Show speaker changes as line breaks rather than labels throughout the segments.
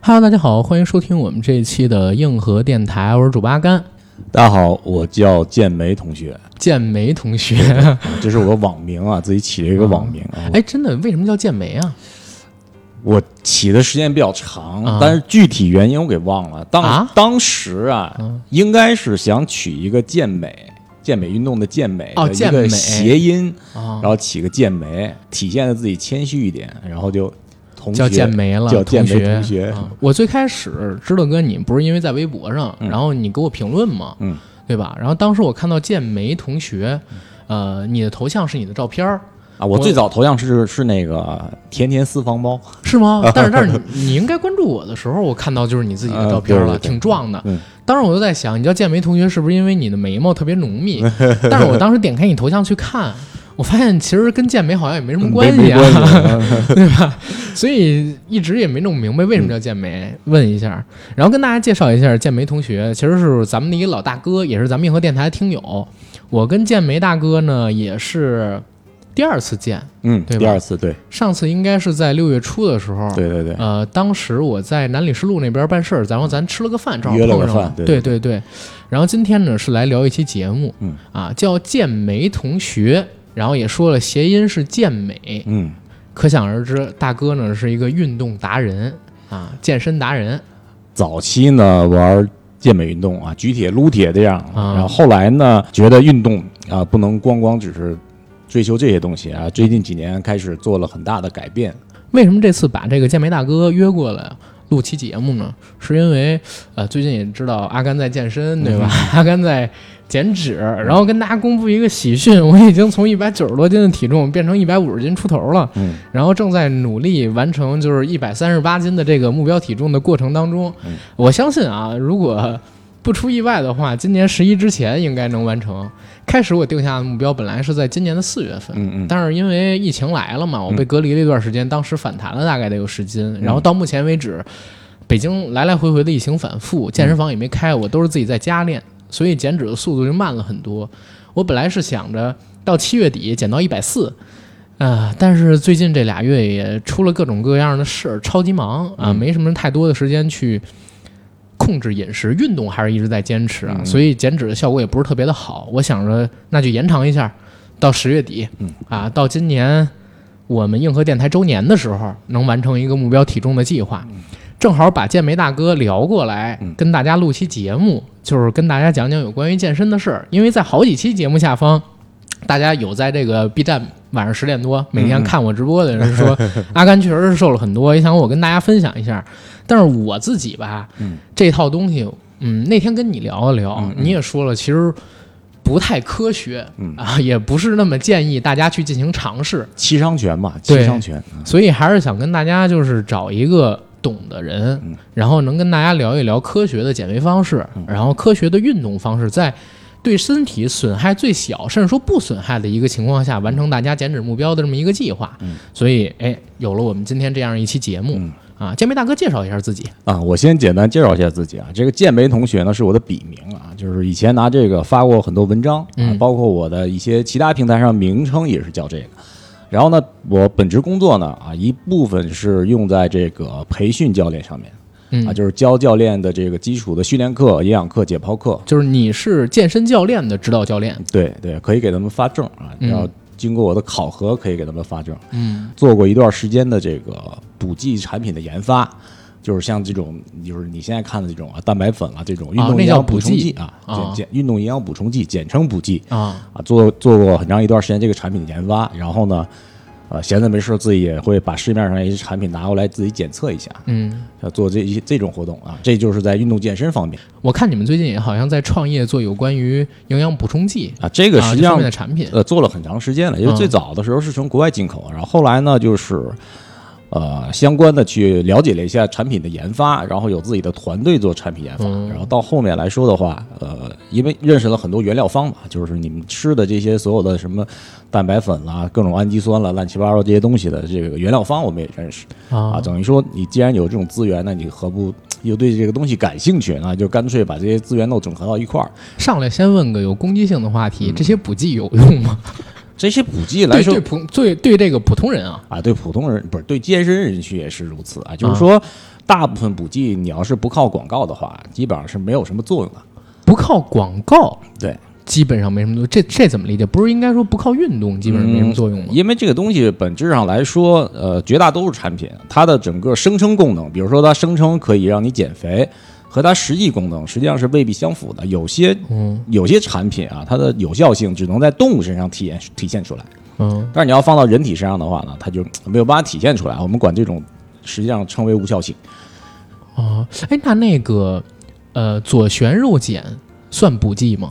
Hello，大家好，欢迎收听我们这一期的硬核电台，我是主播阿甘，
大家好，我叫建梅同学，
剑梅同 学。
这是我的网名啊， 自己起了一个网名啊。
哎，真的，为什么叫剑梅啊？
我起的时间比较长，
啊
但是具体原因我给忘了。当、
啊
当时啊，
嗯
应该是想取一个健美。健美运动的健美
哦
的一
健美
个谐音，
啊
然，后起个健美，体现了自己谦虚一点，然后就同学
叫剑梅了，
叫健
同
美
学。
同学，
啊我最开始知道哥你不是因为在微博上，然后你给我评论嘛，
嗯，
对吧？然后当时我看到剑梅同学，呃，你的头像是你的照片儿，
啊，我最早头像是是那个甜甜私房猫，
是 吗？但是但是你你应该关注我的时候，我看到就是你自己的照片了，
啊对对对
挺壮的。
嗯
当时我就在想，你叫剑梅同学是不是因为你的眉毛特别浓 密？但是我当时点开你头像去看，我发现其实跟剑梅好像也没什么关系
没
啊，
没关系
对吧？所以一直也没弄明白为什么叫剑梅。问一下，然后跟大家介绍一下，剑梅同学其实是咱们的一个老大哥，也是咱们硬核电台的听友。我跟剑梅大哥呢也是第二次见，
嗯，
对吧
第二次，对
上次应该是在六月初的时候，
对对对，
呃，当时我在南礼士路那边办事儿，然后咱吃了个饭，正好
约了
碰
个
上了。
饭对
对对然后今天呢是来聊一期节目，
嗯
啊，叫健美同学，然后也说了谐音是健美，
嗯，
可想而知，大哥呢是一个运动达人啊，健身达人。
早期呢玩健美运动啊，举铁、撸铁这样，
啊
然后后来呢觉得运动啊不能光光只是追求这些东西啊，最近几年开始做了很大的改变。
为什么这次把这个健美大哥约过来录期节目呢？是因为呃，最近也知道阿甘在健身，对吧？ 阿甘在减脂，然后跟大家公布一个喜讯，我已经从一百九十多斤的体重变成一百五十斤出头了，
嗯
然后正在努力完成就是一百三十八斤的这个目标体重的过程当中。我相信啊，如果不出意外的话，今年十一之前应该能完成。开始我定下的目标本来是在今年的四月份，
嗯嗯，
但是因为疫情来了嘛，我被隔离了一段时间，当时反弹了大概得有十斤，
嗯
然后到目前为止，北京来来回回的疫情反复，健身房也没开，我都是自己在家练，所以减脂的速度就慢了很多。我本来是想着到七月底减到一百四，啊，但是最近这俩月也出了各种各样的事儿，超级忙啊，
嗯
没什么太多的时间去控制饮食，运动还是一直在坚持啊，
嗯
所以减脂的效果也不是特别的好。我想着那就延长一下，到十月底，
嗯
啊，到今年我们硬核电台周年的时候，能完成一个目标体重的计划。正好把健梅大哥聊过来，跟大家录期节目，就是跟大家讲讲有关于健身的事儿。因为在好几期节目下方，大家有在这个 B 站晚上十点多每天看我直播的人说，阿甘确实是瘦了很多，也想我跟大家分享一下。但是我自己吧，
嗯
这套东西，嗯，那天跟你聊了聊，你也说了，其实不太科学，
嗯
啊，也不是那么建议大家去进行尝试。
七伤拳嘛，
对
七伤拳，嗯
所以还是想跟大家就是找一个懂的人，
嗯
然后能跟大家聊一聊科学的减肥方式，然后科学的运动方式，在对身体损害最小，甚至说不损害的一个情况下，完成大家减脂目标的这么一个计划。
嗯
所以，哎，有了我们今天这样一期节目、
嗯
啊，健美大哥介绍一下自己
啊，我先简单介绍一下自己啊，这个健梅同学呢是我的笔名啊，就是以前拿这个发过很多文章啊
嗯，
包括我的一些其他平台上名称也是叫这个。然后呢，我本职工作呢啊，一部分是用在这个培训教练上面，
嗯
啊，就是教教练的这个基础的训练课、营养课、解剖课，
就是你是健身教练的指导教练，
对对，可以给他们发证啊，
嗯
然后经过我的考核，可以给他们发证。
嗯
做过一段时间的这个补剂产品的研发，就是像这种，就是你现在看的这种啊，蛋白粉啊，这种运动
那
营
叫
养
补
补充
剂
剂啊，
啊
简简运动营养补充剂，简称补剂
啊，
啊，做做过很长一段时间这个产品的研发，然后呢。呃，闲着没事儿自己也会把市面上一些产品拿过来自己检测一下，
嗯。
呃做这一这种活动啊，这就是在运动健身方面
我看你们最近也好像在创业做有关于营养补充剂
啊。这个
啊
实际
这方
上
面的产品，
呃，做了很长时间了，因为最早的时候是从国外进口，然后后来呢就是。呃，相关的去了解了一下产品的研发，然后有自己的团队做产品研发，然后到后面来说的话，呃，因为认识了很多原料方法，就是你们吃的这些所有的什么蛋白粉啦、各种氨基酸啦、乱七八糟这些东西的这个原料方，我们也认识
啊
啊。等于说，你既然有这种资源，那你何不又对这个东西感兴趣那就干脆把这些资源都整合到一块儿。
上来先问个有攻击性的话题，这些补剂有用吗？
这些补剂嗯 来
对
说
对，普对对这个普通人啊，
啊，对普通人不是对健身人群也是如此啊，就是说，大部分补剂你要是不靠广告的话，基本上是没有什么作用的。
不靠广告，
对，
基本上没什么作用。这这怎么理解？不是应该说不靠运动，基本上嗯没什么作用吗？
嗯因为这个东西本质上来说，呃，绝大多数产品它的整个声称功能，比如说它声称可以让你减肥，和它实际功能实际上是未必相符的。有些
嗯
有些产品啊，它的有效性只能在动物身上体现体现出来，
嗯
但是你要放到人体身上的话呢，它就没有办法体现出来。我们管这种实际上称为无 效性。
哦，哎，那那个呃，左旋肉碱算补剂吗？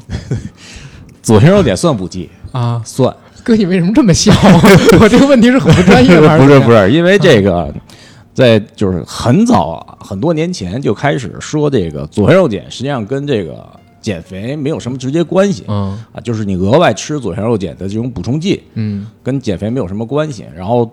左旋肉碱算补剂，
啊，
算。
哥，你为什么这么笑？ 我这个问题是嗯很不专业吗？
不是不是，因为这个，在就是很早啊很多年前就开始说这个左旋肉碱实际上跟这个减肥没有什么直接关系
嗯
啊，就是你额外吃左旋肉碱的这种补充剂
嗯
跟减肥没有什么关系。然后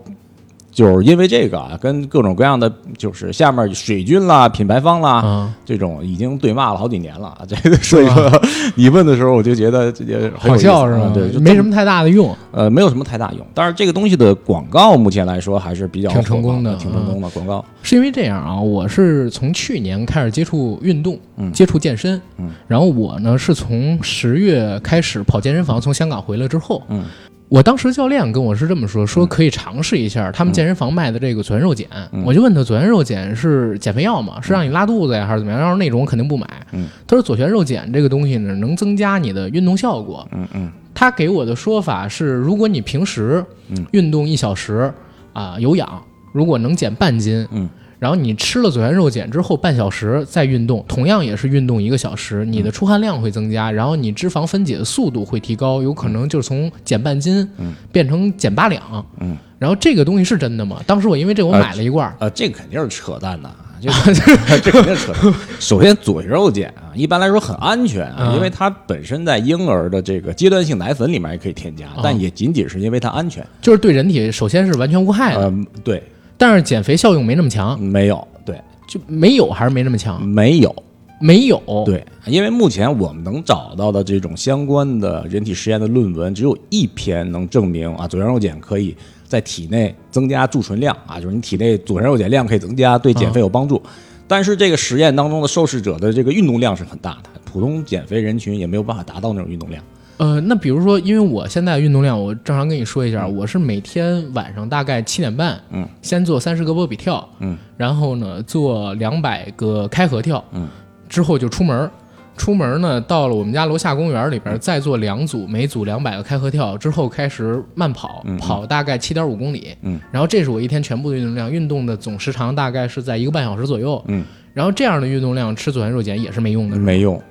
就是因为这个啊，跟各种各样的就是下面水军啦、品牌方啦。
啊，
这种已经对骂了好几年了，啊这个 所以说你问的时候，我就觉得这也很有
好
意思
笑是
啊
吗？
对，就
没什么太大的用。
呃，没有什么太大用。但是这个东西的广告目前来说还是比较
挺成
火爆
功的嗯
的，挺成功的广告。
是因为这样啊，我是从去年开始接触运动，
嗯
接触健身，
嗯
然后我呢是从十月开始跑健身房，从香港回来之后，
嗯
我当时教练跟我是这么说，说可以尝试一下他们健身房卖的这个左旋肉碱，
嗯
我就问他左旋肉碱是减肥药吗？是让你拉肚子呀，还是怎么样？要是那种我肯定不买。
嗯
他说左旋肉碱这个东西呢，能增加你的运动效果，
嗯嗯
他给我的说法是，如果你平时
嗯
运动一小时啊、有氧，如果能减半斤，
嗯，
然后你吃了左旋肉碱之后半小时再运动，同样也是运动一个小时，你
嗯
的出汗量会增加，然后你脂肪分解的速度会提高，有可能就是从减半斤
嗯
变成减八两。
嗯，
然后这个东西是真的吗？当时我因为这个我
呃
买了一罐儿，
呃，这肯定是扯淡的。啊这 这肯定是扯淡。首先，左旋肉碱啊，一般来说很安全啊，
嗯
因为它本身在婴儿的这个阶段性奶粉里面也可以添加，
哦
但也仅仅是因为它安全。
就是对人体首先是完全无害的，
嗯，对，
但是减肥效用没那么强，
没有，对，
就没有还是没那么强，
没有，
没有。
嗯对，因为目前我们能找到的这种相关的人体实验的论文，只有一篇能证明啊，左旋肉碱可以在体内增加贮存量啊，就是你体内左旋肉碱量可以增加，对减肥有帮助。
嗯
但是这个实验当中的受试者的这个运动量是很大的，普通减肥人群也没有办法达到那种运动量。
呃，那比如说，因为我现在运动量，我正常跟你说一下，我是每天晚上大概七点半，
嗯，
先做三十个波比跳，
嗯，
然后呢做两百个开合跳，
嗯，
之后就出门儿，出门儿呢到了我们家楼下公园里边
嗯
儿再做两组，每组两百个开合跳，之后开始慢跑，
嗯嗯
跑大概七点五公里，
嗯，
然后这是我一天全部的运动量，运动的总时长大概是在一个半小时左右，
嗯，
然后这样的运动量吃左旋肉碱也是嗯没用的，是吧
没用，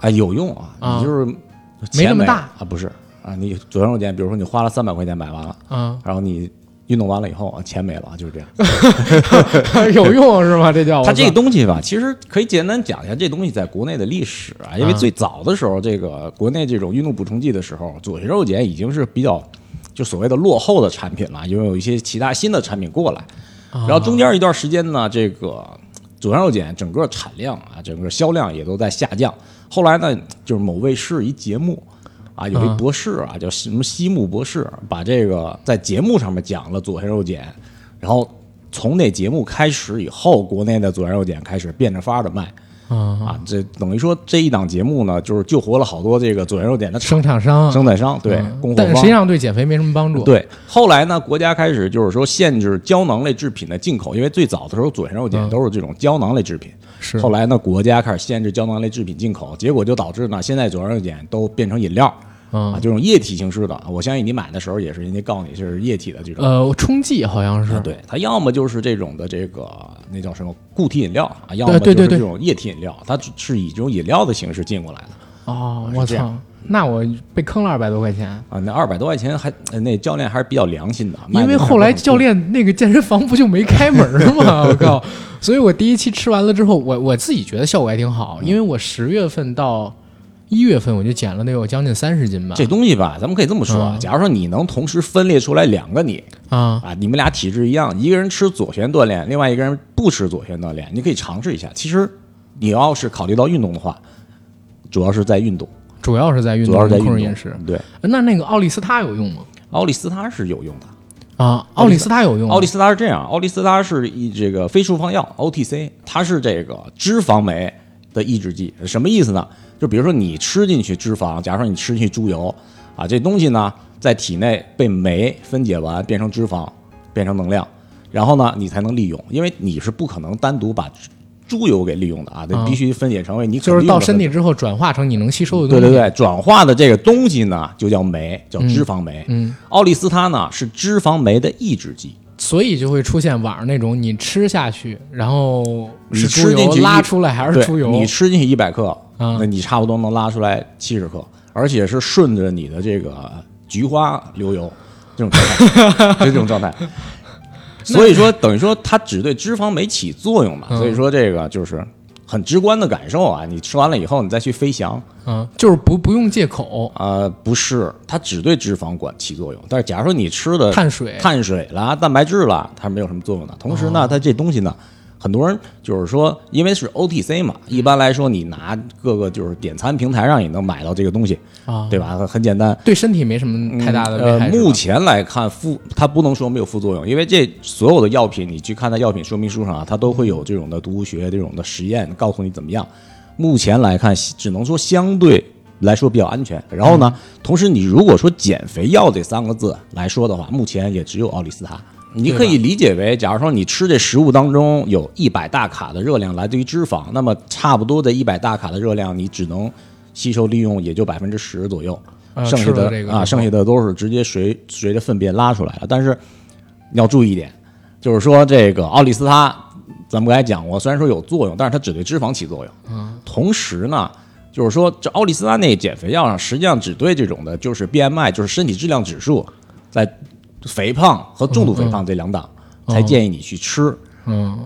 啊，有用啊，
啊
你就是
没
钱
那么大
啊，不是啊，你左旋肉碱，比如说你花了三百块钱买完了，
啊，
然后你运动完了以后啊，钱没了，就是这样。
有用是吗？这叫
它这
我
个
操
东西吧，其实可以简单讲一下这东西在国内的历史啊，因为
啊
最早的时候，这个国内这种运动补充剂的时候，左旋肉碱已经是比较就所谓的落后的产品了，因为有一些其他新的产品过来。然后中间一段时间呢，这个左旋肉碱整个产量啊，整个销量也都在下降。后来呢，就是某卫视一节目。啊，有一
啊
博士啊，叫什么西木博士，把这个在节目上面讲了左旋肉碱，然后从那节目开始以后，国内的左旋肉碱开始变着法儿的卖
啊。
啊，这等于说这一档节目呢，就是救活了好多这个左旋肉碱的
生产商，
生产商，对，
嗯
供货
但实际
方。嗯
上对减肥没什么帮助。，
对，后来呢，国家开始就是说限制胶囊类制品的进口，因为最早的时候左旋肉
嗯
碱都是这种胶囊类制品。
是
后来呢，国家开始限制胶囊类制品进口，结果就导致呢，现在左旋肉碱都变成饮料
嗯，
啊，这种液体形式的。我相信你买的时候也是人家告你是液体的这种。
呃，冲剂好像是
啊，，对，它要么就是这种的这个那叫什么固体饮料啊，要
对
么
对
就
对
是
对
这种液体饮料，它只是以这种饮料的形式进过来的
哦，我
这
操，那我被坑了二百多块钱。
啊。那二百多块钱还呃那教练还是比较良心的，卖
因
的
为
还是
后来
很
教练那个健身房不就没开门吗？ 我靠！所以我第一期吃完了之后，我我自己觉得效果还挺好，因为我十月份到一月份我就减了得有将近三十斤吧。
这东西吧，咱们可以这么说啊，
啊嗯
假如说你能同时分裂出来两个你
啊，
啊，你们俩体质一样，一个人吃左旋锻炼，另外一个人不吃左旋锻炼，你可以尝试一下。其实你要是考虑到运动的话，主要是在运动，
主要是在运
主
动
要是在运
控制
动
饮食。。
对，
那那个奥利司他有用吗？
奥利司他是有用的。
啊，奥利司他有用吗，
奥利司他是这样，奥利司他是一这个非处方药 OTC，它是这个脂肪酶的抑制剂。什么意思呢？就比如说你吃进去脂肪，假如说你吃进去猪油啊，这东西呢在体内被酶分解完变成脂肪，变成能量，然后呢你才能利用，因为你是不可能单独把猪猪油给利用的啊，得
啊
必须分解成为你可
就是
利用
到
的
身
分
体之后转化成你能吸收的东
对
西。
对对，转化的这个东西呢，就叫酶，叫脂肪酶。
嗯，
奥利司他呢是脂肪酶的抑制剂，
所以就会出现网上那种你吃下去，然后
你
是
吃
猪
进
油
去一
拉出来哎还是
对
猪油？
你吃进去一百克，
嗯
那你差不多能拉出来七十克，而且是顺着你的这个菊花流油这种状 态，这种状态。所以说，等于说它只对脂肪酶起作用嘛，
嗯
所以说这个就是很直观的感受啊。你吃完了以后，你再去飞翔，
嗯，就是不不用借口，
呃，不是，它只对脂肪管起作用。但是假如说你吃的
碳水
碳水啦、蛋白质啦，它是没有什么作用的。同时呢，它这东西呢，很多人就是说，因为是 OTC 嘛，一般来说你拿各个就是点餐平台上也能买到这个东西，
啊，
对吧？很很简单。
对身体没什么太大的危
呃，
害。
目
是吧
前来看副，它不能说没有副作用，因为这所有的药品，你去看它药品说明书上啊，它都会有这种的毒物学这种的实验，告诉你怎么样。目前来看，只能说相对来说比较安全。然后
嗯
呢，同时你如果说减肥药这三个字来说的话，目前也只有奥利司他。你可以理解为，假如说你吃这食物当中有一百大卡的热量来自于脂肪，那么差不多的一百大卡的热量，你只能吸收利用也就百分之十左右，
呃
剩
吃
下
了
的
这个
啊，
之
剩下的都是直接随随着粪便拉出来的。但是你要注意一点，就是说这个奥利司他，咱们刚才讲过，虽然说有作用，但是它只对脂肪起作用。嗯，同时呢，就是说这奥利司他那减肥药上，实际上只对这种的就是 BMI，就是身体质量指数，在肥胖和重度肥胖这两档，才建议你去吃。
嗯。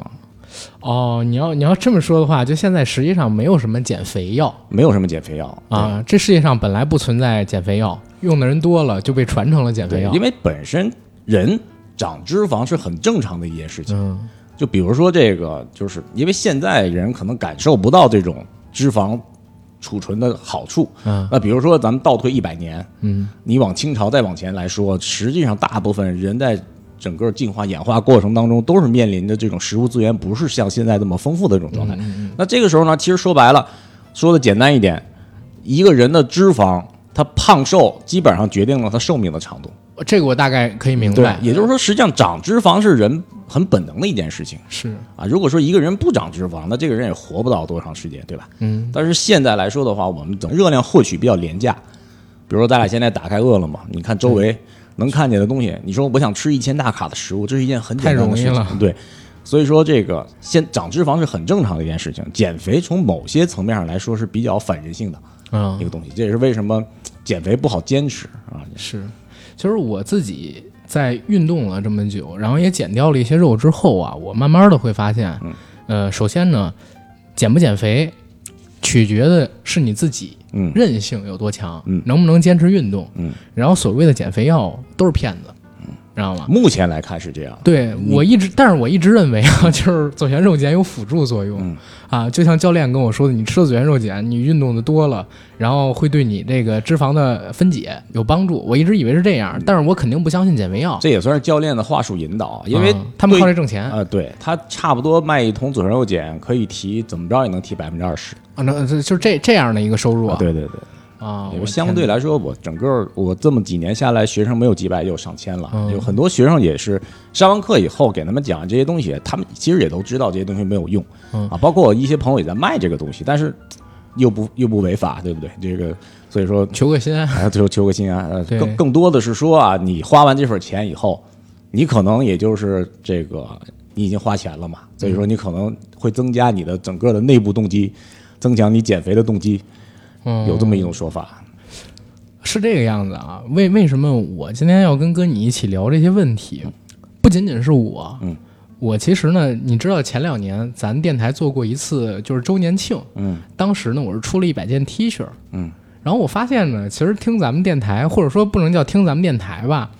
哦，你要你要这么说的话，就现在实际上没有什么减肥药
没有什么减肥药，
啊，这世界上本来不存在减肥药，用的人多了就被传成了减肥
对，
药
因。为本身人长脂肪是很正常的一件事情。
嗯
就比如说这个，就是因为现在人可能感受不到这种脂肪储存的好处。
嗯
那比如说咱们倒退一百年，
嗯，
你往清朝再往前来说，实际上大部分人在整个进化演化过程当中都是面临着这种食物资源不是像现在这么丰富的这种
嗯
状态。那这个时候呢，其实说白了，说的简单一点，一个人的脂肪。他胖瘦基本上决定了他寿命的长度，
这个我大概可以明
对
白，，
也就是说，实际上长脂肪是人很本能的一件事情。
是
啊，如果说一个人不长脂肪，那这个人也活不到多长时间，对吧？
嗯。
但是现在来说的话，我们整热量获取比较廉价，比如说咱俩现在打开饿了么，你看周围能看见的东西，你说我想吃一千大卡的食物，这是一件很简单的事
太容易
情，对。所以说，这个现长脂肪是很正常的一件事情。减肥从某些层面上来说是比较反人性的
嗯
一个东西，这也是为什么减肥不好坚持啊。
是，就是我自己在运动了这么久，然后也减掉了一些肉之后啊，我慢慢的会发现，
嗯
呃，首先呢，减不减肥，取决的是你自己
嗯
韧性有多强，
嗯
能不能坚持运动，
嗯，
然后所谓的减肥药都是骗子，知道吗？
目前来看是这样，
对我一直，但是我一直认为啊， 就是左旋肉碱有辅助作用、
嗯
啊，就像教练跟我说的，你吃了左旋肉碱，你运动的多了，然后会对你这个脂肪的分解有帮助。我一直以为是这样，但是我肯定不相信减肥药，
嗯这也算是教练的话术引导，因为
啊他们
对
靠这挣钱啊，
啊，对，它差不多卖一桶左旋肉碱可以提，怎么着也能提百分之二十。
啊那这就是这这样的一个收入啊，
对对对，
啊，
也
我
就相对来说，我整个我这么几年下来，学生没有几百，也有上千了。
嗯
有很多学生也是上完课以后给他们讲这些东西，他们其实也都知道这些东西没有用、
嗯
啊。包括我一些朋友也在卖这个东西，但是又不又不违法，对不对？这个所以说，
求个心安，
啊，最后求个心安。呃，
对
更更多的是说啊，你花完这份钱以后，你可能也就是这个你已经花钱了嘛，所以说你可能会增加你的整个的内部动机，增强你减肥的动机，
嗯，
有这么一种说法。
是这个样子啊。为为什么我今天要跟哥你一起聊这些问题？不仅仅是我，
嗯，
我其实呢，你知道前两年咱电台做过一次就是周年庆，
嗯
当时呢我是出了一百件 T 恤，
嗯，
然后我发现呢，其实听咱们电台，或者说不能叫听咱们电台吧。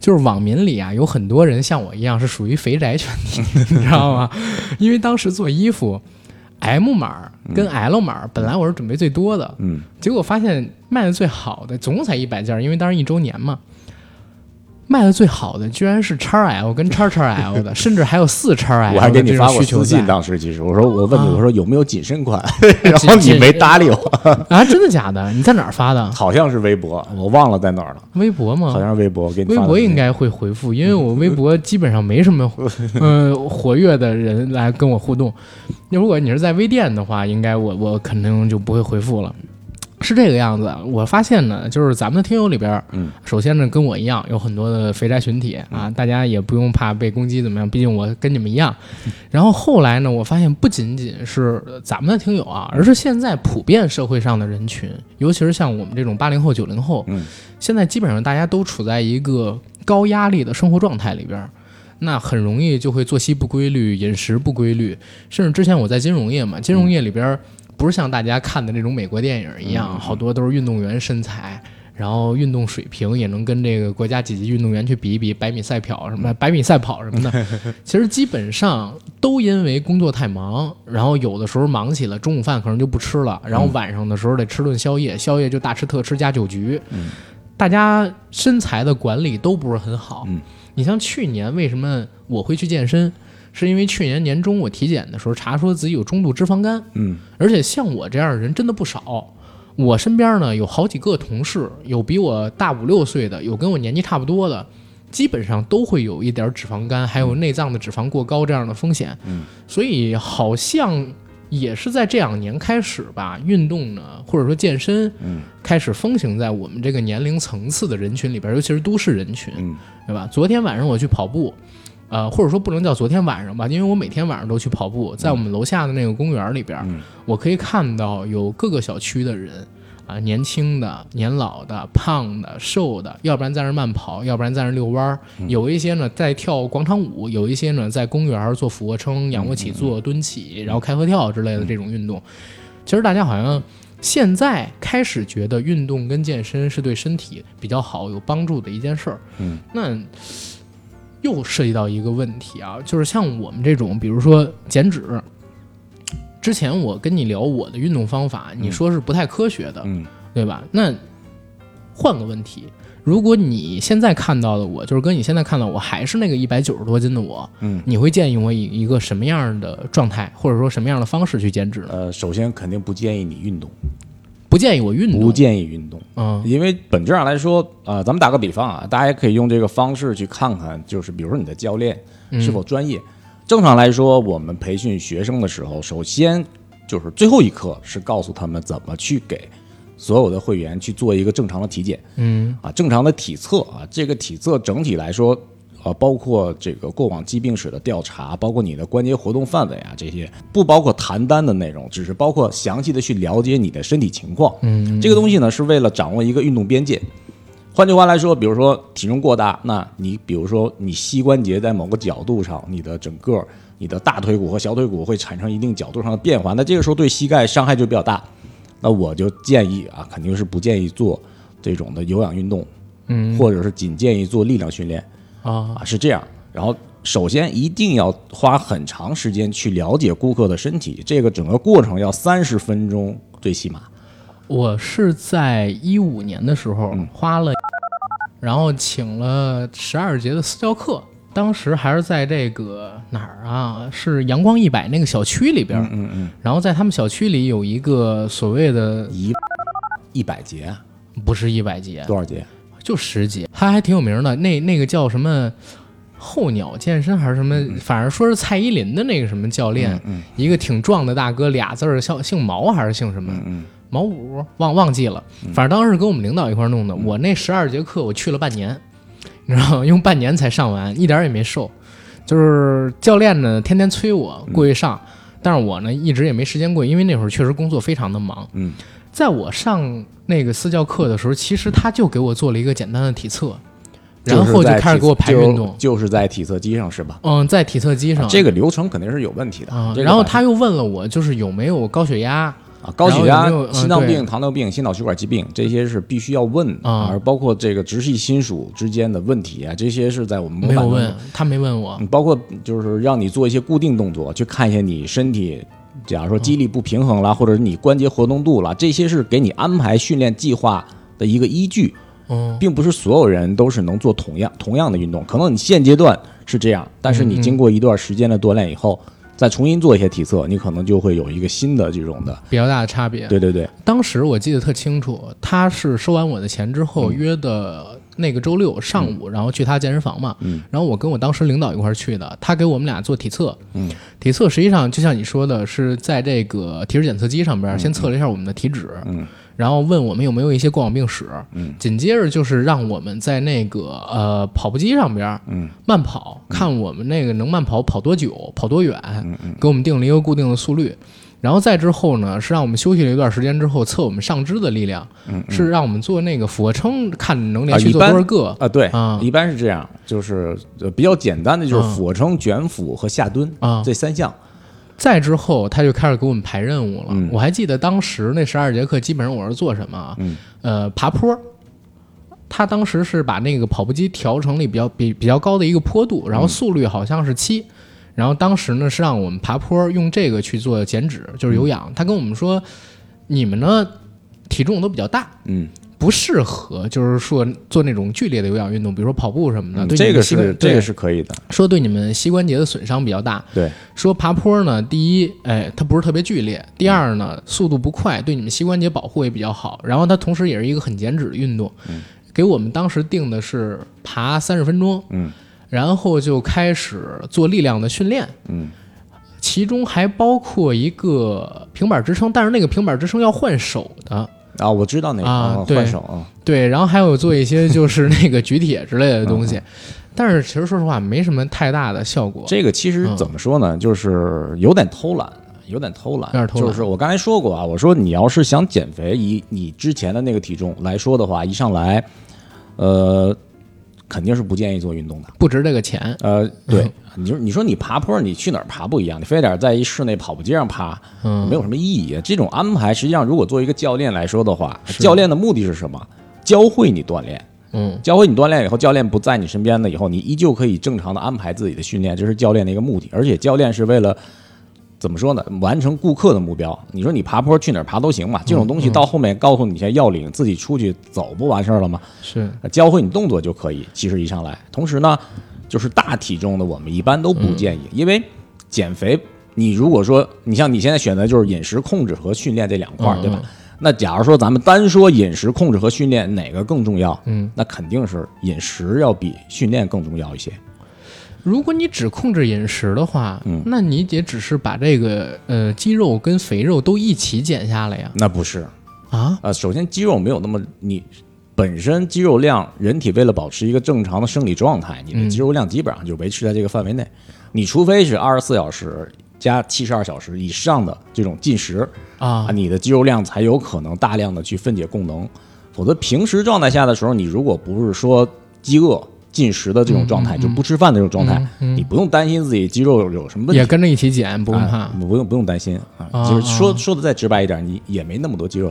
就是网民里啊，有很多人像我一样是属于肥宅群 体，你知道吗？因为当时做衣服，M 码跟 L 码本来我是准备最多的，
嗯
结果发现卖的最好的总共才一百件儿，因为当时一周年嘛。卖的最好的居然是 x L 跟 x x L 的，甚至还有四 x L。
我还给你发过
需求
私
在
信，当时其实我说我问你，
啊
我说有没有紧身款，然后
紧
你
身
没搭理我，
啊，真的假的？你在哪儿发的？
好像是微博，我忘了在哪儿了，
微博吗？
好像是微博，我给
嗯
你
微
发的
博
私信
应该会回复，因为我微博基本上没什 么呃活跃的人来跟我互动。如果你是在微店的话，应该我我肯定就不会回复了。是这个样子，我发现呢，就是咱们的听友里边，
嗯，
首先呢跟我一样有很多的肥宅群体啊，大家也不用怕被攻击怎么样，毕竟我跟你们一 样。然后后来呢，我发现不仅仅是咱们的听友啊，而是现在普遍社会上的人群，尤其是像我们这种八零后、九零后，
嗯，
现在基本上大家都处在一个高压力的生活状态里边儿，那很容易就会作息不规律、饮食不规律，甚至之前我在金融业嘛，金融业里边儿不是像大家看的那种美国电影一样，好多都是运动员身材。然后运动水平也能跟这个国家几级运动员去比一比，百米赛跑什么的，百米赛跑什么的，其实基本上都因为工作太忙，然后有的时候忙起了，中午饭可能就不吃了，然后晚上的时候得吃顿宵夜，宵夜就大吃特吃加酒局，大家身材的管理都不是很好。
嗯
你像去年为什么我会去健身，是因为去年年中我体检的时候查出自己有中度脂肪肝，
嗯
而且像我这样的人真的不少。我身边呢有好几个同事，有比我大五六岁的，有跟我年纪差不多的，基本上都会有一点脂肪肝，还有内脏的脂肪过高这样的风险。
嗯，
所以好像也是在这两年开始吧，运动呢或者说健身
嗯
开始风行在我们这个年龄层次的人群里边，尤其是都市人群。
嗯
对吧？昨天晚上我去跑步，呃，或者说不能叫昨天晚上吧，因为我每天晚上都去跑步，在我们楼下的那个公园里边，
嗯
我可以看到有各个小区的人。啊，年轻的、年老的、胖的、瘦的，要不然在那儿慢跑，要不然在那儿遛弯儿。有一些呢在跳广场舞，有一些呢在公园儿做俯卧撑、仰卧起坐、蹲起，然后开合跳之类的这种运动。其实大家好像现在开始觉得运动跟健身是对身体比较好、有帮助的一件事儿。
嗯，
那又涉及到一个问题啊，就是像我们这种，比如说减脂。之前我跟你聊我的运动方法，你说是不太科学的，
嗯
对吧？那换个问题，如果你现在看到的我，就是跟你现在看到我还是那个一百九十多斤的我，
嗯。
你会建议我以一个什么样的状态，或者说什么样的方式去减脂呢？
呃，首先肯定不建议你运动，
不建议我运动，
不建议运动，
嗯
因为本质上来说，啊，咱们打个比方啊，大家也可以用这个方式去看看，就是比如说你的教练
嗯
是否专业。正常来说，我们培训学生的时候，首先就是最后一课是告诉他们怎么去给所有的会员去做一个正常的体检，
嗯
啊，正常的体测啊，这个体测整体来说，呃，包括这个过往疾病史的调查，包括你的关节活动范围啊，这些不包括谈单的内容，只是包括详细的去了解你的身体情况。
嗯，
这个东西呢，是为了掌握一个运动边界。换句话来说，比如说体重过大，那你比如说你膝关节在某个角度上，你的整个你的大腿骨和小腿骨会产生一定角度上的变化，那这个时候对膝盖伤害就比较大。那我就建议啊，肯定是不建议做这种的有氧运动，
嗯，
或者是仅建议做力量训练
啊，
啊，是这样。然后首先一定要花很长时间去了解顾客的身体，这个整个过程要三十分钟最起码。
我是在一五年的时
嗯
候花了，然后请了十二节的私教课，当时还是在这个哪儿啊？是阳光一百那个小区里边，
嗯嗯，
然后在他们小区里有一个所谓的
一一百节啊
不是一百节，
多少节？
就十节，他还挺有名的。那那个叫什么候鸟健身还是什么，反正说是蔡依林的那个什么教练，
嗯
一个挺壮的大哥，俩字儿叫姓毛还是姓什么？
嗯
毛五忘忘记了，反正当时跟我们领导一块儿弄的。
嗯
我那十二节课我去了半年，你知道吗？用半年才上完，一点儿也没瘦。就是教练呢，天天催我过去上，
嗯
但是我呢一直也没时间过去，因为那会儿确实工作非常的忙。
嗯，
在我上那个私教课的时候，其实他就给我做了一个简单的体测，然后就开始给我排运动。
就是在体测机上是吧？
嗯，在体测机上，
这个流程肯定是有问题的。
啊，
这个
然后
反
他又问了我，就是有没有高血压，
啊，高
然
血
后
压
有没有、嗯
心脏
对
病、糖尿病、心脑血管疾病这些是必须要问的
啊
而包括这个直系亲属之间的问题啊，这些是在我们模
没
板
有
当中
问，他没问我。
嗯，包括就是让你做一些固定动作，去看一下你身体，
嗯
假如说肌力不平衡啦，或者是你关节活动度啦，这些是给你安排训练计划的一个依据。
嗯
并不是所有人都是能做同样同样的运动，可能你现阶段是这样，但是
嗯
你经过一段时间的锻炼以后，再重新做一些体测，你可能就会有一个新的这种的，
比较大的差别。
对对对，
当时我记得特清楚，他是收完我的钱之
嗯
后约的那个周六上午，然后去他健身房嘛。
嗯
然后我跟我当时领导一块儿去的，他给我们俩做体测。
嗯，
体测实际上就像你说的，是在这个体脂检测机上边儿先测了一下我们的体脂，
嗯
然后问我们有没有一些过往病史。
嗯，
紧接着就是让我们在那个呃跑步机上边儿
嗯
慢跑，看我们那个能慢跑跑多久，跑多远，
嗯
给我们定了一个固定的速率。然后再之后呢，是让我们休息了一段时间之后测我们上肢的力量，是让我们做那个俯卧撑，看能连
嗯啊
续
一
做
般
多少个。
啊对
啊，
一般是这样，就是呃比较简单的就是
嗯
俯卧撑、卷腹和下蹲
啊
这三项，
再之后，他就开始给我们排任务了。
嗯
我还记得当时那十二节课，基本上我是做什么啊？
嗯
呃，爬坡。他当时是把那个跑步机调成了比较比比较高的一个坡度，
嗯
然后速率好像是七、然后当时呢是让我们爬坡，用这个去做减脂，就是
嗯
有氧。他跟我们说，你们呢体重都比较大，
嗯，
不适合就是说做那种剧烈的有氧运动，比如说跑步什么的。啊对你
嗯这
们
个
膝盖
是
对
这个是可以的，
说对你们膝关节的损伤比较大。
对，
说爬坡呢，第一，哎，它不是特别剧烈；第二呢，速度不快，对你们膝关节保护也比较好。然后它同时也是一个很减脂的运动。
嗯
给我们当时定的是爬三十分钟，
嗯
然后就开始做力量的训练，
嗯
其中还包括一个平板支撑，但是那个平板支撑要换手的。
啊，我知道哪个
啊
啊
对
换手啊，
对，然后还有做一些就是那个举铁之类的东西，但是其实说实话没什么太大的效果。
嗯这个其实
嗯
怎么说呢，就是有点偷懒。有点偷懒，
有点偷懒
就是我刚才说过啊，我说你要是想减肥，以你之前的那个体重来说的话，一上来，呃，肯定是不建议做运动的。
不值这个钱，
呃，
嗯
对，你说你说你爬坡，你去哪儿爬不一样，你非得在一室内跑步机上爬，
嗯
没有什么意义。这种安排，实际上如果作为一个教练来说的话，教练的目的是什么？教会你锻炼，
嗯
教会你锻炼以后，教练不在你身边了以后，你依旧可以正常的安排自己的训练，这是教练的一个目的。而且教练是为了怎么说呢？完成顾客的目标。你说你爬坡去哪儿爬都行嘛，这种东西到后面告诉你一些要领，自己出去走不完事儿了吗？
是
教会你动作就可以。其实一上来，同时呢，就是大体重的我们一般都不建议，因为减肥，你如果说你像你现在选择就是饮食控制和训练这两块儿，对吧？那假如说咱们单说饮食控制和训练哪个更重要？
嗯，
那肯定是饮食要比训练更重要一些。
如果你只控制饮食的话，
嗯
那你也只是把这个呃肌肉跟肥肉都一起减下来呀。
那不是，
啊，
呃，首先肌肉没有那么你本身肌肉量，人体为了保持一个正常的生理状态，你的肌肉量基本上就维持在这个范围内。你除非是二十四小时加七十二小时以上的这种进食
啊，
你的肌肉量才有可能大量的去分解供能。否则平时状态下的时候，你如果不是说饥饿进食的这种状态，就不吃饭的这种状态，你不用担心自己肌肉有什么问题
也。跟着一起减，不用怕。
啊不用不用担心
啊
啊，就是说说的再直白一点，你也没那么 多肌肉，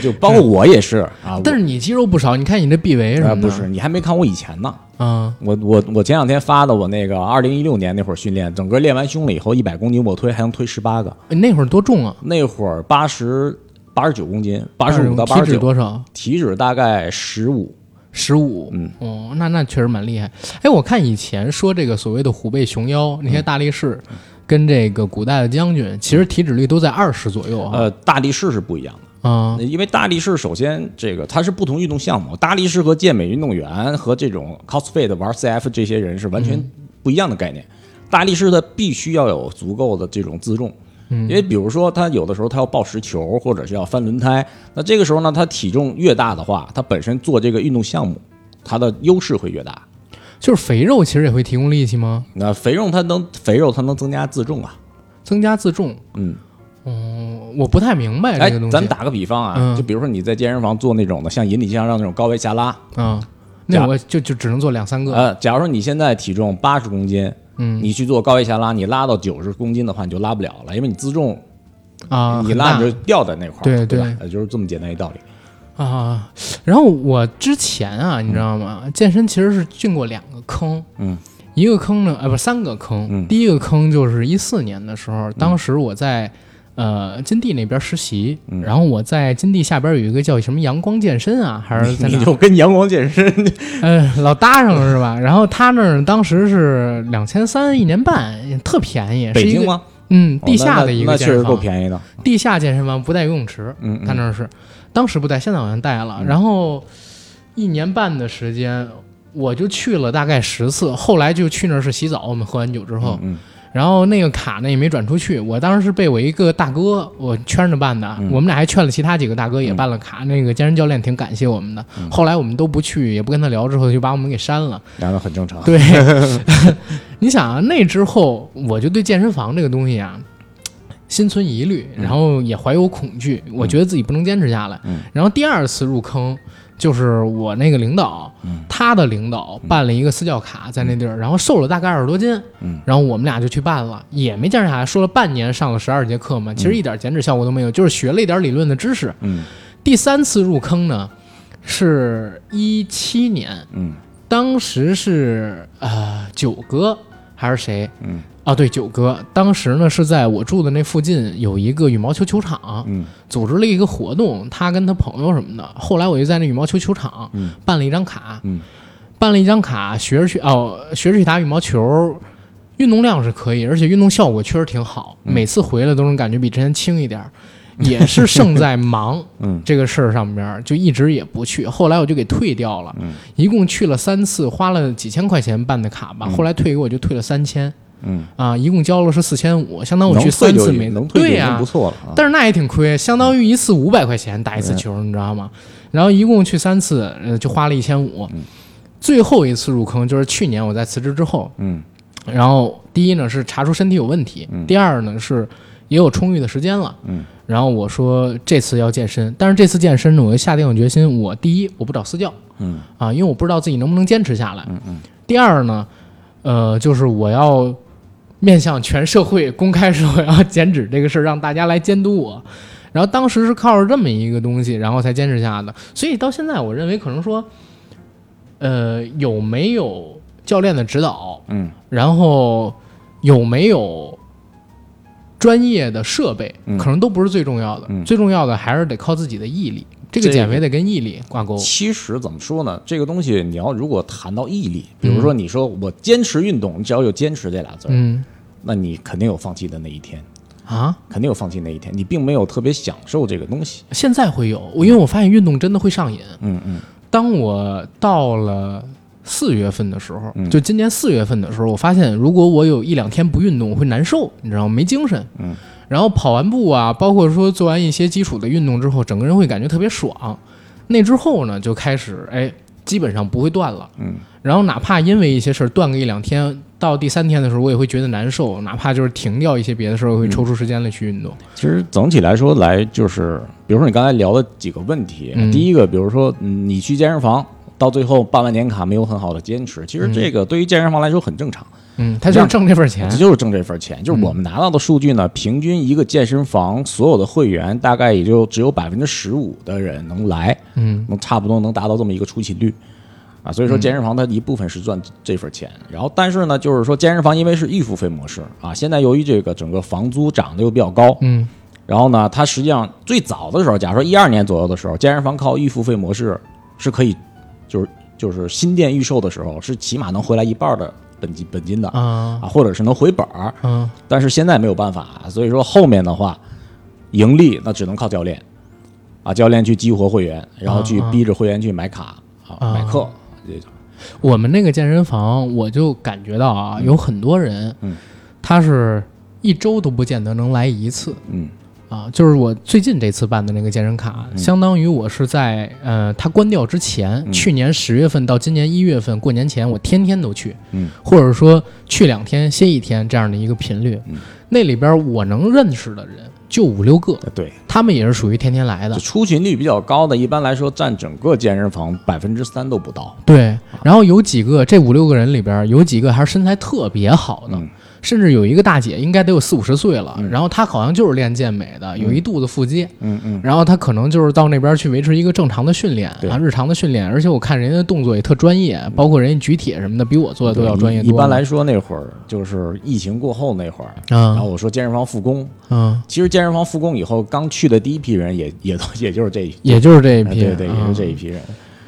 就包括我也是啊。我
但是你嗯肌肉不少，你看你这臂围什
啊
么的，
不是，你还没看我以前呢。
啊，
我我我前两天发的我那个二零一六年那会儿训练，整个练完胸了以后，一百公斤卧推还能推十八个，
你那会儿多重啊？
那会儿八十八十九公斤，八十五到八
体
十
脂
九，
多少？
体脂大概十五。
十五，
嗯，
哦，那那确实蛮厉害。哎，我看以前说这个所谓的虎背熊腰那些大力士，
嗯
跟这个古代的将军，其实体脂率都在二十左右啊。
呃，大力士是不一样的。
啊，
因为大力士首先这个它是不同运动项目，大力士和健美运动员和这种 cosplay 的玩 CF 这些人是完全
嗯
不一样的概念。大力士他必须要有足够的这种自重，
嗯
因为比如说他有的时候他要抱石球或者是要翻轮胎，那这个时候呢，他体重越大的话，他本身做这个运动项目，他的优势会越大。
就是肥肉其实也会提供力气吗？
那肥肉它能肥肉它能增加自重啊，
增加自重。
嗯，哎
哦，我不太明白这个东西。
咱打个比方啊，
嗯
就比如说你在健身房做那种的，像引体向上那种高位下拉，
啊，那我就就只能做两三个。
呃，假如说你现在体重八十公斤，
嗯
你去做高位下拉，你拉到九十公斤的话，你就拉不了了，因为你自重，
啊，
你
很
拉
大
你就掉在那块儿，
对
对
对
吧？呃就是这么简单一道理。
啊。然后我之前啊，你知道吗？健身其实是进过两个坑，
嗯，
一呃个坑呢，啊，不，三个坑。
嗯
第一个坑就是一四年的时候，当时我在。呃金地那边实习，
嗯
然后我在金地下边有一个叫什么阳光健身啊，还是在哪
你就跟阳光健身，
嗯，老搭上了是吧？然后他那儿当时是两千三一年半，也特便宜，是
北
一
京
个
吗？
嗯
哦
地下
那
的一
那
个
确
健
实
身
够
房，
便宜的。
地下健身房不带游泳池，
嗯，
他那儿是当时不带，现在好像带了。然后一年半的时间，我就去了大概十次，后来就去那儿是洗澡，我们喝完酒之后，
嗯
然后那个卡呢也没转出去，我当时是被我一个大哥我圈着办的，
嗯
我们俩还劝了其他几个大哥也办了卡，那个健身教练挺感谢我们的。
嗯
后来我们都不去，也不跟他聊，之后就把我们给删了。
然后很正 常。
对， 你想啊，那之后我就对健身房这个东西啊。心存疑虑，然后也怀有恐惧，我觉得自己不能坚持下来。
嗯
然后第二次入坑，就是我那个领导，
嗯
他的领导办了一个私教卡在那地儿，然后瘦了大概二十多斤。
嗯
然后我们俩就去办了，也没坚持下来，说了半年上了十二节课嘛，其实一点减脂效果都没有，就是学了一点理论的知识。
嗯
第三次入坑呢，是一七年，
嗯
当时是呃九哥还是谁？
嗯
哦，对，九哥，当时呢是在我住的那附近有一个羽毛球球场，
嗯
组织了一个活动，他跟他朋友什么的。后来我就在那羽毛球球场
嗯
办了一张卡，
嗯
办了一张卡，学着去哦，学着去打羽毛球，运动量是可以，而且运动效果确实挺好，
嗯
每次回来都能感觉比之前轻一点儿，也是胜在忙
嗯
这个事儿上边儿，就一直也不去，后来我就给退掉了，
嗯
一共去了三次，花了几千块钱办的卡吧，后来退给我就退了三千
嗯，
啊，一共交了是四千五，相当于我
能
去
退
三
就
次没
能退就
对
已
呀、
经不错了啊。
但是那也挺亏，相当于一次五百块钱打一次球，你知道吗？然后一共去三次，呃，就花了一千五。最后一次入坑就是去年我在辞职之后，
嗯
然后第一呢是查出身体有问题，第二呢是也有充裕的时间了，
嗯
然后我说这次要健身，但是这次健身呢，我就下定了决心，我第一我不找私教
嗯
啊，因为我不知道自己能不能坚持下来。
嗯嗯
第二呢，呃，就是我要面向全社会公开说我要减脂这个事儿，让大家来监督我。然后当时是靠着这么一个东西，然后才坚持下的。所以到现在，我认为可能说，呃，有没有教练的指导，
嗯
然后有没有专业的设备，
嗯
可能都不是最重要的。
嗯
最重要的还是得靠自己的毅力。这个
这个
减肥得跟毅力挂钩。
其实怎么说呢？这个东西你要如果谈到毅力，比如说你说我坚持运动，你只要有坚持这俩字儿，
嗯
那你肯定有放弃的那一天，
啊，
肯定有放弃那一天。你并没有特别享受这个东西。
现在会有，我因为我发现运动真的会上瘾。
嗯嗯
当我到了四月份的时候，
嗯
就今年四月份的时候，我发现如果我有一两天不运动，我会难受，你知道吗？没精神。
嗯。
然后跑完步啊，包括说做完一些基础的运动之后，整个人会感觉特别爽。那之后呢，就开始哎，基本上不会断了。
嗯
然后哪怕因为一些事儿断个一两天，到第三天的时候，我也会觉得难受。哪怕就是停掉一些别的事儿，我会抽出时间来去运动。
其实总体来说，来就是，比如说你刚才聊的几个问题，
嗯
第一个，比如说嗯你去健身房，到最后办完年卡没有很好的坚持，其实这个对于健身房来说很正常，
嗯，他就是挣这份钱嗯
这。就是挣这份钱。就是我们拿到的数据呢，平均一个健身房所有的会员大概也就只有百分之十五的人能来，
嗯
能差不多能达到这么一个出勤率。啊，所以说健身房它一部分是赚这份钱，然后但是呢，就是说健身房因为是预付费模式啊，现在由于这个整个房租涨得又比较高，
嗯
然后呢，它实际上最早的时候，假如说一二年左右的时候，健身房靠预付费模式是可以，就是就是新店预售的时候是起码能回来一半的本金本金的啊，
啊
或者是能回本儿。
啊
但是现在没有办法，啊所以说后面的话，盈利那只能靠教练啊，教练去激活会员，然后去
啊啊
逼着会员去买卡啊、
啊
买课这种。
我们那个健身房，我就感觉到啊，有很多人，
嗯
他是一周都不见得能来一次
嗯
啊。就是我最近这次办的那个健身卡，相当于我是在呃，它关掉之前，
嗯
去年十月份到今年一月份过年前，我天天都去，
嗯
或者说去两天歇一天这样的一个频率。
嗯
那里边我能认识的人就五六个，
对，
他们也是属于天天来的
就。出勤率比较高的，一般来说占整个健身房百分之三都不到。
对，然后有几个这五六个人里边，有几个还是身材特别好的，
嗯
甚至有一个大姐应该得有四五十岁了，
嗯
然后她好像就是练健美的，有一肚子腹肌，
嗯嗯，
然后她可能就是到那边去维持一个正常的训练
对嗯
啊，日常的训练，而且我看人家的动作也特专业，包括人家举铁什么的，比我做的都要专业
一
多
一
了。
般来说，那会儿就是疫情过后那会儿，然
啊，
后我说健身房复工，
嗯，
其实健身房复工以后，刚去的第一批人也也都也就是这一批，
也就是这一批，
哎对对，也
嗯
是这一批人。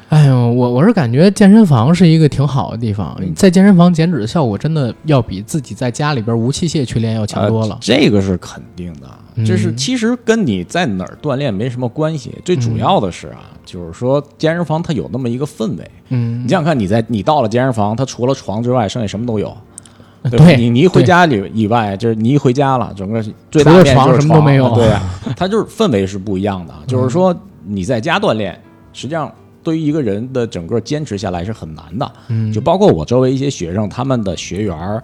哎呦，我我是感觉健身房是一个挺好的地方，
嗯
在健身房减脂的效果真的要比自己在家里边无器械去练要强多了。
呃
嗯
这个是肯定的，这是其实跟你在哪儿锻炼没什么关系，最
嗯
主要的是啊，就是说健身房它有那么一个氛围。
嗯
你，想想看，你在你到了健身房，它除了床之外，剩下什么都有。对吧？
对，
你你一回家里以外，就是你一回家了，整个最大
除了
面
床
就是
什么都没有
床对啊，它就是氛围是不一样的啊。就是说你在家锻炼，实际上对于一个人的整个坚持下来是很难的。
嗯
就包括我周围一些学生，他们的学员儿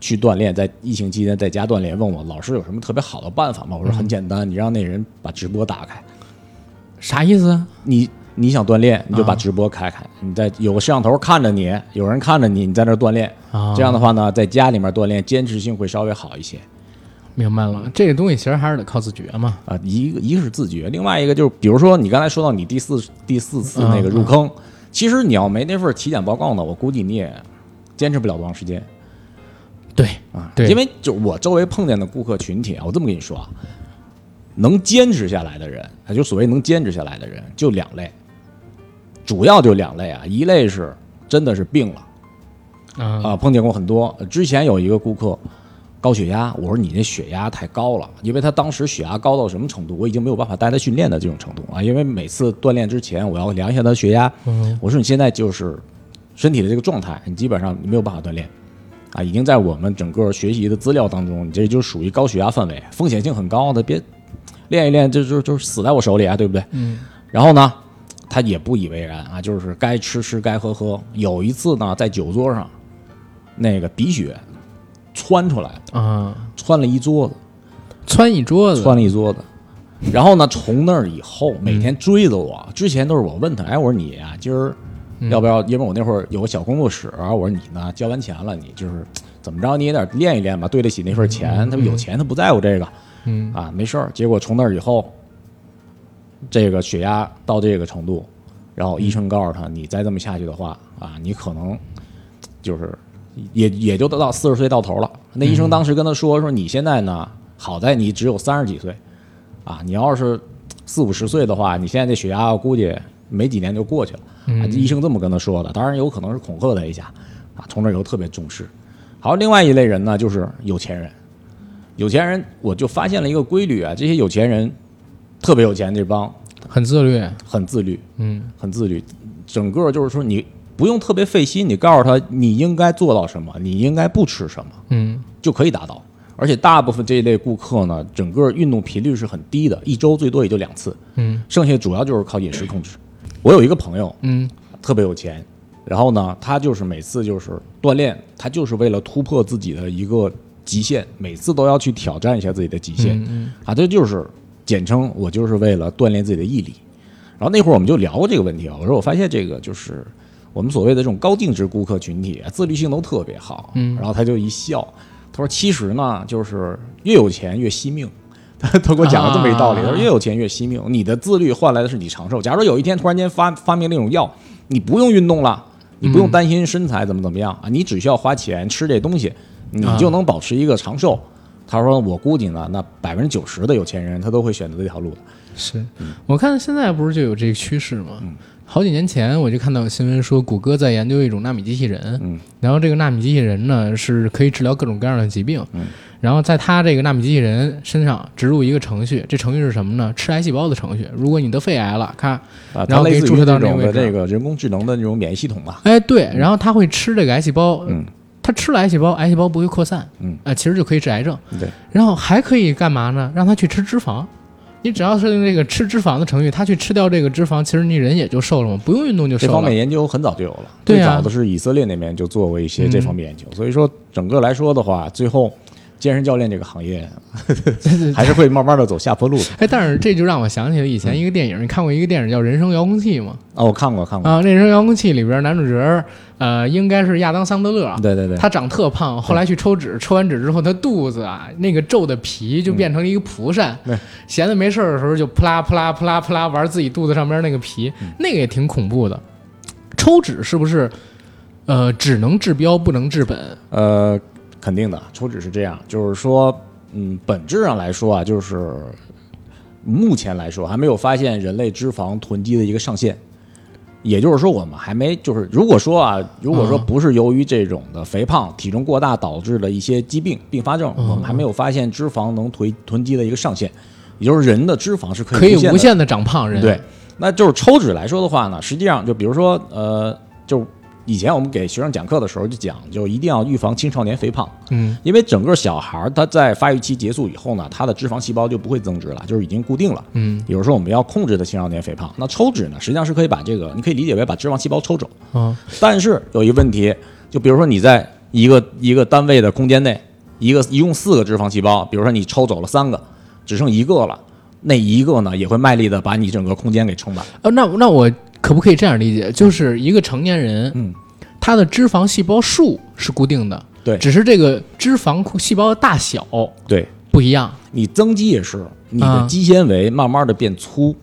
去锻炼，在疫情期间在家锻炼，问我老师有什么特别好的办法吗？我说
嗯
很简单，你让那人把直播打开，
啥意思啊？
你你想锻炼，你就把直播开开，你在有个摄像头看着你，有人看着你，你在那儿锻炼。
啊
这样的话呢，在家里面锻炼，坚持性会稍微好一些
明白了，这个东西其实还是得靠自觉嘛。
啊。一个一个是自觉，另外一个就是，比如说你刚才说到你第四第四次那个入坑，其实你要没那份体检报告呢，我估计你也坚持不了多长时间
对，
啊。
对
因为就我周围碰见的顾客群体啊，我这么跟你说啊，能坚持下来的人，啊就所谓能坚持下来的人，就两类，主要就两类啊，一类是真的是病了。
啊，
啊，碰见过很多。之前有一个顾客高血压，我说你这血压太高了，因为他当时血压高到什么程度，我已经没有办法带他训练的这种程度啊。因为每次锻炼之前，我要量一下他的血压，
嗯
我说你现在就是身体的这个状态，你基本上你没有办法锻炼啊，已经在我们整个学习的资料当中，你这就属于高血压范围，风险性很高的，别练一练就就就死在我手里啊，对不对？
嗯，
然后呢，他也不以为然啊，就是该吃吃，该喝喝。有一次呢，在酒桌上，那个鼻血窜出来，
啊，
窜了一桌子，
窜一桌子，
窜了一桌子。然后呢，从那儿以后，每天追着我。之前都是我问他，哎，我说你啊，今儿
嗯
要不要？因为我那会儿有个小工作室，我说你呢，交完钱了，你就是怎么着，你也得练一练吧，对得起那份钱。他们有钱，他不在乎这个。
嗯
啊，没事儿。结果从那儿以后，这个血压到这个程度，然后医生告诉他，你再这么下去的话，啊，你可能就是也也就到四十岁到头了。那医生当时跟他说说，你现在呢，好在你只有三十几岁，啊，你要是四五十岁的话，你现在这血压我估计没几年就过去了。啊，医生这么跟他说的，当然有可能是恐吓他一下，啊，从这以后特别重视。好，另外一类人呢，就是有钱人。有钱人，我就发现了一个规律啊，这些有钱人特别有钱，这帮
很自律。
很自律，
嗯
很自律。整个就是说，你不用特别费心，你告诉他你应该做到什么，你应该不吃什么，
嗯，
就可以达到。而且大部分这一类顾客呢，整个运动频率是很低的，一周最多也就两次，
嗯，
剩下主要就是靠饮食控制。我有一个朋友，
嗯，
特别有钱，然后呢，他就是每次就是锻炼，他就是为了突破自己的一个极限，每次都要去挑战一下自己的极限，
嗯
啊，这就是简称我就是为了锻炼自己的毅力。然后那会儿我们就聊过这个问题啊，我说我发现这个就是我们所谓的这种高净值顾客群体啊，自律性都特别好，嗯，然后他就一笑，他说其实呢，就是越有钱越惜命。 他他给我讲了这么一道理，
啊
他说越有钱越惜命，你的自律换来的是你长寿。假如有一天突然间发发明了一种药，你不用运动了，你不用担心身材怎么怎么样啊，你只需要花钱吃这东西，你就能保持一个长寿。他说我估计呢，那百分之九十的有钱人他都会选择这条路的。
是嗯我看现在不是就有这个趋势吗？好几年前我就看到有新闻说，谷歌在研究一种纳米机器人，
嗯
然后这个纳米机器人呢是可以治疗各种各样的疾病，
嗯
然后在它这个纳米机器人身上植入一个程序，这程序是什么呢？吃癌细胞的程序。如果你得肺癌了，看，
啊，
然
它
后
类
给
似
注
于
射到
这
那个
种
位
的
置
这个人工智能的那种免疫系统吧。
哎，对，然后它会吃这个癌细胞，
嗯
它吃了癌细胞，癌细胞不会扩散，
嗯
啊、其实就可以治癌症。
对，
然后还可以干嘛呢？让它去吃脂肪。你只要是用这个吃脂肪的程序，它去吃掉这个脂肪，其实你人也就瘦了嘛，不用运动就
这
瘦
方
了
面。研究很早就有了，
对
最
啊嗯
早的是以色列那边就做过一些这方面研究。所以说，整个来说的话，最后健身教练这个 行业还是会慢慢的走下坡路的。
哎，但是这就让我想起了以
嗯
前一个电影，你看过一个电影叫《人生遥控器》吗？
啊，我看过，看过。
啊，《人生遥控器》里边男主角儿，呃，应该是亚当·桑德勒啊，
对对对，
他长特胖，后来去抽脂，抽完脂之后，他肚子啊那个皱的皮就变成了一个蒲扇，
嗯对
闲的没事儿的时候就扑啦扑啦扑啦扑啦玩自己肚子上边那个皮，
嗯
那个也挺恐怖的。抽脂是不是呃只能治标不能治本？
呃，肯定的，抽脂是这样，就是说，嗯，本质上来说啊，就是目前来说还没有发现人类脂肪囤积的一个上限。也就是说，我们还没就是，如果说啊，如果说
嗯
不是由于这种的肥胖、体重过大导致的一些疾病并发症，我们还没
嗯
有发现脂肪能囤囤积的一个上限，也就是人的脂肪是可
可以
以
无
的
限的长胖人，
对，那就是抽脂来说的话呢，实际上就比如说，呃，就以前我们给学生讲课的时候就讲，就一定要预防青少年肥胖，
嗯，
因为整个小孩儿他在发育期结束以后呢，他的脂肪细胞就不会增值了，就是已经固定了。
嗯，
有时候我们要控制的青少年肥胖，那抽脂呢，实际上是可以把这个，你可以理解为把脂肪细胞抽走。
啊，
但是有一个问题，就比如说你在一个一个单位的空间内，一个一共四个脂肪细胞，比如说你抽走了三个，只剩一个了，那一个呢也会卖力的把你整个空间给撑满。
呃，那那我可不可以这样理解，就是一个成年人，
嗯，
他的脂肪细胞数是固定的，
对
只是这个脂肪细胞的大小
对
不一样，
你增肌也是，你的
啊
肌纤维慢慢的变粗，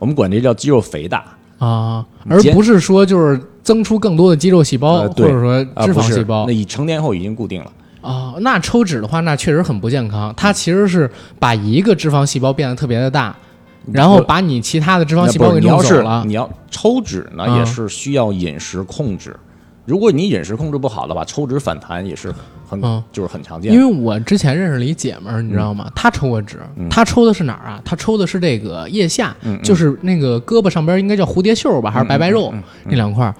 我们管这叫肌肉肥大。
啊，
你
而
坚
不是说就是增出更多的肌肉细胞，
呃
或
对
者说
啊，
脂
不
肪
是
细胞
那。已成年后已经固定了。
啊、那抽脂的话，那确实很不健康。它其实是把一个脂肪细胞变得特别的大，然后把你其他的脂肪
那
细
不是
胞给
你
弄
要
走
是
了。
你要抽脂呢，
啊
也是需要饮食控制。如果你饮食控制不好的话，抽脂反弹也是很
嗯
就是很常见
因
的。
为我之前认识了一姐们儿，你知道
嗯
吗？她抽过脂，她抽的是哪儿啊？她抽的是这个腋下，
嗯
就是那个胳膊上边儿应该叫蝴蝶袖儿吧，还是白白
嗯
肉那两块儿。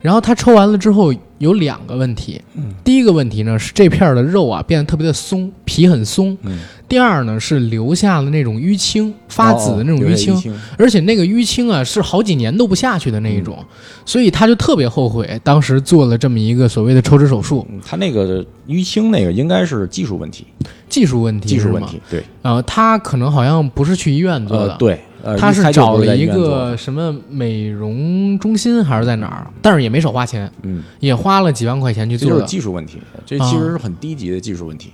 然后她抽完了之后有两个问题，
嗯
第一个问题呢是这片儿的肉啊变得特别的松，皮很松；
嗯
第二呢是留下了那种淤青，发紫的那种
哦有
淤
点
青
淤，
而且那个淤青啊是好几年都不下去的那一
嗯
种，所以她就特别后悔当时做了这么一个所谓的抽脂手术，
嗯它那个淤青那个应该是技术问题，
技术问题，
技术问题。对，
呃，他可能好像不是去医院做的，
呃，对，呃
他是
开
找
就不
了
在医
一
院做的
个什么美容中心还是在哪儿，但是也没少花钱，
嗯，
也花了几万块钱去
这
做
就是
的。
技术问题，这其实是很低级的技术问题。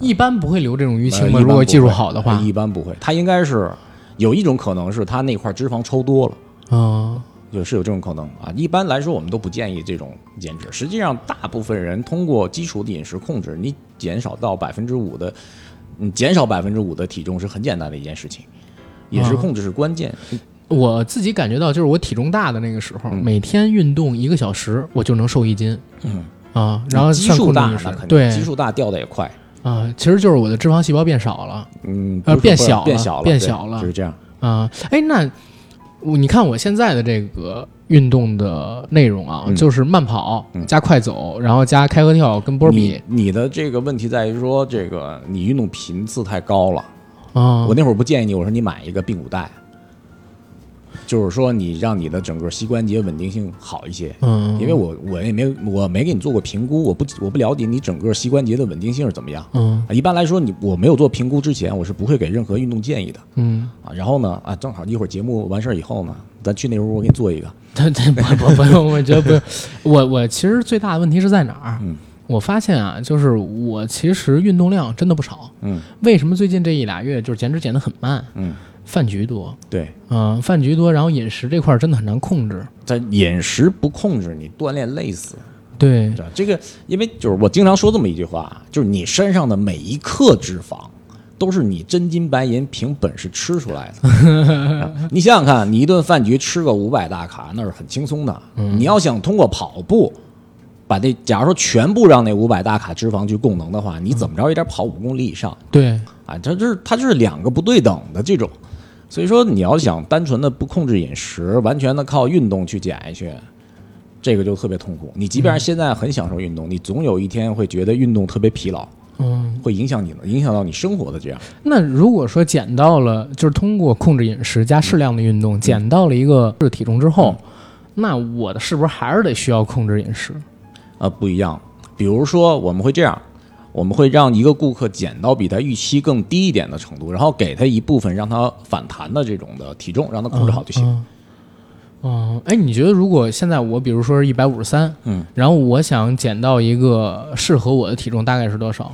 一般不会留这种淤
呃
青吗？
一般
如果
不
技术
会呃
好的话，
一般不会。它应该是有一种可能是它那块脂肪抽多了，
嗯
也是有这种可能啊。一般来说，我们都不建议这种减脂。实际上，大部分人通过基础的饮食控制，你减少到百分之五的，嗯，减少百分之五的体重是很简单的一件事情。饮
嗯
食控制是关键，
我自己感觉到，就是我体重大的那个时候，每天运动一个小时，我就能瘦一斤。
嗯
啊，然后
你基
算
数
控制
大
饮
那
食
肯定
对
基数大掉的也快，
啊，其实就是我的脂肪细胞变少了。
嗯，
呃
不是
变
说
小了
变小了，
变
对
小了
就是这样。
啊，哎，那我你看我现在的这个运动的内容啊，
嗯
就是慢跑、加快走，然后加开合跳跟波比
你你的这个问题在于说，这个你运动频次太高了。
啊
我那会儿不建议你，我说你买一个髌骨带，就是说你让你的整个膝关节稳定性好一些。
嗯，
因为我我也没我没给你做过评估，我不我不了解你整个膝关节的稳定性是怎么样。
嗯
啊一般来说，你我没有做评估之前，我是不会给任何运动建议的
嗯，
啊。然后呢，啊，正好一会儿节目完事儿以后呢，咱去那屋我给你做一个。
对对不不不用，我觉得不用。我我其实最大的问题是在哪儿？
嗯
我发现啊，就是我其实运动量真的不少。
嗯
为什么最近这一俩月就是减脂减得很慢？
嗯，
饭局多，
对，
嗯、饭局多，然后饮食这块儿真的很难控制。
但饮食不控制，你锻炼累死。
对，
对，这个因为就是我经常说这么一句话，啊就是你身上的每一克脂肪，都是你真金白银凭本事吃出来的。啊你想想看，你一顿饭局吃个五百大卡，那是很轻松的。你要想通过跑步。把那，假如说全部让那五百大卡脂肪去供能的话，你怎么着也得跑五公里以上
对，
啊！它就是它就是两个不对等的这种，所以说你要想单纯的不控制饮食，完全的靠运动去减下去，这个就特别痛苦。你即便现在很享受运动，你总有一天会觉得运动特别疲劳，
嗯。
会影响你的，影响到你生活的这样。
那如果说减到了，就是通过控制饮食加适量的运
嗯
动，减到了一个体重之后，那我的是不是还是得需要控制饮食？
呃啊，不一样。比如说，我们会这样，我们会让一个顾客减到比他预期更低一点的程度，然后给他一部分让他反弹的这种的体重，让他控制好就行。
嗯。哦，哎，你觉得如果现在我比如说是一百五十三，
嗯，
然后我想减到一个适合我的体重，大概是多少？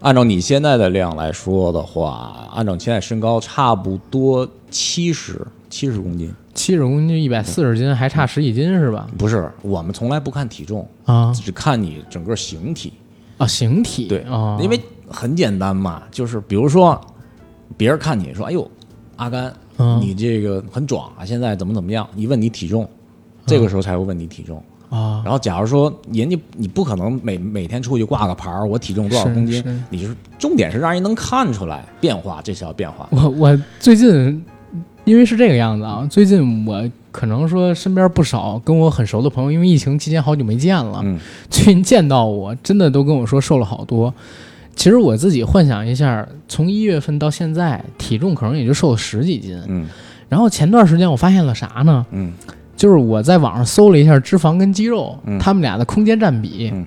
按照你现在的量来说的话，按照你现在身高，差不多七十七十公斤。
七十公斤，一百四十斤，还差十几斤是吧？
不是，我们从来不看体重，
啊
只看你整个形体。
啊，形体
对，
啊，
因为很简单嘛，就是比如说，别人看你说：“哎呦，阿甘，
嗯
你这个很壮啊，现在怎么怎么样？”一问你体重，这个时候才会问你体重。
啊
然后，假如说人家你不可能每每天出去挂个牌儿，我体重多少
是
公斤
是，
你就是重点是让人能看出来变化，这是要变化。
我我最近因为是这个样子啊，最近我可能说身边不少跟我很熟的朋友，因为疫情期间好久没见了，
嗯
最近 见到我真的都跟我说瘦了好多。其实我自己幻想一下，从一月份到现在，体重可能也就瘦了十几斤。
嗯
然后前段时间我发现了啥呢？
嗯，
就是我在网上搜了一下脂肪跟肌肉，
嗯
他们俩的空间占比，
嗯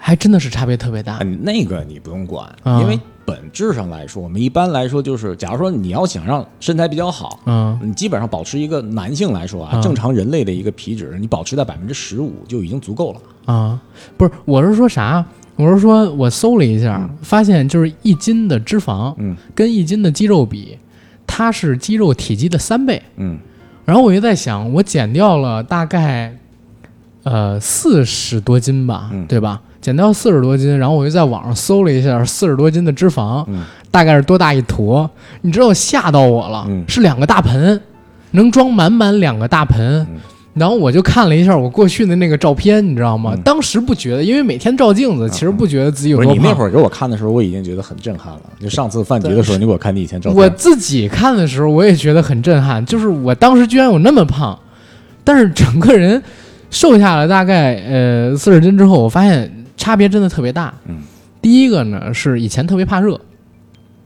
还真的是差别特别大
啊，。你那个你不用管，
啊
因为本质上来说，我们一般来说就是，假如说你要想让身材比较好，
嗯
你基本上保持一个男性来说啊，
啊
正常人类的一个皮脂，你保持在百分之十五就已经足够了。
啊，不是，我是说啥？我是说我搜了一下，发现就是一斤的脂肪
嗯
跟一斤的肌肉比，它是肌肉体积的三倍。
嗯
然后我就在想，我减掉了大概呃四十多斤吧，
嗯
对吧？减掉四十多斤，然后我就在网上搜了一下四十多斤的脂肪，
嗯
大概是多大一坨？你知道吓到我了，
嗯
是两个大盆，能装满满两个大盆。
嗯
然后我就看了一下我过去的那个照片，你知道吗？当时不觉得，因为每天照镜子，其实不觉得自己有
嗯不
多
是
胖。
你那会儿给我看的时候，我已经觉得很震撼了。就上次饭局的时候，你给我看你以前照
我
片，
自己看的时候，我也觉得很震撼，就是我当时居然有那么胖，但是整个人瘦下了大概呃四十斤之后，我发现差别真的特别大。
嗯，
第一个呢是以前特别怕热，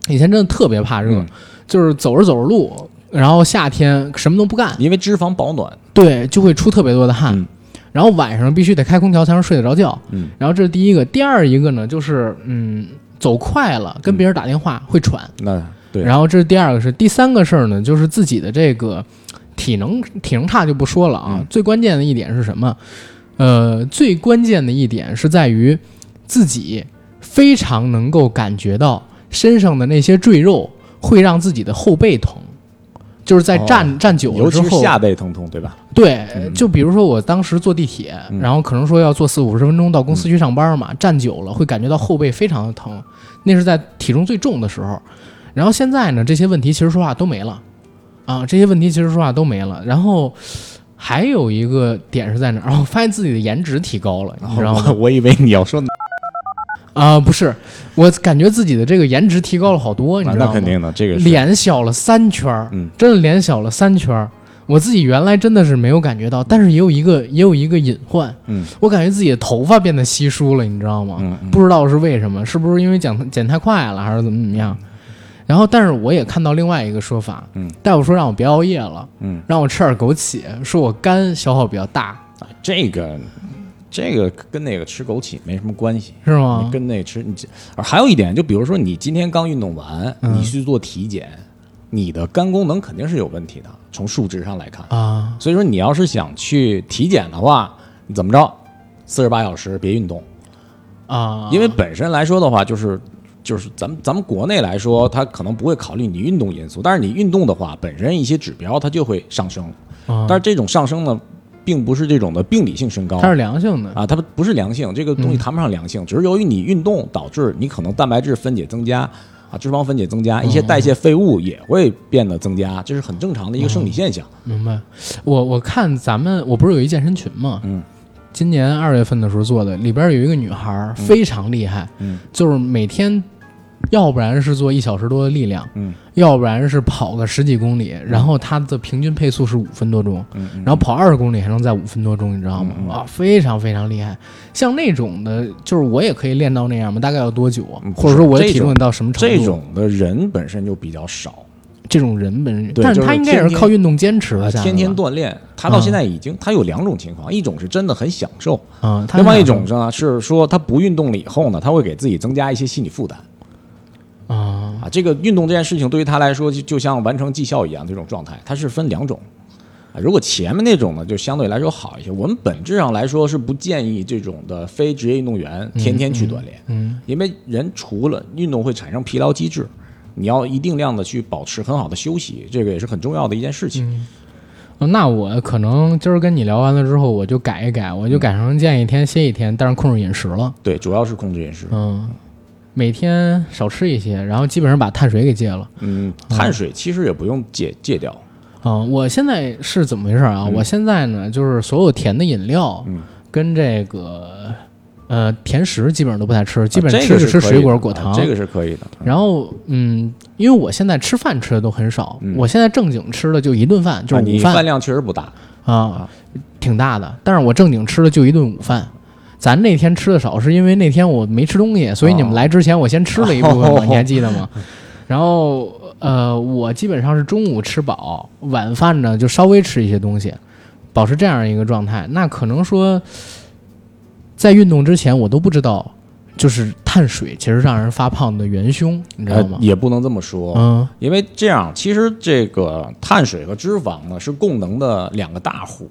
以前真的特别怕热，
嗯
就是走着走着路，然后夏天什么都不干，
因为脂肪保暖，
对，就会出特别多的汗。
嗯
然后晚上必须得开空调才能睡得着觉，
嗯
然后这是第一个，第二一个呢，就是嗯，走快了
嗯
跟别人打电话会喘，
那对，
然后这是第二个事，第三个事儿呢，就是自己的这个体能体能差就不说了啊。
嗯
最关键的一点是什么？呃，最关键的一点是在于自己非常能够感觉到身上的那些赘肉会让自己的后背疼，就是在
哦
站、站久了
尤
之
其是
后，
下背疼痛，对吧？
对，就比如说我当时坐地铁，
嗯
然后可能说要坐四五十分钟到公司去上班嘛，站久了会感觉到后背非常的疼，那是在体重最重的时候。然后现在呢，这些问题其实说实话都没了，啊，这些问题其实说实话都没了。然后还有一个点是在哪儿？ 我发现自己的颜值提高了，你知道吗？
我我以为你要说，
啊，不是，我感觉自己的这个颜值提高了好多，你知道
那
吗？
肯定的，这个是
脸小了三圈儿，
嗯
真的脸小了三圈儿。我自己原来真的是没有感觉到，但是也有一个也有一个隐患，
嗯
我感觉自己的头发变得稀疏了，你知道吗？
嗯嗯
不知道是为什么，是不是因为减减太快了，还是怎么怎么样？然后，但是我也看到另外一个说法，
嗯，
大夫说让我别熬夜了，
嗯，
让我吃点枸杞，说我肝消耗比较大，
啊这个这个跟那个吃枸杞没什么关系。
是
你
吗？
跟那吃你这，而还有一点，就比如说你今天刚运动完，
嗯
你去做体检，你的肝功能肯定是有问题的，从数值上来看。
啊，
所以说，你要是想去体检的话，你怎么着，四十八小时别运动，
啊，
因为本身来说的话，就是就是咱们咱们国内来说，它可能不会考虑你运动因素，但是你运动的话，本身一些指标它就会上升，
啊
但是这种上升呢，并不是这种的病理性升高，
它是良性的，
啊，它不不是良性，这个东西谈不上良性，只是由于你运动导致你可能蛋白质分解增加啊，脂肪分解增加，一些代谢废物也会变得增加，这是很正常的一个生理现象。
明白，我我看咱们我不是有一健身群吗？
嗯，
今年二月份的时候做的，里边有一个女孩儿非常厉害，
嗯
就是每天，要不然是做一小时多的力量，
嗯，
要不然是跑个十几公里，然后她的平均配速是五分多钟，
嗯嗯
然后跑二十公里还能在五分多钟，你知道吗？啊，非常非常厉害。像那种的，就是我也可以练到那样吗？大概要多久啊？
嗯不
或者
是
说我的
这
体
种
重到什么程度？
这种的人本身就比较少，
这种人本身，
对
但是
就是
他应该也
天
是
天啊
靠运动坚持的下来的吧，
天天锻炼。他到现在已经，他有两种情况，一种是真的很享受，
啊，他
另外一
想
种呢是说他不运动了以后呢，他会给自己增加一些心理负担
啊，
啊。这个运动这件事情对于他来说，就就像完成绩效一样这种状态，它是分两种。啊如果前面那种呢，就相对来说好一些。我们本质上来说是不建议这种的非职业运动员天天去锻炼，
嗯
因为人除了运动会产生疲劳机制，你要一定量的去保持很好的休息，这个也是很重要的一件事情。
呃那我可能今儿跟你聊完了之后，我就改一改，我就
嗯
改成见一天歇一天，但是控制饮食了。
对，主要是控制饮食。
嗯，每天少吃一些，然后基本上把碳水给戒了。
嗯，碳水其实也不用戒戒掉。
啊、我现在是怎么回事啊？我现在呢，就是所有甜的饮料，
嗯
跟这个呃甜食基本上都不太吃，基本上
啊这
吃
个
就是吃
可
水
以
果、
的
果
啊
糖。
这个是可以的。
然后嗯，因为我现在吃饭吃的都很少，
嗯
我现在正经吃的就一顿饭，就
啊
是午
你
饭。
饭量确实不大，
啊，挺大的。但是我正经吃了就一顿午饭。咱那天吃的少，是因为那天我没吃东西，所以你们
哦
来之前我先吃了一部分嘛，
哦
你还记得 吗？然后呃，我基本上是中午吃饱，晚饭呢就稍微吃一些东西，保持这样一个状态。那可能说，在运动之前我都不知道，就是碳水其实让人发胖的元凶，你知道
呃
吗，？
也不能这么说，
嗯
因为这样其实这个碳水和脂肪呢是供能的两个大户。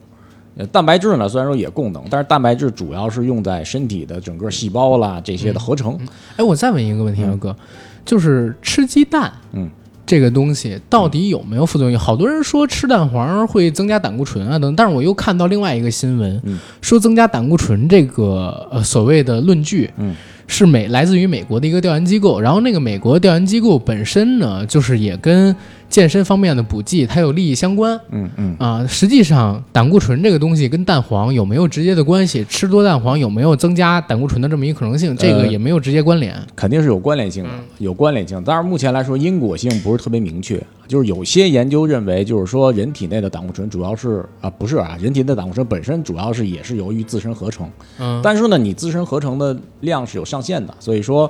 呃，蛋白质呢虽然说也供能，但是蛋白质主要是用在身体的整个细胞啦这些的合成。
哎，我再问一个问题，姚哥，就是吃鸡蛋，
嗯，
这个东西到底有没有副作用？好多人说吃蛋黄会增加胆固醇啊等，但是我又看到另外一个新闻，
嗯
说增加胆固醇这个呃所谓的论据，
嗯，
是美来自于美国的一个调研机构，然后那个美国调研机构本身呢，就是也跟健身方面的补剂它有利益相关，
嗯嗯，
啊、实际上胆固醇这个东西跟蛋黄有没有直接的关系？吃多蛋黄有没有增加胆固醇的这么一个可能性？这个
呃
也没有直接关联。
肯定是有关联性的，
嗯
有关联性。但是目前来说，因果性不是特别明确。就是有些研究认为，就是说人体内的胆固醇主要是啊，不是啊，人体的胆固醇本身主要是也是由于自身合成。
嗯，
但是呢，你自身合成的量是有上限的，所以说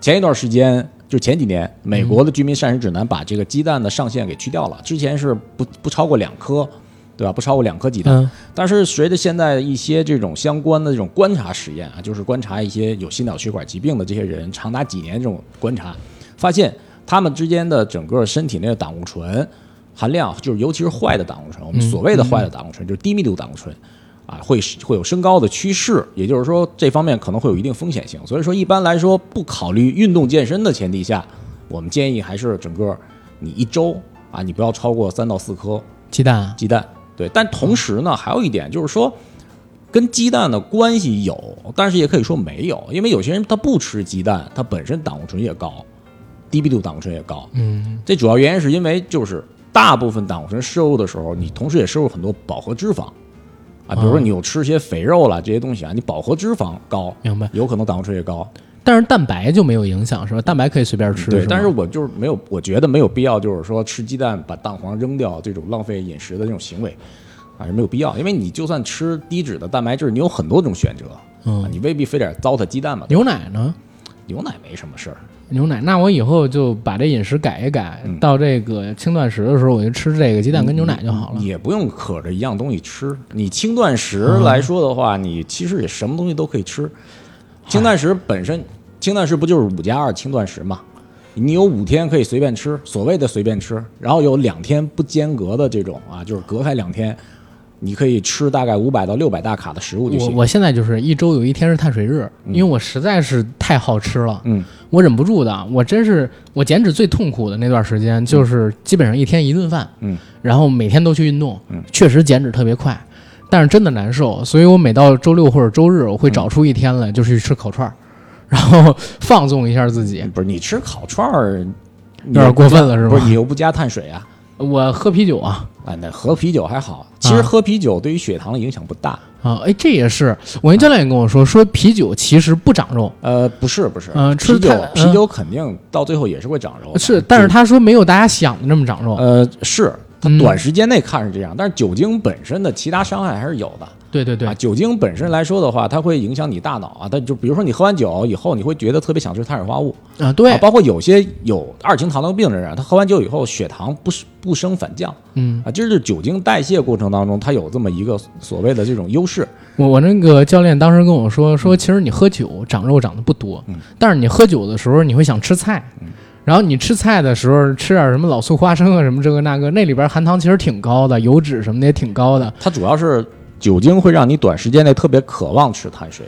前一段时间，就前几年，美国
嗯
的居民膳食指南把这个鸡蛋的上限给去掉了，之前是不不超过两颗，对吧？不超过两颗鸡蛋。
嗯
但是随着现在一些这种相关的这种观察实验啊，就是观察一些有心脑血管疾病的这些人，长达几年这种观察，发现他们之间的整个身体内的胆固醇含量，就是尤其是坏的胆固醇，我们所谓的坏的胆固醇，就是低密度胆固醇。啊，会是会有升高的趋势，也就是说这方面可能会有一定风险性。所以说，一般来说，不考虑运动健身的前提下，我们建议还是整个你一周啊，你不要超过三到四颗
鸡蛋啊，
鸡蛋。对，但同时呢，还有一点就是说，跟鸡蛋的关系有，但是也可以说没有，因为有些人他不吃鸡蛋，他本身胆固醇也高，低密度胆固醇也高。
嗯
这主要原因是因为就是大部分胆固醇摄入的时候，你同时也摄入很多饱和脂肪啊，比如说你有吃一些肥肉啦这些东西啊，你饱和脂肪高，
明白。
有可能胆固醇也高。
但是蛋白就没有影响是吧？蛋白可以随便吃，
对，
吗
但是我就是没有，我觉得没有必要，就是说吃鸡蛋把蛋黄扔掉这种浪费饮食的这种行为，啊是没有必要，因为你就算吃低脂的蛋白质，你有很多种选择，啊，
嗯，
你未必非得糟蹋鸡蛋嘛。
牛奶呢？
牛奶没什么事儿，
牛奶，那我以后就把这饮食改一改，
嗯
到这个轻断食的时候，我就吃这个鸡蛋跟牛奶就好了。
也不用可着一样东西吃。你轻断食
嗯
来说的话，你其实也什么东西都可以吃。轻断食本身，轻断食不就是五加二轻断食嘛？你有五天可以随便吃，所谓的随便吃，然后有两天不间隔的这种啊，就是隔开两天，你可以吃大概五百到六百大卡的食物就
我
行。
我现在就是一周有一天是碳水日，因为我实在是太好吃了，
嗯，
我忍不住的。我真是我减脂最痛苦的那段时间，就是基本上一天一顿饭，
嗯，
然后每天都去运动，确实减脂特别快，但是真的难受。所以我每到周六或者周日，我
嗯
会找出一天来，就是去吃烤串儿，然后 放纵一下自己。
不是你吃烤串儿，有
有点过分了是
不是
吧？
你又不加碳水啊？
我喝啤酒啊
啊，那喝啤酒还好，其实喝啤酒对于血糖的影响不大。
啊！哎，这也是我那教练也跟我说，说啤酒其实不长肉，
呃，不是不是，
嗯吃
啤酒
太嗯
哦啤酒肯定到最后也是会长肉的，
是，嗯
就
但是他说没有大家想的那么长肉。
呃是，它短时间内看是这样，但是酒精本身的其他伤害还是有的。
对对对
啊，，酒精本身来说的话，它会影响你大脑啊。它就比如说你喝完酒以后，你会觉得特别想吃碳水化合物，
啊对
啊，包括有些有二型糖尿病的人啊，他喝完酒以后血糖不是不升反降
嗯，
啊，这是酒精代谢过程当中它有这么一个所谓的这种优势。
我我那个教练当时跟我说说，其实你喝酒长肉长得不多，
嗯
但是你喝酒的时候你会想吃菜，然后你吃菜的时候吃点什么老醋花生啊什么这个那个，那里边含糖其实挺高的，油脂什么的也挺高的。
它主要是酒精会让你短时间内特别渴望吃碳水，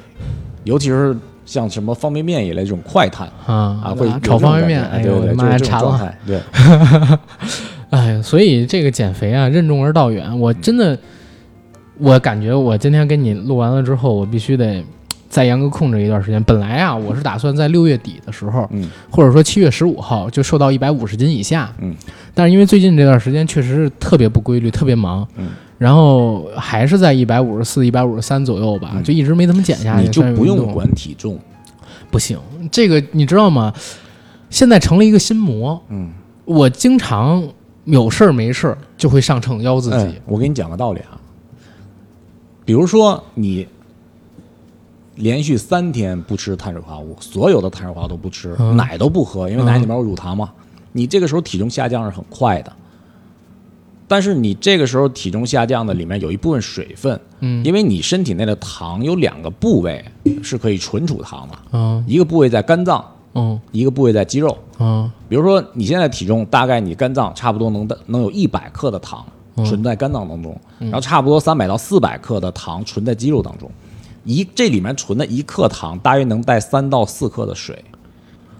尤其是像什么方便面一类这种快碳啊，
啊
会有
炒
这种
方便面，
感觉啊
哎
对
呦我
对
的
对，
妈
就
呀，
是这
馋
种
了！
状态， 对，
哎，所以这个减肥啊，任重而道远。我真的，我感觉我今天跟你录完了之后，我必须得再严格控制一段时间。本来啊，我是打算在六月底的时候，
嗯，
或者说七月十五号就瘦到一百五十斤以下，
嗯。
但是因为最近这段时间确实是特别不规律，特别忙，
嗯。
然后还是在一百五十四、一百五十三左右吧，
嗯
就一直没怎么减下去。
你就
虽然有
不
运动
用管体重，
不行，这个你知道吗？现在成了一个心魔。
嗯，
我经常有事儿没事儿就会上秤腰自己。
哎我给你讲个道理啊，比如说你连续三天不吃碳水化合物，所有的碳水化合物都不吃，
嗯
奶都不喝，因为奶里面有乳糖嘛。你这个时候体重下降是很快的，但是你这个时候体重下降的里面有一部分水分，
嗯
因为你身体内的糖有两个部位是可以存储糖的，
嗯
一个部位在肝脏，
嗯
一个部位在肌肉。
嗯
比如说你现在体重大概你肝脏差不多能能有一百克的糖
嗯
存在肝脏当中，然后差不多三百到四百克的糖存在肌肉当中，一这里面存的一克糖大约能带三到四克的水。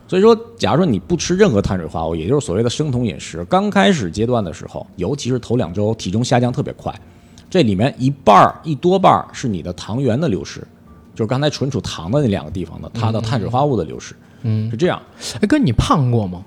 所以说，假如说你不吃任何碳水化合物，也就是所谓的生酮饮食，刚开始阶段的时候，尤其是头两周，体重下降特别快，这里面一半儿一多半儿是你的糖原的流失，就是刚才存储糖的那两个地方的它的碳水化合物的流失，
嗯。
是这样。
哎，哥，你胖过吗？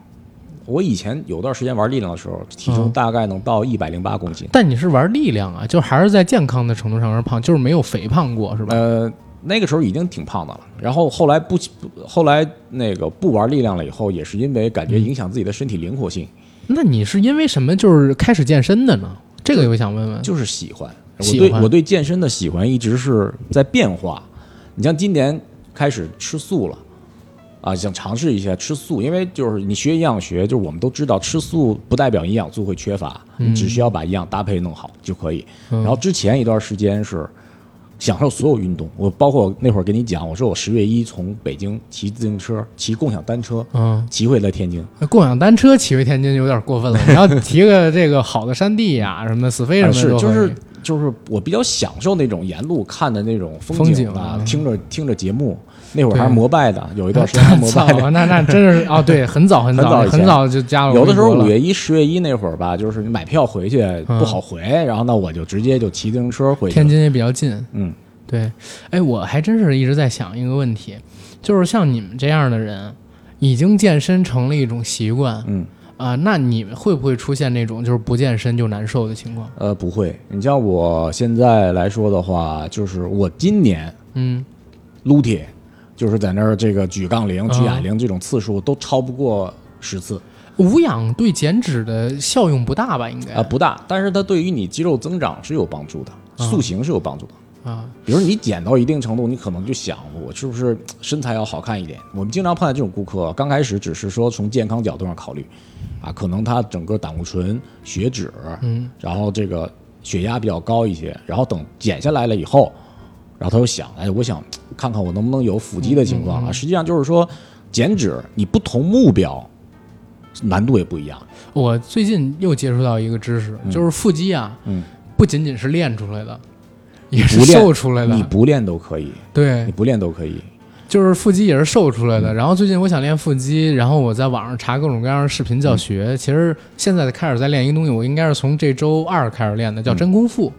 我以前有段时间玩力量的时候，体重大概能到一百零八公斤。
但你是玩力量啊，就还是在健康的程度上而胖，就是没有肥胖过，是吧？
呃，那个时候已经挺胖的了。然后后来不，不后来那个不玩力量了以后，也是因为感觉影响自己的身体灵活性，
那你是因为什么就是开始健身的呢？这个我想问问。
就是喜欢。我
喜
对
欢
我对健身的喜欢一直是在变化。你像今年开始吃素了。啊，想尝试一下吃素，因为就是你学营养学，就是我们都知道，吃素不代表营养素会缺乏，你只
嗯
需要把营养搭配弄好就可以。然后之前一段时间是享受所有运动，我包括那会儿跟你讲，我说我十月一从北京骑自行车，骑共享单车，
嗯，
骑回了天津，
共享单车骑回天津有点过分了，你要提个这个好的山地呀、什么的死飞什
啊
么
是
的都可
就
以，
是就是我比较享受那种沿路看的那种
风
风
景
景
啊
啊，听着听着节目，那会儿还是
对
摩拜的，有 一段时间还摩
操
拜的，，
啊那那真是哦， 对，很早很
很
早
早以前
很早就加了
有的时候
微博了
五月一、十月一那会儿吧，就是你买票回去
嗯
不好回，然后呢我就直接就骑自行车回去
天
了。
津也比较近，
嗯，
对，哎，我还真是一直在想一个问题，就是像你们这样的人，已经健身成了一种习惯，
嗯，
啊、那你们会不会出现那种就是不健身就难受的情况？
呃，不会。你像我现在来说的话，就是我今年
嗯，
撸铁，就是在那儿这个举杠铃、
嗯
举哑铃这种次数都超不过十次呃
无氧对减脂的效用不大吧？应该
啊、不大。但是它对于你肌肉增长是有帮助的，
嗯
塑形是有帮助的。
啊，
比如你减到一定程度，你可能就想我是不是身材要好看一点？我们经常碰到这种顾客，刚开始只是说从健康角度上考虑，啊，可能他整个胆固醇、血脂，
嗯，
然后这个血压比较高一些，然后等减下来了以后，然后他又想，哎，我想看看我能不能有腹肌的情
嗯
况啊。实际上就是说，减脂你不同目标难度也不一样，
我最近又接触到一个知识，就是腹肌啊，
嗯，
不仅仅是练出来的，也是
不练
瘦出来
你
的，
不练都可以，
对
你，不练都可以。
就是腹肌也是瘦出来的。
嗯
然后最近我想练腹肌，然后我在网上查各种各样的视频教学。
嗯
其实现在开始在练一个东西，我应该是从这周二开始练的，叫
嗯
真空腹、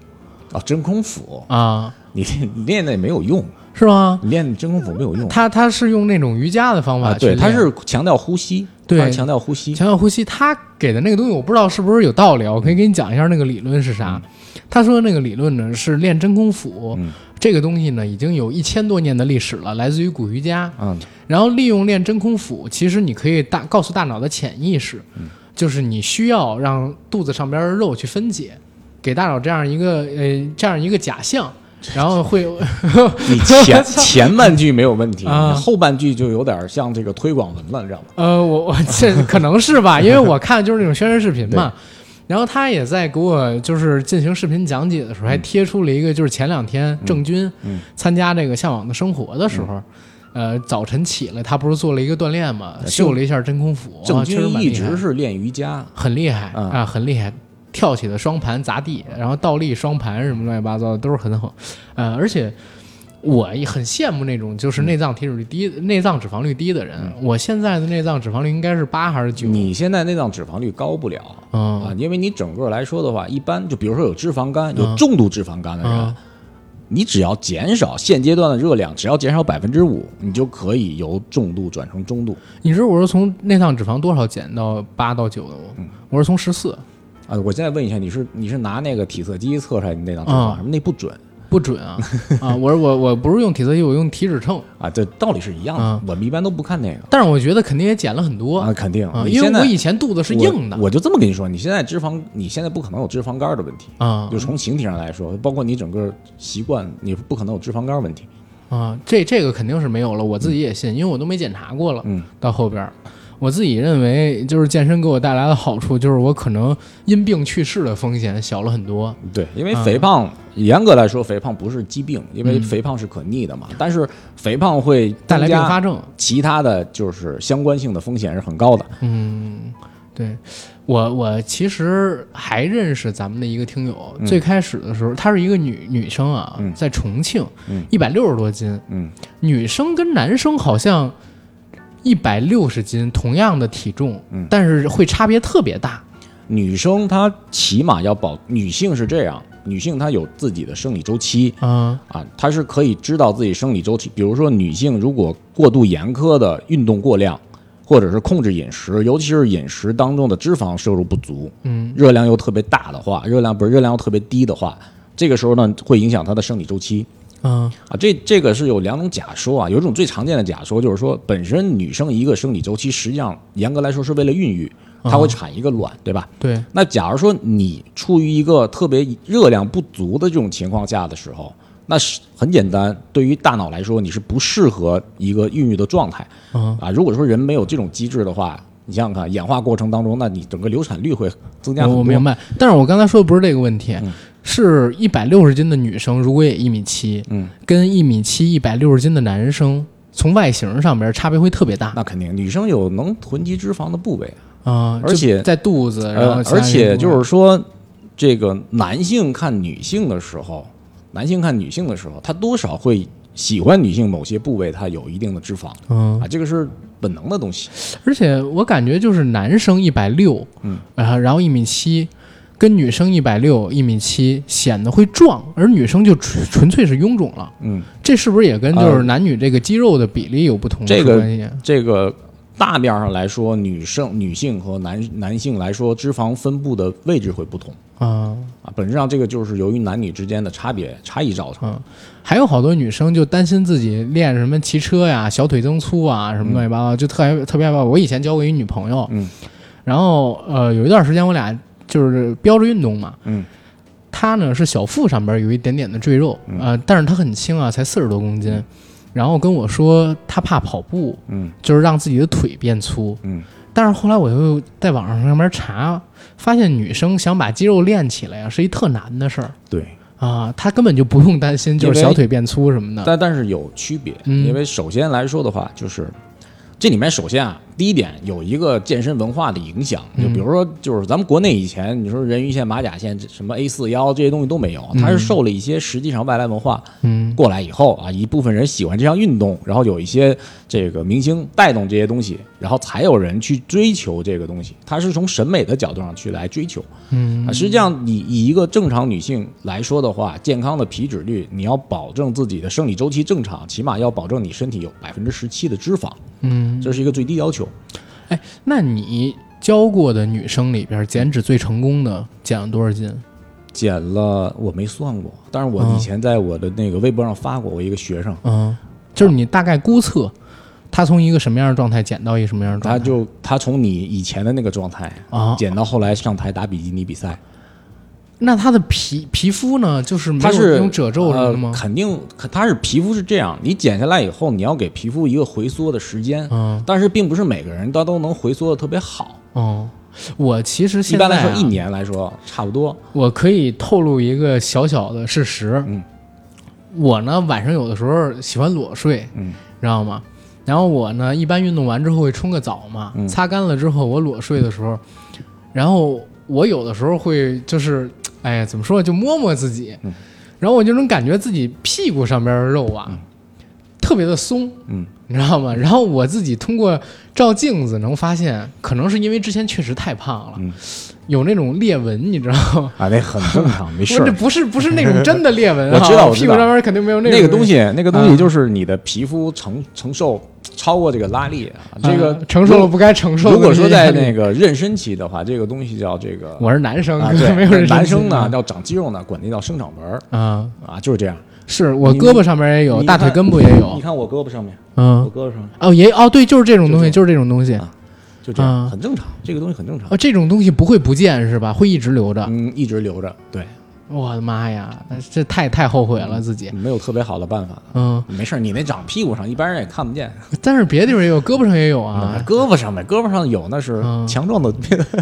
啊，真空腹，
啊，
你练你练那也没有用，
是吗？
你练真空腹没 有用。
他他是用那种瑜伽的方法
啊，
啊去
对，
练，
它是强调呼吸，
对
它是强调呼吸，
强调呼吸。他给的那个东西，我不知道是不是有道理啊，我
嗯
可以给你讲一下那个理论是啥。他说的那个理论呢是练真空腹，
嗯
这个东西呢已经有一千多年的历史了，来自于古瑜伽。
嗯，嗯
然后利用练真空腹，其实你可以大告诉大脑的潜意识，就是你需要让肚子上边的肉去分解，给大脑这样一个呃这样一个假象，然后会
你 前前半句没有问题，
啊
你后半句就有点像这个推广文了，你知道吗？
呃，我我这可能是 吧，因为我看就是那种宣传视频嘛。然后他也在给我就是进行视频讲解的时候，还贴出了一个就是前两天郑钧
嗯
参加这个《向往的生活》的时候，呃，早晨起来他不是做了一个锻炼嘛，
呃郑
秀了一下真空腹，
郑
哇确实
钧
蛮
一
厉害
直是练瑜伽，
很厉害
嗯
啊，很厉害，跳起的双盘砸地，然后倒立双盘什么乱七八糟的都是很好，呃，而且我也很羡慕那种就是内脏体脂率低、内脏脂肪率低的人。我现在的内脏脂肪率应该是八还是九？
嗯你现在内脏脂肪率高不了。
嗯
啊，因为你整个来说的话，一般就比如说有脂肪
啊
肝、有重度脂肪肝的人，
嗯
你只要减少现阶段的热量，只要减少百分之五，你就可以由重度转成中度。
你知道我是从内脏脂肪多少减到八到九的吗？
嗯
我是从十四，
啊，我现在问一下，你是你是拿那个体测机测出来你内脏脂肪
嗯
什么？那不准
不准 啊啊！我是我我不是用体测仪，我用体脂秤，
啊，这道理是一样的
嗯。
我们一般都不看那个
但是我觉得肯定也减了很多
啊，肯定
啊，。
你
因
现
为
在
我以前肚子是硬的
我，我就这么跟你说，你现在脂肪，你现在不可能有脂肪肝的问题。
啊
就从形体上来说，包括你整个习惯，你不可能有脂肪肝问题。
啊，这这个肯定是没有了，我自己也信，因为我都没检查过了。
嗯，
到后边儿，我自己认为就是健身给我带来的好处，就是我可能因病去世的风险小了很多。
对，因为
嗯
肥胖，严格来说，肥胖不是疾病，因为肥胖是可逆的嘛。但是肥胖会
带来
增
并
加
发症。
其他的就是相关性的风险是很高的。
嗯对我，我其实还认识咱们的一个听友，
嗯
最开始的时候她是一个女女生啊，在重庆
嗯，
一百六十多斤，
嗯，
女生跟男生好像一百六十斤同样的体重，
嗯
但是会差别特别大。
女生她起码要保，女性是这样，女性她有自己的生理周期
啊
啊，她是可以知道自己生理周期。比如说，女性如果过度严苛的运动过量，或者是控制饮食，尤其是饮食当中的脂肪摄入不足，
嗯，
热量又特别大的话，热量不是热量又特别低的话，这个时候呢会影响她的生理周期。
啊
啊，这这个是有两种假说啊，有一种最常见的假说就是说，本身女生一个生理周期，实际上严格来说是为了孕育，它会产一个卵，对吧？
对，
那假如说你处于一个特别热量不足的这种情况下的时候，那是很简单，对于大脑来说，你是不适合一个孕育的状态
嗯
啊。如果说人没有这种机制的话，你想想看，演化过程当中，那你整个流产率会增加很
我
多。嗯
我明白，但是我刚才说的不是这个问题，是一百六十斤的女生如果也一米七，
嗯，
跟一米七一百六十斤的男生，从外形上边差别会特别大
那肯定，女生有能囤积脂肪的部位。
啊，
而且
就在肚子，然后
呃，
其他
而且
地方
就是说，这个男性看女性的时候，男性看女性的时候，他多少会喜欢女性某些部位，它有一定的脂肪
嗯，
啊，这个是本能的东西。
而且我感觉就是男生一百六，
嗯，
然后然后一米七。跟女生一百六一米七显得会壮，而女生就纯纯粹是臃肿了，
嗯，
这是不是也跟就
呃
是男女这个肌肉的比例有不同
这
的
个
关系？啊
这个大面上来说，女生、女性和男男性来说，脂肪分布的位置会不同
啊，
啊。本质上，这个就是由于男女之间的差别差异造成的。
嗯，还有好多女生就担心自己练什么骑车呀、小腿增粗啊什么乱七八糟，就特爱特别害怕。我以前交过一女朋友，
嗯，
然后呃有一段时间我俩就是标着运动嘛，
嗯，
她呢是小腹上边有一点点的赘肉，
嗯
呃，但是她很轻啊，才四十多公斤，然后跟我说她怕跑步，
嗯
就是让自己的腿变粗，
嗯，
但是后来我又在网上上面查，发现女生想把肌肉练起来啊，是一特难的事儿。
对。
啊，他根本就不用担心，就是小腿变粗什么的。
但但是有区别，
嗯
因为首先来说的话，就是这里面首先啊，第一点有一个健身文化的影响，就比如说就是咱们国内以前你说人鱼线、马甲线、这什么 A 四腰这些东西都没有，它是受了一些实际上外来文化
嗯
过来以后啊，一部分人喜欢这项运动，然后有一些这个明星带动这些东西，然后才有人去追求这个东西，它是从审美的角度上去来追求。
嗯
啊，实际上你以一个正常女性来说的话，健康的皮脂率，你要保证自己的生理周期正常，起码要保证你身体有百分之十七的脂肪，
嗯，
这是一个最低要求。
哎，那你教过的女生里边减脂最成功的减了多少斤？
减了我没算过，但是我
嗯
以前在我的那个微博上发过，我一个学生
嗯，就是你大概估测他从一个什么样的状态减到一个什么样的状
他
态？
就他从你以前的那个状态
啊
减到后来上台打比基尼比赛，
那他的皮皮肤呢？就是没
他
有
是
那种褶皱什么的吗
呃？肯定，可他是皮肤是这样，你减下来以后，你要给皮肤一个回缩的时间，
嗯
但是并不是每个人他都能回缩的特别好。
哦，我其实
一
现在、
般
啊、
来说，一年来说差不多。
我可以透露一个小小的事实，
嗯，
我呢晚上有的时候喜欢裸睡，
嗯，
知道吗？然后我呢一般运动完之后会冲个澡嘛，
嗯
擦干了之后我裸睡的时候，然后我有的时候会就是，哎呀，怎么说就摸摸自己，
嗯
然后我就能感觉自己屁股上边的肉啊、特别的松，
嗯，
你知道吗？然后我自己通过照镜子能发现，可能是因为之前确实太胖了，
嗯
有那种裂纹，你知道吗？
啊，那很 正常，没
我这。不是不是那种真的裂纹啊，
我知道我知
屁
道
股上面肯定没有
那
种
个东西，那个东
啊
西就是你的皮肤承承受超过这个拉力，啊这个
啊承受了不该承受的
如果说在
那些压
那
力，
个妊娠期的话，这个东西叫这个
我是男生，
啊，
可能
对，
没有人
男
生
生啊
气
呢要长肌肉呢，管那叫生长纹儿
啊，
啊，就是这样。
是我
你
胳膊上面也有，
你
大
看
腿根部也
你
有，
看我胳膊上面，我
嗯，
胳膊上面
哦也哦对，就是这种东西，
就
就是这种东西
啊，就这样，
啊
很正常，这个东西很正常
哦，。这种东西不会不见是吧？会一直留着，
嗯，一直留着，对，
我的妈呀，这太太后悔了自己，
没有特别好的办法。
嗯，
没事儿，你那长屁股上，一般人也看不见。
但是别的地方也有，胳膊上也有啊，
胳膊上呗，胳膊上有那是
嗯
强壮的，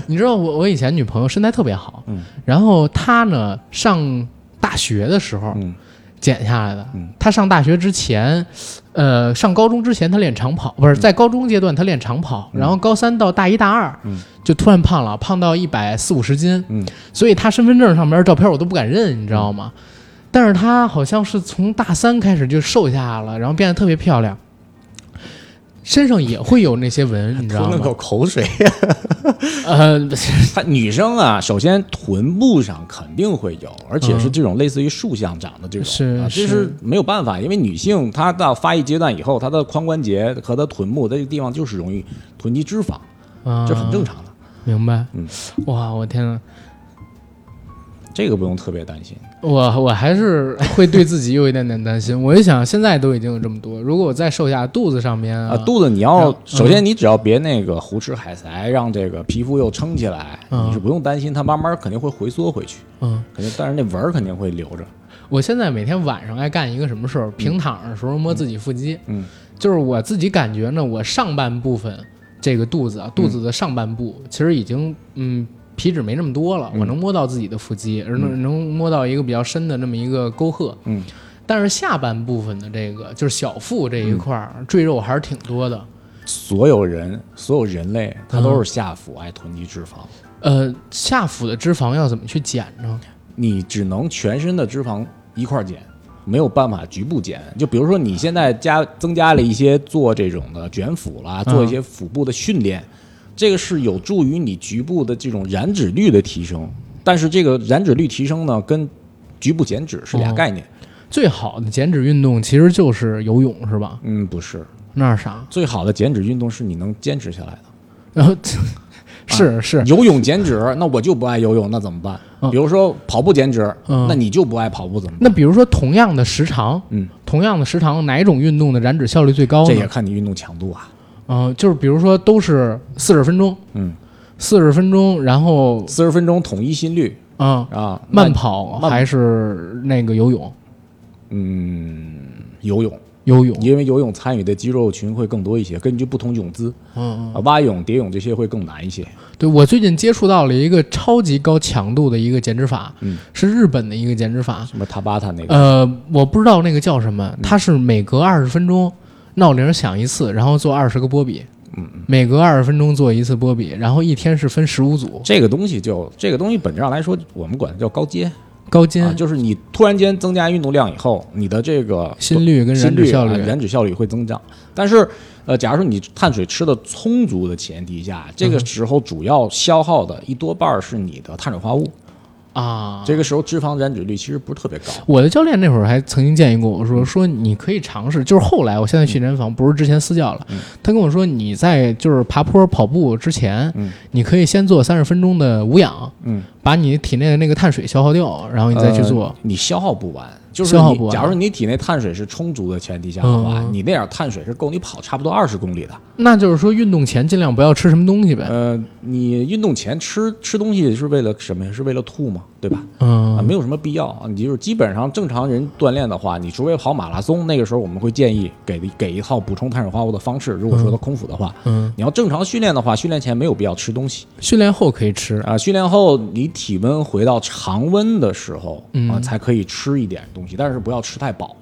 你知道我我以前女朋友身材特别好，
嗯
然后她呢上大学的时候。
嗯
减下来的
嗯。
他上大学之前，呃，上高中之前他练长跑，
嗯
不是在高中阶段他练长跑，然后高三到大一大二
嗯
就突然胖了，胖到一百四五十斤，
嗯
所以他身份证上面照片我都不敢认，你知道吗？但是他好像是从大三开始就瘦下来了，然后变得特别漂亮，身上也会有那些纹，你知 道
吞了
吗
口？口水。
呃，
她女生啊，首先臀部上肯定会有，而且是这种类似于竖向长的这种，
嗯是
啊这
是
是没有办法，因为女性她到发育阶段以后，她的髋关节和她臀部这个地方就是容易囤积脂肪，
啊
这很正常的，
明白？
嗯，
哇，我天呐，
这个不用特别担心。
我我还是会对自己有一点点担心。 我一想，现在都已经有这么多，如果我再瘦下来肚子上面
啊，肚子你要
嗯
首先你只要别那个胡吃海塞，让这个皮肤又撑起来，
嗯
你是不用担心它慢慢肯定会回缩回去，
嗯，
肯定，但是那纹儿肯定会留着。
我现在每天晚上爱干一个什么事儿？平躺的时候摸自己腹肌，
嗯，
就是我自己感觉呢，我上半部分这个肚子
嗯
啊，肚子的上半部其实已经嗯皮脂没那么多
嗯
了，我能摸到自己的腹肌，而能能摸到一个比较深的那么一个沟壑，
嗯，
但是下半部分的这个就是小腹这一
嗯
块儿赘肉还是挺多的，
所有人，所有人类，它都是下
嗯
腹爱囤积脂肪，
呃，下腹的脂肪要怎么去减呢？
你只能全身的脂肪一块儿减，没有办法局部减。就比如说你现在加增加了一些做这种的卷腹
嗯
啦，做一些腹部的训练，这个是有助于你局部的这种燃脂率的提升。但是这个燃脂率提升呢，跟局部减脂是俩
哦
概念。
最好的减脂运动其实就是游泳，是吧？
嗯，不是，
那是啥？
最好的减脂运动是你能坚持下来的。
然后
啊
是是，
游泳减脂，那我就不爱游泳，那怎么办？
嗯
比如说跑步减脂，
嗯
那你就不爱跑步，怎么办？
那比如说同样的时长，
嗯，
同样的时长，哪种运动的燃脂效率最高
这
呢
也？看你运动强度啊。
嗯、就是比如说都是四十分钟，
嗯，
四十分钟，然后
四十分钟统一心率
嗯、
啊，
慢跑
慢
还是那个游泳？
游泳，
游泳，
因为游泳参与的肌肉群会更多一些，根据不同泳姿，
嗯，
啊，蛙泳、蝶泳这些会更难一些。
对我最近接触到了一个超级高强度的一个减脂法，
嗯
是日本的一个减脂法，
什么塔巴塔那个，
呃，我不知道那个叫什么，它是每隔二十分钟闹铃响一次，然后做二十个波比，
嗯
每隔二十分钟做一次波比，然后一天是分十五组，
这个东西就这个东西本质上来说，我们管它叫高阶
高筋、
啊，就是你突然间增加运动量以后，你的这个
心率跟燃
心
脂
率
效
啊
率，
燃脂效率会增长。但是，呃，假如说你碳水吃的充足的前提下，这
嗯
个时候主要消耗的一多半儿是你的碳水化合物，
啊。
这个时候脂肪燃脂率其实不是特别高。
我的教练那会儿还曾经建议过我说说你可以尝试，就是后来我现在去健身房不是之前私教了，他跟我说你在就是爬坡跑步之前，
嗯
你可以先做三十分钟的无氧，
嗯
把你体内的那个碳水消耗掉，然后你再去做。
呃你消耗不完。就是
消耗
你
不完
假如你体内碳水是充足的前提下的话，
嗯
你那点碳水是够你跑差不多二十公里的。
那就是说，运动前尽量不要吃什么东西呗。
呃，你运动前吃吃东西是为了什么呀？是为了吐嘛，对吧？啊，
嗯
没有什么必要啊。你就是基本上正常人锻炼的话，你除非跑马拉松，那个时候我们会建议给给一套补充碳水化合物的方式。如果说他空腹的话，
嗯，
你要正常训练的话，训练前没有必要吃东西
训练后可以吃。
啊。训练后你体温回到常温的时候啊，
嗯
才可以吃一点东西，但是不要吃太饱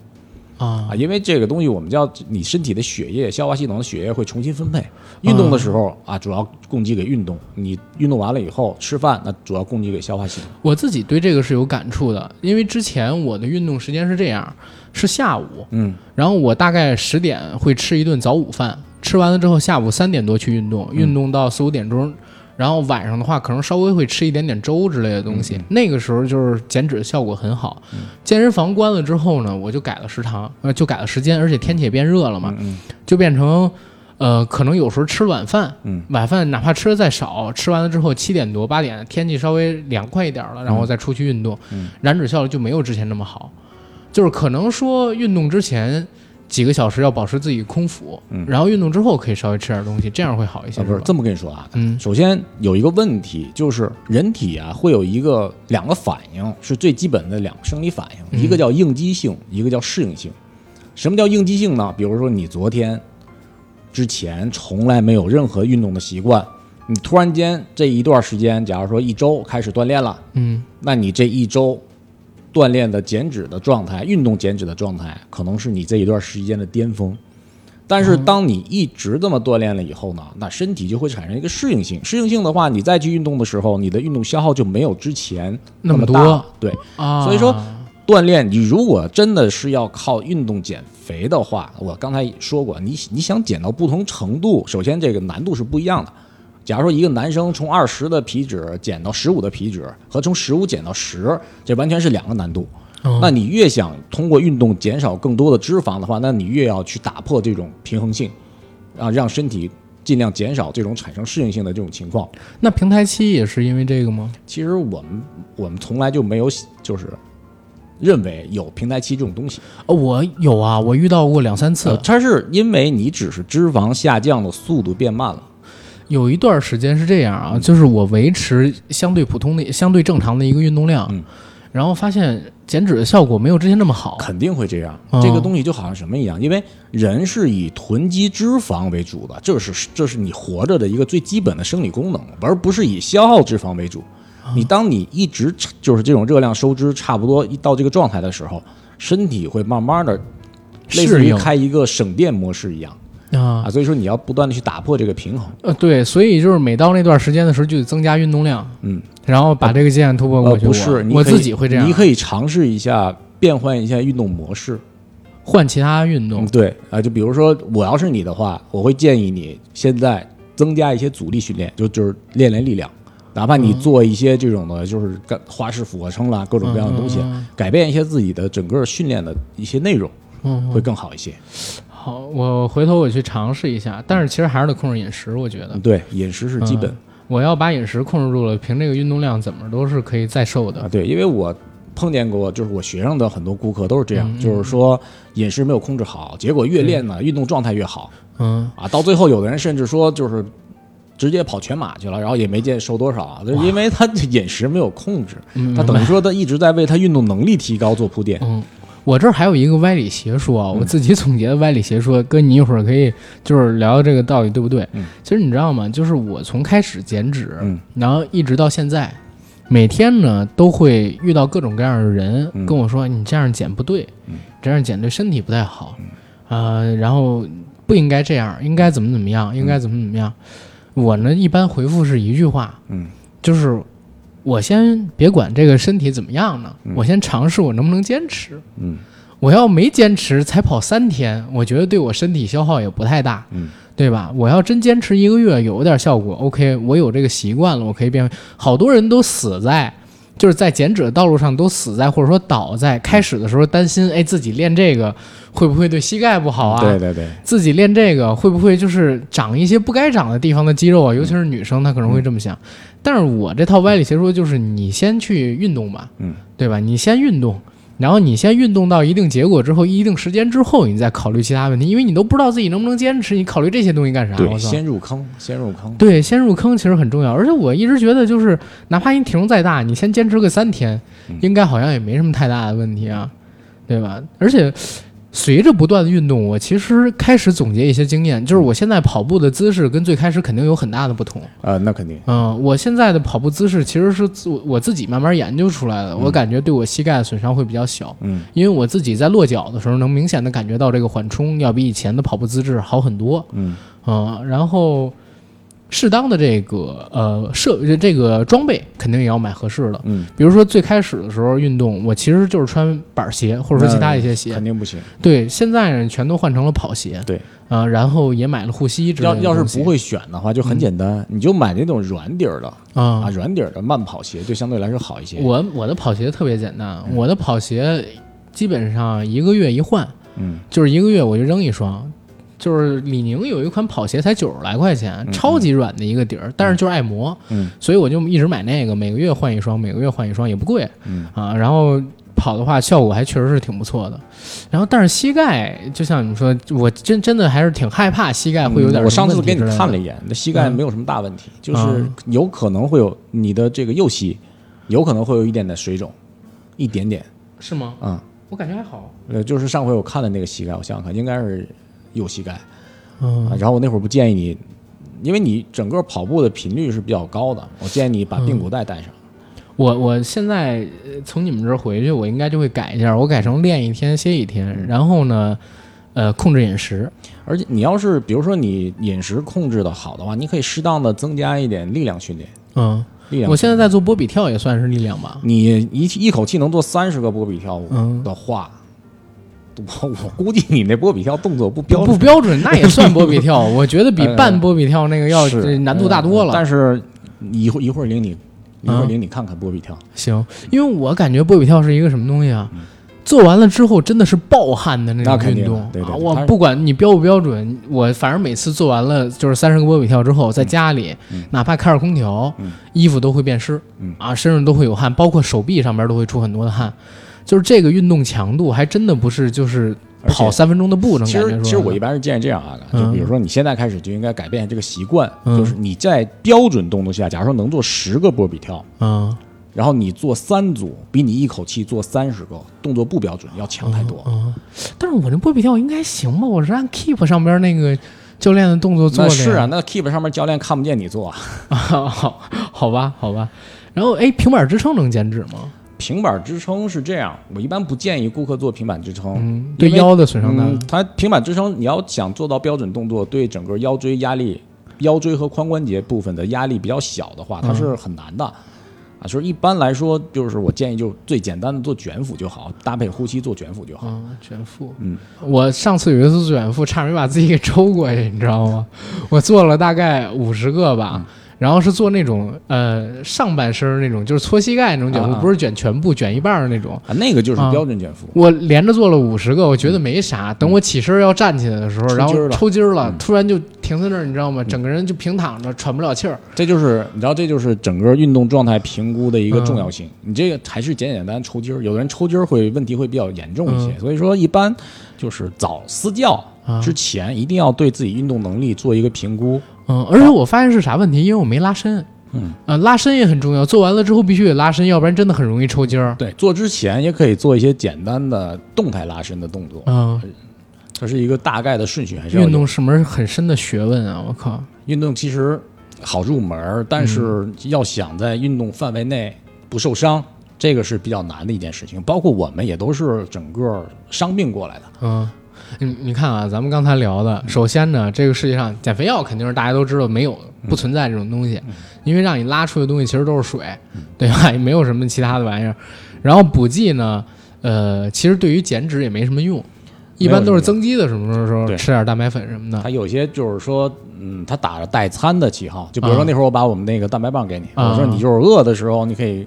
啊
啊，因为这个东西我们叫你身体的血液、消化系统的血液会重新分配。运动的时候啊，主要供给给运动，你运动完了以后吃饭，那主要供给给消化系统。
我自己对这个是有感触的，因为之前我的运动时间是这样，是下午，
嗯
然后我大概十点会吃一顿早午饭，吃完了之后下午三点多去运动，运动到四五点钟，然后晚上的话可能稍微会吃一点点粥之类的东西，那个时候就是减脂的效果很好。健身房关了之后呢，我就改了时长，呃，就改了时间，而且天气也变热了嘛，
嗯
就变成。呃，可能有时候吃晚饭，
嗯
晚饭哪怕吃的再少，吃完了之后七点多八点天气稍微凉快一点了，然后再出去运动，
嗯
燃脂效率就没有之前那么好。就是可能说运动之前几个小时要保持自己空腹，
嗯
然后运动之后可以稍微吃点东西，这样会好一些。
啊，不是
吧
这么跟你说啊，
嗯
首先有一个问题，就是人体啊会有一个两个反应，是最基本的两个生理反应，
嗯
一个叫应激性，一个叫适应性。什么叫应激性呢？比如说你昨天之前从来没有任何运动的习惯，你突然间这一段时间，假如说一周开始锻炼了，
嗯
那你这一周锻炼的减脂的状态，运动减脂的状态，可能是你这一段时间的巅峰。但是当你一直这么锻炼了以后呢，那身体就会产生一个适应性。适应性的话，你再去运动的时候，你的运动消耗就没有之前
那
么
么
大
多
了。对，
啊，
所以说锻炼，你如果真的是要靠运动减肥的话，我刚才说过，你你想减到不同程度，首先这个难度是不一样的。假如说一个男生从二十的皮脂减到十五的皮脂，和从十五减到十，这完全是两个难度。
嗯
那你越想通过运动减少更多的脂肪的话，那你越要去打破这种平衡性，啊，让身体尽量减少这种产生适应性的这种情况。
那平台期也是因为这个吗？
其实我们我们从来就没有就是认为有平台期这种东西。
哦，我有啊，我遇到过两三次，
呃，它是因为你只是脂肪下降的速度变慢了，
有一段时间是这样
嗯
啊，就是我维持相对普通的、相对正常的一个运动量，
嗯
然后发现减脂的效果没有之前那么好。
肯定会这样。
哦
这个东西就好像什么一样，因为人是以囤积脂肪为主的，这是这是你活着的一个最基本的生理功能，而不是以消耗脂肪为主。
哦
你当你一直就是这种热量收支差不多一到这个状态的时候，身体会慢慢的类似
适
于
应
开一个省电模式一样
啊
啊，，所以说你要不断的去打破这个平衡。
呃，对，所以就是每到那段时间的时候，就得增加运动量，
嗯，
然后把这个极限突破
呃，
过去。
不是，你
我我
可以
自己会这样
你，可以尝试一下变换一下运动模式。
换其他运动
嗯，。对啊、就比如说我要是你的话，我会建议你现在增加一些阻力训练，就就是练练力量，哪怕
嗯
你做一些这种的，就是干花式俯卧撑啦，各种各样的东西，
嗯
改变一些自己的整个训练的一些内容，
嗯，
会更好一些。
好，我回头我去尝试一下，但是其实还是得控制饮食，我觉得
嗯、对，饮食是基本、
嗯我要把饮食控制住了，凭这个运动量怎么都是可以再瘦
啊，
的。
对，因为我。碰见过，就是我学生的很多顾客都是这样，
嗯
就是说饮食没有控制好，结果越练呢，运动状态越好，
嗯，
啊，到最后有的人甚至说就是直接跑全马去了，然后也没见瘦多少啊，就是因为他这饮食没有控制，
嗯
他等于说他一直在为他运动能力提高做铺垫。
嗯，我这儿还有一个歪理邪说
嗯
啊，我自己总结的歪理邪说，跟你一会儿可以就是聊聊这个道理对不对？
嗯
其实你知道吗？就是我从开始减脂，
嗯
然后一直到现在，每天呢都会遇到各种各样的人
嗯
跟我说：“你这样减不对，
嗯
这样减对身体不太好，呃，然后不应该这样，应该怎么怎么
嗯
样，应该怎么怎么样。我呢一般回复是一句话，
嗯，
就是我先别管这个身体怎么样呢，
嗯
我先尝试我能不能坚持。
嗯
我要没坚持才跑三天，我觉得对我身体消耗也不太大，
嗯
对吧？我要真坚持一个月有点效果，OK，我有这个习惯了，我可以变。好多人都死在就是在减脂的道路上都死在或者说倒在开始的时候担心，哎，自己练这个会不会对膝盖不好啊？
对对对，
自己练这个会不会就是长一些不该长的地方的肌
嗯
肉啊？尤其是女生，她可能会这么想。但是我这套歪理邪说就是你先去运动吧，
嗯，
对吧？你先运动，然后你先运动到一定结果之后，一定时间之后，你再考虑其他问题，因为你都不知道自己能不能坚持，你考虑这些东西干啥？
对，
我操！
先入坑，先入坑，
对，先入坑其实很重要，而且我一直觉得，就是哪怕你体重再大，你先坚持个三天
嗯，
应该好像也没什么太大的问题啊，对吧？而且随着不断的运动，我其实开始总结一些经验，就是我现在跑步的姿势跟最开始肯定有很大的不同。
呃，那肯定，
嗯、我现在的跑步姿势其实是自我我自己慢慢研究出来的，我感觉对我膝盖的损伤会比较小。
嗯
因为我自己在落脚的时候，能明显的感觉到这个缓冲要比以前的跑步姿势好很多。
嗯
嗯，然后适当的这个呃设这个装备肯定也要买合适的。
嗯，
比如说最开始的时候运动，我其实就是穿板鞋或者说其他一些鞋
嗯肯，定不行。
对，现在呢全都换成了跑鞋，
对，
啊、然后也买了护膝之类
要
的
要是
东西嗯
不会选的话，就很简单，你就买那种软底儿的
啊
啊，，软底儿的慢跑鞋，就相对来嗯说好一些。
我我的跑鞋特别简单，我的跑鞋基本上一个月一换，
嗯，
就是一个月我就扔一双。就是李宁有一款跑鞋才九十来块钱，超级软的一个底儿，但是就是爱磨，
嗯
所以我就一直买那个，每个月换一双，每个月换一双也不贵，
嗯
啊，然后跑的话效果还确实是挺不错的。然后但是膝盖，就像你说，我真真的还是挺害怕膝盖会有点
嗯我
什么
上
问
次
题之
给
类
你
的、
看了一眼，那膝盖
嗯
没有什么大问题，就是
嗯
有可能会有你的这个右膝，有可能会有一点点水肿，一点点
是吗？
啊。
我感觉还好。
呃，就是上回我看的那个膝盖，我想想看，应该是右膝盖。
嗯
啊，然后我那会儿不建议你，因为你整个跑步的频率是比较高的，我建议你把髌
嗯
骨带带上。
我我现在呃从你们这儿回去，我应该就会改一下，我改成练一天歇一
嗯
天，然后呢，呃，控制饮食。
而且你要是比如说你饮食控制的好的话，你可以适当的增加一点力量训练。
嗯，
力量
我
训
现在在做波比跳，也算是力量吧。
练，你一一口气能做三十个波比跳
嗯
的话，我 我估计你那波比跳动作不标
不不
准，
标准，那也算波比 跳，我觉得比
呃
半波比跳那个要
是嗯
呃难度大多了。
但是一会一会儿领你一会儿
嗯
领你看看波比跳，
行，因为我感觉波比跳是一个什么东西啊？做完了之后真的是暴汗的那
嗯那
种
肯
运
定
动
的对对
啊！
对
我
它是
不管你标不标准，我反正每次做完了就是三十个波比跳之后，在家里、
嗯
哪怕开着空调，
嗯
衣服都会变湿，
嗯
啊，身上都会有汗，包括手臂上面都会出很多的汗。就是这个运动强度还真的不是就是
而且
跑三分钟的步能
其
感觉出
实
来的。
其实我一般是建议这样啊，
嗯
就比如说你现在开始就应该改变这个习惯，
嗯
就是你在标准动作下，假如说能做十个波比跳，
嗯
然后你做三组，比你一口气做三十个动作不标准要强太多。
嗯，但是我那波比跳应该行吧？我是按 Keep 上边那个教练的动作做的。
那是啊，，那 Keep 上面教练看不见你做啊。
啊，好， 好吧，好吧。然后，哎，平板支撑能减脂吗？
平板支撑是这样，我一般不建议顾客做平板支撑，
嗯，对
因为
腰的损伤大。
嗯，它平板支撑你要想做到标准动作，对整个腰椎压力、腰椎和髋关节部分的压力比较小的话，
嗯
它是很难的。啊，所以一般来说，就是我建议就最简单的做卷腹就好，搭配呼吸做卷腹就好。
嗯，卷腹。
嗯，
我上次有一次卷腹，差点没把自己给抽过去，你知道吗？我做了大概五十个吧，
嗯
然后是做那种呃上半身儿那种，就是搓膝盖那种卷腹，
啊啊
不是卷全部，卷一半儿那种。
啊，那个就是
啊
标准卷腹。
我连着做了五十个，我觉得没啥。等我起身要站起来的时候，
嗯抽筋儿
然后
了嗯
抽筋儿了，突然就停在那儿，你知道吗？整个人就平躺着，喘不了气儿。
这就是你知道，这就是整个运动状态评估的一个重要性。
嗯
你这个还是简简单单抽筋儿，有的人抽筋儿会问题会比较严重
嗯
一些，所以说一般就是早私教
啊
之前一定要对自己运动能力做一个评估。
嗯，而且我发现是啥问题，因为我没拉伸。
嗯，
呃，拉伸也很重要，做完了之后必须得拉伸，要不然真的很容易抽筋儿。
对，做之前也可以做一些简单的动态拉伸的动作，
嗯，
这是一个大概的顺序，还是要有
运动是门很深的学问啊！我靠，
运动其实好入门儿，但是
嗯
要想在运动范围内不受伤，这个是比较难的一件事情。包括我们也都是整个伤病过来的，
嗯，你你看啊，咱们刚才聊的，首先呢，这个世界上减肥药肯定是大家都知道没有不存在这种东西，因为让你拉出的东西其实都是水，对吧？也没有什么其他的玩意儿。然后补剂呢，呃，其实对于减脂也没什么用，一般都是增肌的什么时候
对
吃点蛋白粉什么的
它有些就是说，嗯，它打着代餐的旗号，就比如说
啊
那会儿我把我们那个蛋白棒给你，
啊
我说你就是饿的时候你可以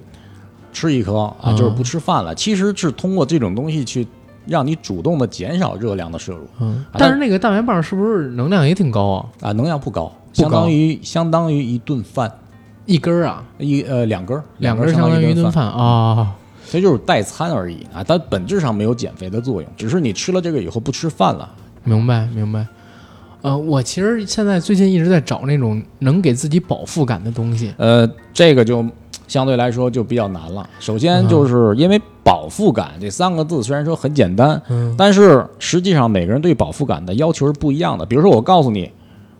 吃一颗啊，
嗯
就是不吃饭了。其实是通过这种东西去让你主动的减少热量的摄入
嗯
啊，
但是那个蛋白棒是不是能量也挺高啊？
啊，能量不高，
不高
相当于相当于一顿饭
一根儿啊，
一呃两根儿
两
根
根
儿
儿相当于
于
一顿饭
饭，
啊、哦
所以就是代餐而已啊，它本质上没有减肥的作用，只是你吃了这个以后不吃饭了。
明白明白。呃，我其实现在最近一直在找那种能给自己饱腹感的东西。
呃，这个就相对来说就比较难了。首
嗯
先就是因为饱腹感这三个字虽然说很简单，
嗯
但是实际上每个人对饱腹感的要求是不一样的。比如说我告诉你，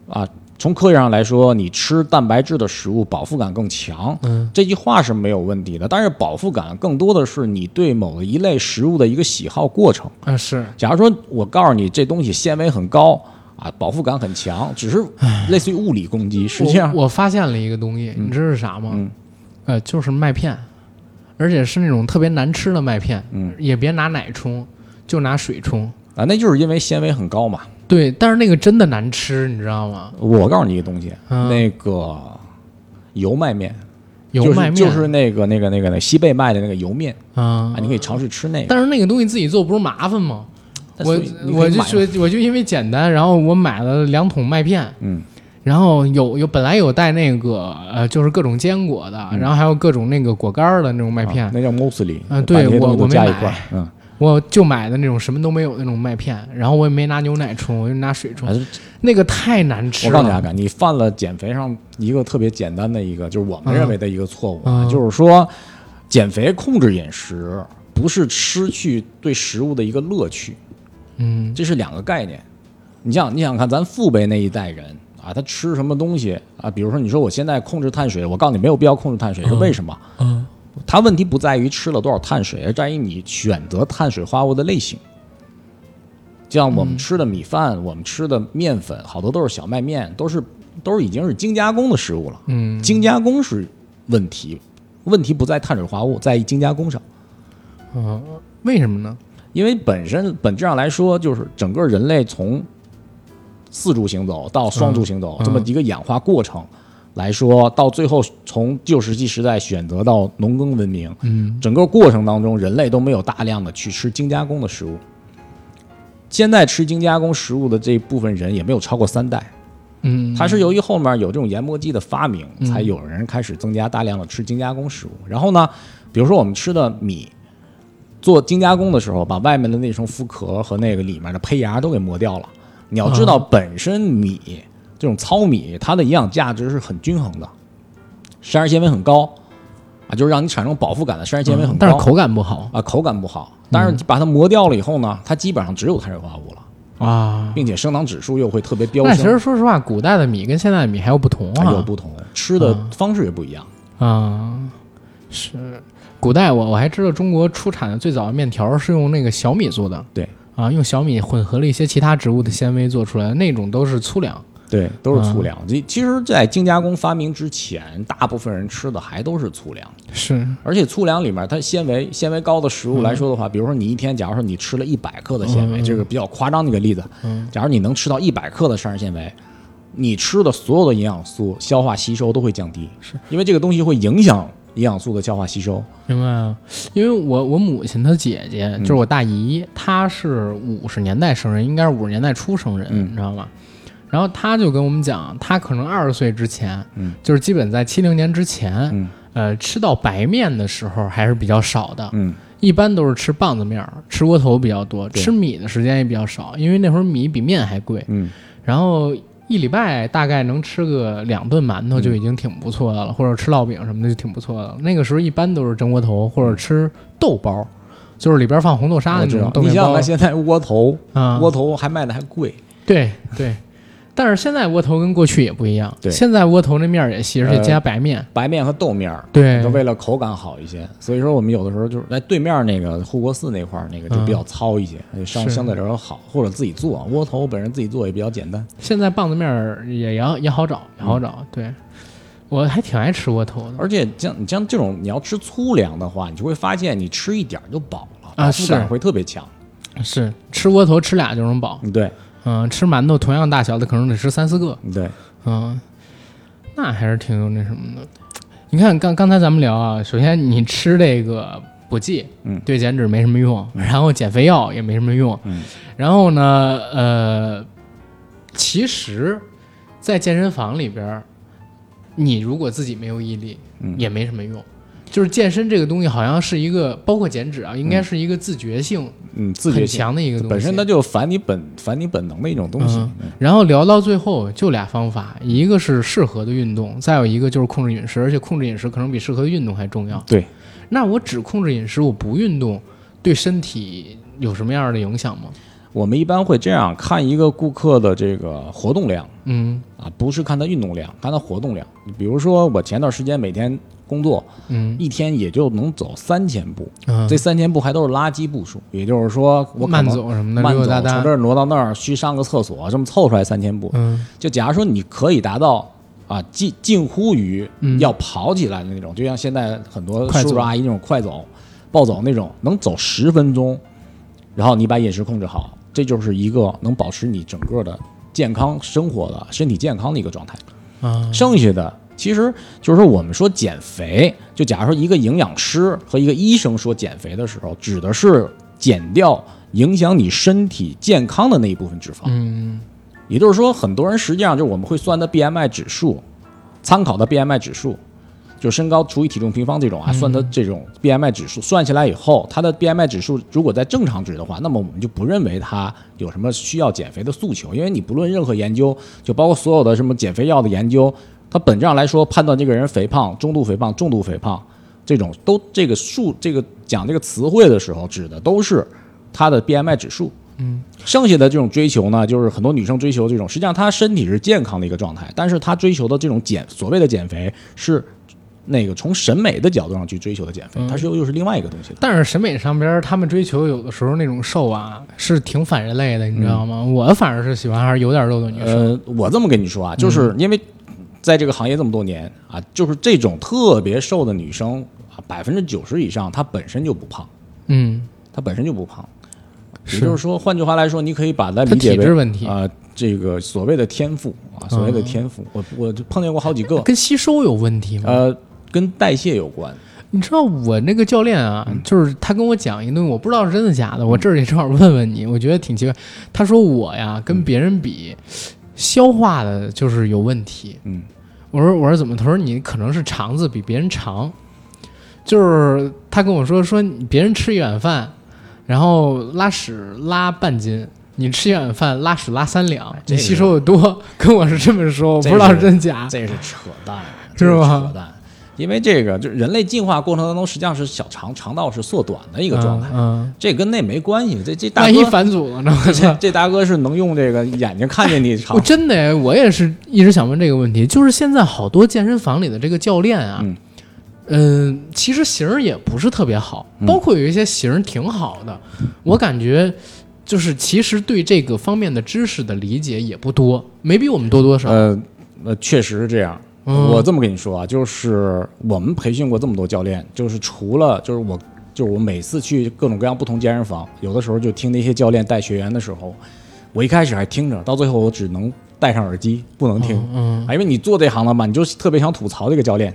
啊，从科学上来说，你吃蛋白质的食物饱腹感更强，
嗯
这句话是没有问题的。但是饱腹感更多的是你对某一类食物的一个喜好过程。
啊是，
假如说我告诉你这东西纤维很高啊，饱腹感很强，只是类似于物理攻击，实际上
我我发现了一个东西，你知道是啥吗？
嗯
呃，就是麦片，而且是那种特别难吃的麦片，
嗯
也别拿奶冲，就拿水冲。
啊，那就是因为纤维很高嘛。
对，但是那个真的难吃，你知道吗？
我告诉你一个东西，
嗯
那个油麦面，
油麦面
就是就是那个那个那个那西贝麦的那个油面
啊
啊，，你可以尝试吃那个。
但是那个东西自己做不是麻烦吗？
但
我
所以你可
我
以
就
买
说
嘛，
我就因为简单，然后我买了两桶麦片，
嗯，
然后有有本来有带那个呃，就是各种坚果的，然后还有各种那个果干儿的那种麦片，
嗯啊那叫 mostly，
嗯对
把这些
我
东西
我
都
没
加一
买
块儿，嗯，
我就买的那种什么都没有的那种麦片，然后我也没拿牛奶冲，我就拿水冲
还，是
那个太难吃
哎我
了。
告诉你啊阿甘，你犯了减肥上一个特别简单的一个，就是我们认为的一个错误啊，
嗯
就是说减肥控制饮食不是失去对食物的一个乐趣，
嗯
这是两个概念。你想，你想看咱父辈那一代人啊，他吃什么东西啊？比如说，你说我现在控制碳水，我告诉你没有必要控制碳水，是为什么？
嗯
他问题不在于吃了多少碳水，而在于你选择碳水化合物的类型。就像我们吃的米饭，我们吃的面粉，好多都是小麦面，都是都是已经是精加工的食物了。
嗯，
精加工是问题，问题不在碳水化合物，在于精加工上。
嗯为什么呢？
因为本身本质上来说，就是整个人类从四足行走到双足行走、
嗯
这么一个演化过程来说，到最后从旧石器时代选择到农耕文明，
嗯
整个过程当中，人类都没有大量的去吃精加工的食物。现在吃精加工食物的这部分人也没有超过三代，
嗯，
它是由于后面有这种研磨机的发明，才有人开始增加大量的吃精加工食物。然后呢，比如说我们吃的米，做精加工的时候，把外面的那层麸壳和那个里面的胚芽都给磨掉了。你要知道，
啊
本身米这种糙米，它的营养价值是很均衡的，膳食纤维很高啊，就是让你产生饱腹感的膳食纤维很
嗯
高，
但是口嗯感不好
啊口感不好。但是把它磨掉了以后呢，它基本上只有碳水化合物了，
啊。
并且升糖指数又会特别飙
那其
升。啊
实说实话，古代的米跟现在的米还有不同啊，
哎有不同，吃的方式也不一样。
啊，是古代我我还知道中国出产的最早的面条是用那个小米做的，
对
啊，用小米混合了一些其他植物的纤维做出来的那种都是粗粮，
对，都是粗粮。其其实，在精加工发明之前，大部分人吃的还都是粗粮，
是
而且粗粮里面它纤维纤维高的食物来说的话，比如说你一天，假如说你吃了一百克的纤维，嗯这个比较夸张的一个例子，假如你能吃到一百克的膳食纤维，你吃的所有的营养素消化吸收都会降低，是因为这个东西会影响营养素的消化吸收。
明白啊？因为我我母亲她姐姐
嗯
就是我大姨，她是五十年代生人，应该是五十年代初生人，
嗯
你知道吗？然后她就跟我们讲，她可能二十岁之前，
嗯
就是基本在七零年之前，
嗯
呃，吃到白面的时候还是比较少的，
嗯，
一般都是吃棒子面儿，吃窝头比较多，
对
吃米的时间也比较少，因为那会儿米比面还贵。
嗯，
然后一礼拜大概能吃个两顿馒头就已经挺不错
嗯
的了，或者吃烙饼什么的就挺不错的了。那个时候一般都是蒸窝头或者吃豆包，就是里边放红豆沙的
我
那
知
种
道。
豆
你
面
想想
包
看，。现在窝头，
啊，
窝头还卖的还贵，
对对。但是现在窝头跟过去也不一样，
对
现在窝头那面儿也细，而且
呃
加白面。
白面和豆面儿
对
都为了口感好一些，所以说我们有的时候就是在对面那个护国寺那块儿那个就比较糙一些，就
嗯
相
是
相对来说好，或者自己做窝头，本身自己做也比较简单。
现在棒子面儿也也也好找，也好
嗯
找。对，我还挺爱吃窝头的。
而且像你像这种你要吃粗粮的话，你就会发现你吃一点儿就饱了，
啊
饱腹感
是
会特别强。
是吃窝头吃俩就能饱，
嗯对
嗯、吃馒头同样大小的可能得吃三四个，
嗯对，
嗯、那还是挺有那什么的。你看刚刚才咱们聊啊，首先你吃这个补剂，
嗯
对减脂没什么用，然后减肥药也没什么用，
嗯
然后呢，呃，其实，在健身房里边儿，你如果自己没有毅力，
嗯
也没什么用。就是健身这个东西，好像是一个，包括减脂啊，应该是一个自觉性
嗯，自
很
觉性
强的一个东西。
本身它就反你本反你本能的一种东西。
嗯然后聊到最后就俩方法，一个是适合的运动，再有一个就是控制饮食，而且控制饮食可能比适合的运动还重要。
对，
那我只控制饮食，我不运动，对身体有什么样的影响吗？
我们一般会这样看一个顾客的这个活动量
嗯
啊，不是看他运动量，看他活动量。比如说我前段时间每天工作，
嗯
一天也就能走三千步，
嗯，
这三千步还都是垃圾步数，也就是说我可
慢
能
走什么的，
慢
溜
走
溜达
从
达
这，儿挪到那儿去上个厕所，这么凑出来三千步。
嗯
就假如说你可以达到啊近近乎于
嗯
要跑起来的那种，就像现在很多
快走
叔叔阿姨那种快走、暴走那种，能走十分钟，然后你把饮食控制好，这就是一个能保持你整个的健康生活的身体健康的一个状态。
啊，
剩下的其实就是说，我们说减肥，就假如说一个营养师和一个医生说减肥的时候，指的是减掉影响你身体健康的那一部分脂肪。
嗯
也就是说，很多人实际上就是我们会算的 BMI 指数，参考的 BMI 指数，就身高除以体重平方这种啊，算的这种 BMI 指数，算下来以后，它的 BMI 指数如果在正常值的话，那么我们就不认为它有什么需要减肥的诉求，因为你不论任何研究，就包括所有的什么减肥药的研究，它本质上来说判断这个人肥胖、中度肥胖、重度肥胖这种都这个数这个讲这个词汇的时候指的都是它的 BMI 指数。剩下的这种追求呢，就是很多女生追求这种，实际上她身体是健康的一个状态，但是她追求的这种减所谓的减肥是那个从审美的角度上去追求的减肥，
嗯
它是又又是另外一个东西了。
但是审美上边儿，他们追求有的时候那种瘦啊，是挺反人类的，你知道吗？我反而是喜欢还是有点肉的女生。
呃，我这么跟你说啊，就是
嗯
因为在这个行业这么多年啊，就是这种特别瘦的女生啊，百分之九十以上她本身就不胖，
嗯
她本身就不胖。也
是
就是说，换句话来说，你可以把它理
她
解为
体质问题嗯
啊、这个所谓的天赋啊，所谓的天赋，我我就碰见过好几个，
跟吸收有问题吗？
呃，跟代谢有关。
你知道我那个教练啊，
嗯
就是他跟我讲一个东西，我不知道是真的假的，我这儿也正好问问你，我觉得挺奇怪。他说我
嗯
呀跟别人比，消化的就是有问题。
嗯，
我说我说怎么？他说你可能是肠子比别人长，就是他跟我说说你别人吃一碗饭，然后拉屎拉半斤。你吃一碗饭拉屎拉三两，
哎这
你
个
吸收的多，跟我是这么说，我不
这
知道
是
是真假。
这是扯淡，
啊
啊
是
这
吗
扯淡，因为这个就人类进化过程当中，实际上是小肠肠道是缩短的一
一
个状态，
嗯，
这跟那没关系。这这大
万一
哥，
反祖了呢？ 我操
这这大哥是能用这个眼睛看见你肠
我，真的哎，我也是一直想问这个问题，就是现在好多健身房里的这个教练啊，
嗯
嗯、其实型儿也不是特别好，
嗯
包括有一些型儿挺好的，我感觉就是其实对这个方面的知识的理解也不多，没比我们多多少。
呃呃，确实是这样。
嗯
我这么跟你说啊，就是我们培训过这么多教练，就是除了就是我。就是我每次去各种各样不同健身房，有的时候就听那些教练带学员的时候，我一开始还听着，到最后我只能戴上耳机，不能听。
嗯，
啊，因为你做这行了嘛，你就特别想吐槽这个教练。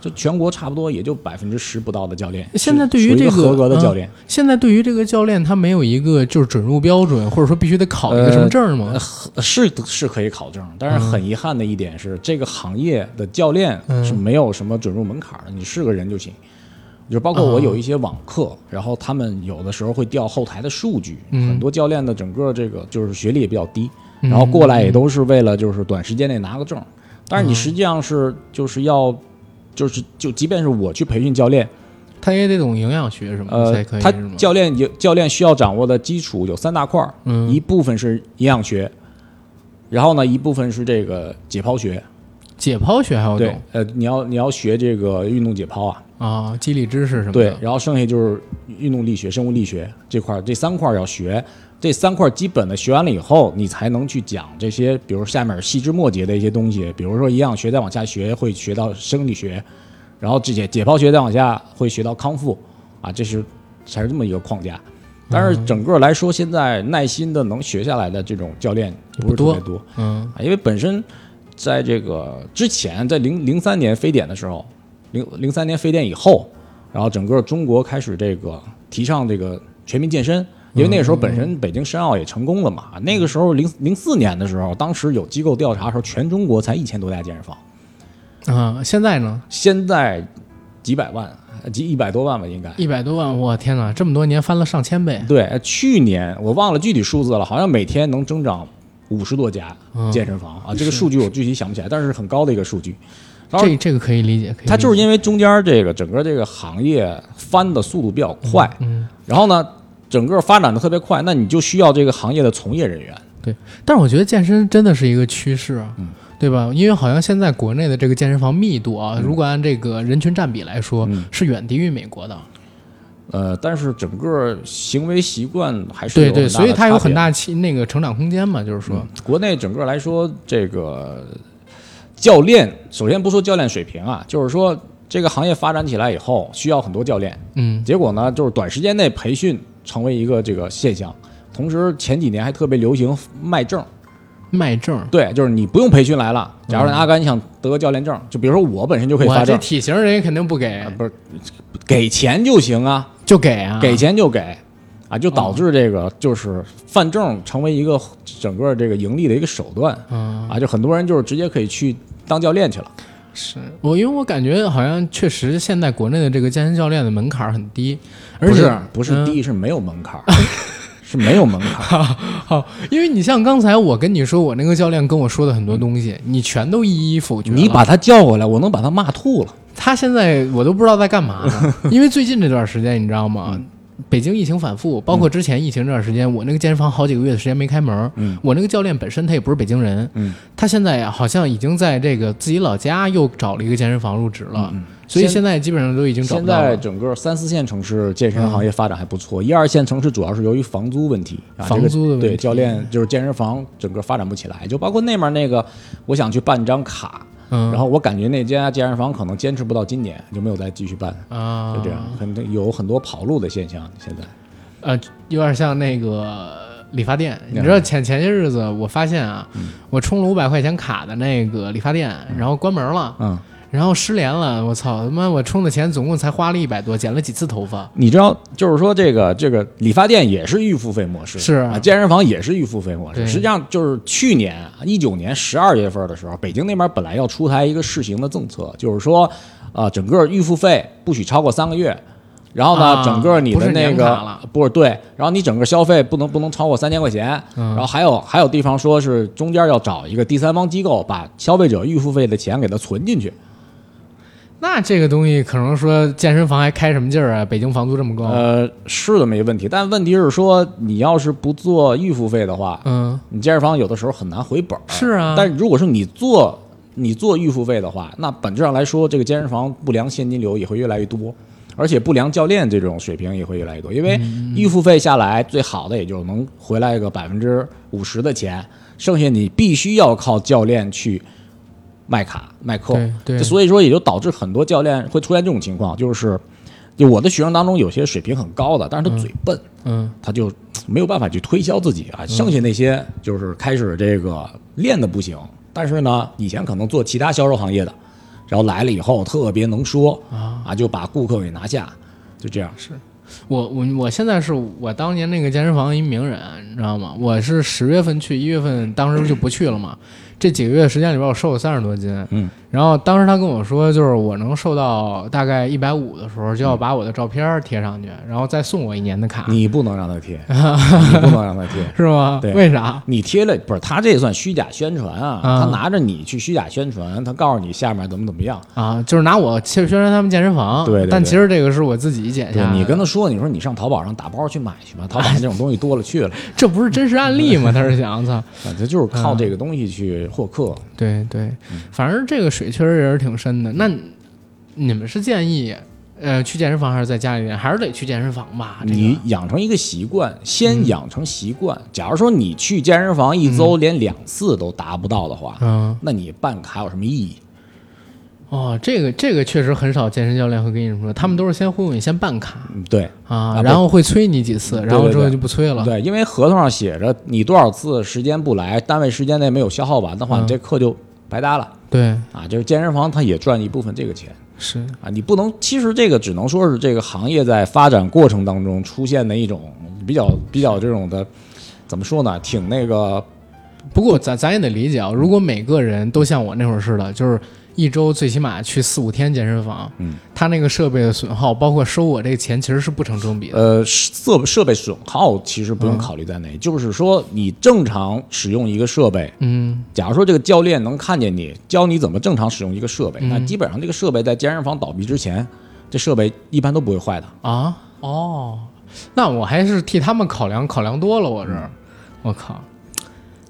就全国差不多也就百分之十不到的教练，
现在
是
对于
属于
这
一
个嗯
个合格的教练，
现在对于这个教练，他没有一个就是准入标准，或者说必须得考一个什么证儿吗？嗯
呃是是可以考证，但是很遗憾的一点是，这个行业的教练是没有什么准入门槛的，你是个人就行。就包括我
哦
有一些网课，然后他们有的时候会调后台的数据，
嗯
很多教练的整个这个就是学历也比较低，然后过
嗯
来也都是为了就是短时间内拿个证，但是
哦
你实际上是就是要就是就即便是我去培训教练，
他也得懂营养学什么的才
呃
可，以，
他
是吗？
教练有教练需要掌握的基础有三大块儿，
嗯
一部分是营养学，然后呢，一部分是这个解剖学，
解剖学还要
对
懂，
呃，你要你要学这个运动解剖啊，
啊，肌理知识什么的。
对，然后剩下就是运动力学、生物力学这块儿，这三块儿要学，这三块儿基本的学完了以后，你才能去讲这些，比如下面细枝末节的一些东西，比如说营养学，再往下学会学到生理学，然后这解解剖学再往下会学到康复，啊，这是才是这么一个框架。但
嗯
是整个来说，现在耐心的能学下来的这种教练不是特别
不
多，
嗯
啊，因为本身在这个之前，在零零三年非典的时候，零零三年非典以后，然后整个中国开始这个提倡这个全民健身，因为那个时候本
嗯
身北京申奥也成功了嘛。那个时候零零四年的时候，当时有机构调查的时候，全中国才一千多家健身房，
啊，现在呢，
嗯现在几百万，几一百多万吧，应该。
一百多万，我天哪，这么多年翻了上千倍，
对，去年我忘了具体数字了，好像每天能增长五十多家
嗯
健身房啊，这个数据我具体想不起来，但是很高的一个数据。然后
这这个可以理解，可以理解
它就是因为中间这个整个这个行业翻的速度比较快，
嗯，
然后呢，整个发展的特别快，那你就需要这个行业的从业人员。
对，但是我觉得健身真的是一个趋势啊，
嗯
对吧？因为好像现在国内的这个健身房密度啊，
嗯
如果按这个人群占比来说，是远低于美国的。
呃，但是整个行为习惯还是
对
有
对，
很大
所以
的
它有
差别
很大期那个成长空间嘛，就是说，
国内整个来说，这个教练，首先不说教练水平啊，就是说这个行业发展起来以后，需要很多教练。
嗯
结果呢，就是短时间内培训成为一个这个现象，同时前几年还特别流行卖证。
卖证。
对，就是你不用培训来了。假如说阿甘你想得个教练证，就比如说我本身就可以
嗯
发
我这
证，
体型人家肯定不给，
不是给钱就行啊，
就给啊，哦
给钱就给啊，就导致这个就是犯证成为一个整个这个盈利的一个手段
嗯，
啊，就很多人就是直接可以去当教练去了。
是我，因为我感觉好像确实现在国内的这个健身教练的门槛很低，而
不
且嗯
是不是低，是没有门槛儿，是没有门 槛儿。
好，因为你像刚才我跟你说，我那个教练跟我说的很多东西，你全都一一否决了。
你把他叫过来，我能把他骂吐了。
他现在我都不知道在干嘛 呢，因为最近这段时间你知道
嗯
吗？北京疫情反复，包括之前疫情这段时间，我那个健身房好几个月的时间没开门。
嗯，
我那个教练本身他也不是北京人，
嗯，
他现在好像已经在这个自己老家又找了一个健身房入职了，所以
嗯现
现在基本上都已经找
现
不到
在
了。
整个三四线城市健身行业发展还不错，一二线城市主要是由于房租问题，啊、
房租的问题
这个对教练就是健身房整个发展不起来，就包括那面那个，我想去办张卡，
嗯，
然后我感觉那家健身房可能坚持不到今年，就没有再继续办，
啊，
就这样，很多有很多跑路的现象。现在
呃，有点像那个理发店。你知道前前些日子我发现啊，
嗯
我充了五百块钱卡的那个理发店，然后关门了，
嗯，
然后失联了。我操，他妈我充的钱总共才花了一百多，剪了几次头发。
你知道，就是说这个这个理发店也是预付费模式，
是啊
啊，健身房也是预付费模式。
对
实际上就是去年一九年十二月份的时候，北京那边本来要出台一个试行的政策，就是说，啊、整个预付费不许超过三个月。然后呢，
啊
整个你
不
的
是
那
年
个
卡了
不是对，然后你整个消费不能不能超过三千块钱，
嗯
然后还有还有地方说是中间要找一个第三方机构把消费者预付费的钱给它存进去，
那这个东西可能说健身房还开什么劲儿啊？北京房租这么高，
呃，是的，没问题。但问题是说，你要是不做预付费的话，
嗯，
你健身房有的时候很难回本儿。
是啊
但如果是你做你做预付费的话，那本质上来说，这个健身房不良现金流也会越来越多，而且不良教练这种水平也会越来越多。因为
嗯
预付费下来，最好的也就能回来个百分之五十的钱，剩下你必须要靠教练去卖卡卖课。
对对
就所以说也就导致很多教练会出现这种情况，就是就我的学生当中有些水平很高的，但是他嘴笨，
嗯，
他就没有办法去推销自己啊。剩下那些就是开始这个练的不行，但是呢，以前可能做其他销售行业的，然后来了以后特别能说啊，就把顾客给拿下，就这样。是
我我我现在是我当年那个健身房一名人，你知道吗？我是十月份去，一月份当时就不去了嘛。这几个月时间里边，我瘦了三十多斤。
嗯，
然后当时他跟我说，就是我能瘦到大概一百五的时候，就要把我的照片贴上去，然后再送我一年的卡，
嗯你不能让他贴，你不能让他贴。
是吗
对？
为啥？
你贴了不是他这也算虚假宣传啊？
啊
他拿着你去虚假宣传，他告诉你下面怎么怎么样，
啊，就是拿我去宣传他们健身房，
对对对
但其实这个是我自己剪
对
下来的。
你跟他说，你说你上淘宝上打包去买去吧，淘宝上这种东西多了去了，
这不是真实案例 吗？他是想，操，
啊，他就是靠这个东西去获客。
对对，
嗯
反正这个水确实也是挺深的。那你你们是建议，呃，去健身房还是在家里练？还是得去健身房吧？啊这
你
个
养成一个习惯，先养成习惯。假如说你去健身房一周连两次都达不到的话，
嗯，
那你办卡有什么意义？
哦，这个这个确实很少，健身教练会跟你说，他们都是先忽悠你先办卡
嗯，对
啊，
啊
然后会催你几次，
对
然后
对
之后
对
就不催了。
对，因为合同上写着你多少次时间不来，单位时间内没有消耗完的话，
嗯
你这课就白搭了
对
啊。就是健身房它也赚一部分这个钱，
是
啊，你不能，其实这个只能说是这个行业在发展过程当中出现的一种比较比较这种的，怎么说呢？挺那个，
不过咱咱也得理解啊，如果每个人都像我那会儿似的，就是一周最起码去四五天健身房，
嗯，
他那个设备的损耗，包括收我这个钱，其实是不成正比的。
呃，设设备损耗其实不用考虑在内，就是说你正常使用一个设备，
嗯，
假如说这个教练能看见你，教你怎么正常使用一个设备，那基本上这个设备在健身房倒闭之前，这设备一般都不会坏的。
啊，哦，那我还是替他们考量考量多了，我这，儿，
嗯
我靠，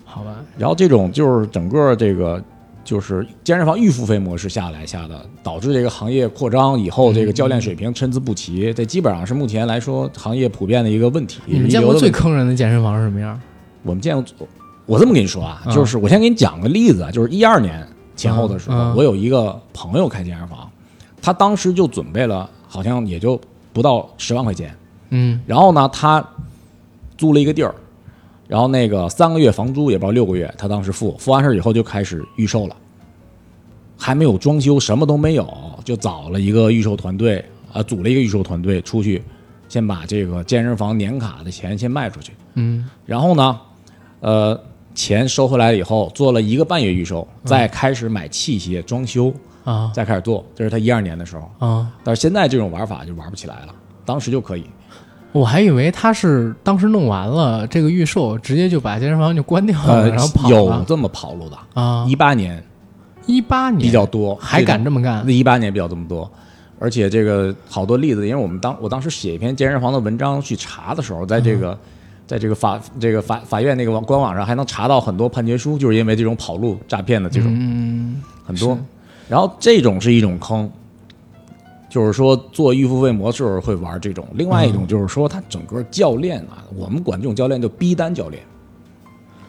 好吧，
然后这种就是整个这个就是健身房预付费模式下来下的，导致这个行业扩张以后，这个教练水平参差不齐，这基本上是目前来说行业普遍的一个问题。
你们
遗
见
留
过
的
最
问题
坑人的健身房是什么样？
我们见过，我这么跟你说
嗯
啊，就是我先给你讲个例子啊，就是一二年前后的时候，
嗯嗯
我有一个朋友开健身房，他当时就准备了，好像也就不到十万块钱，
嗯
然后呢，他租了一个地儿，然后那个三个月房租也不知道六个月，他当时付，付完事儿以后就开始预售了，还没有装修，什么都没有，就找了一个预售团队，啊，组了一个预售团队出去，先把这个健身房年卡的钱先卖出去，
嗯，
然后呢，呃，钱收回来以后，做了一个半月预售，
嗯
再开始买器械装修，
啊
再开始做，这是他一二年的时候，
啊，
但是现在这种玩法就玩不起来了，当时就可以。
我还以为他是当时弄完了这个预售，直接就把健身房就关掉了，
呃
嗯然后跑，
有
了
这么跑路的，
啊。
一八年
一八年
比较多，
还敢这么干？
一八年比较这么多，而且这个好多例子，因为我们当我当时写一篇健身房的文章去查的时候，在这
嗯
个。在这个法这个法法院那个网官网上还能查到很多判决书，就是因为这种跑路诈骗的这种
嗯，
很多。然后这种是一种坑，就是说做预付费模式会玩这种；另外一
嗯
种就是说，他整个教练啊，我们管这种教练叫逼单教练，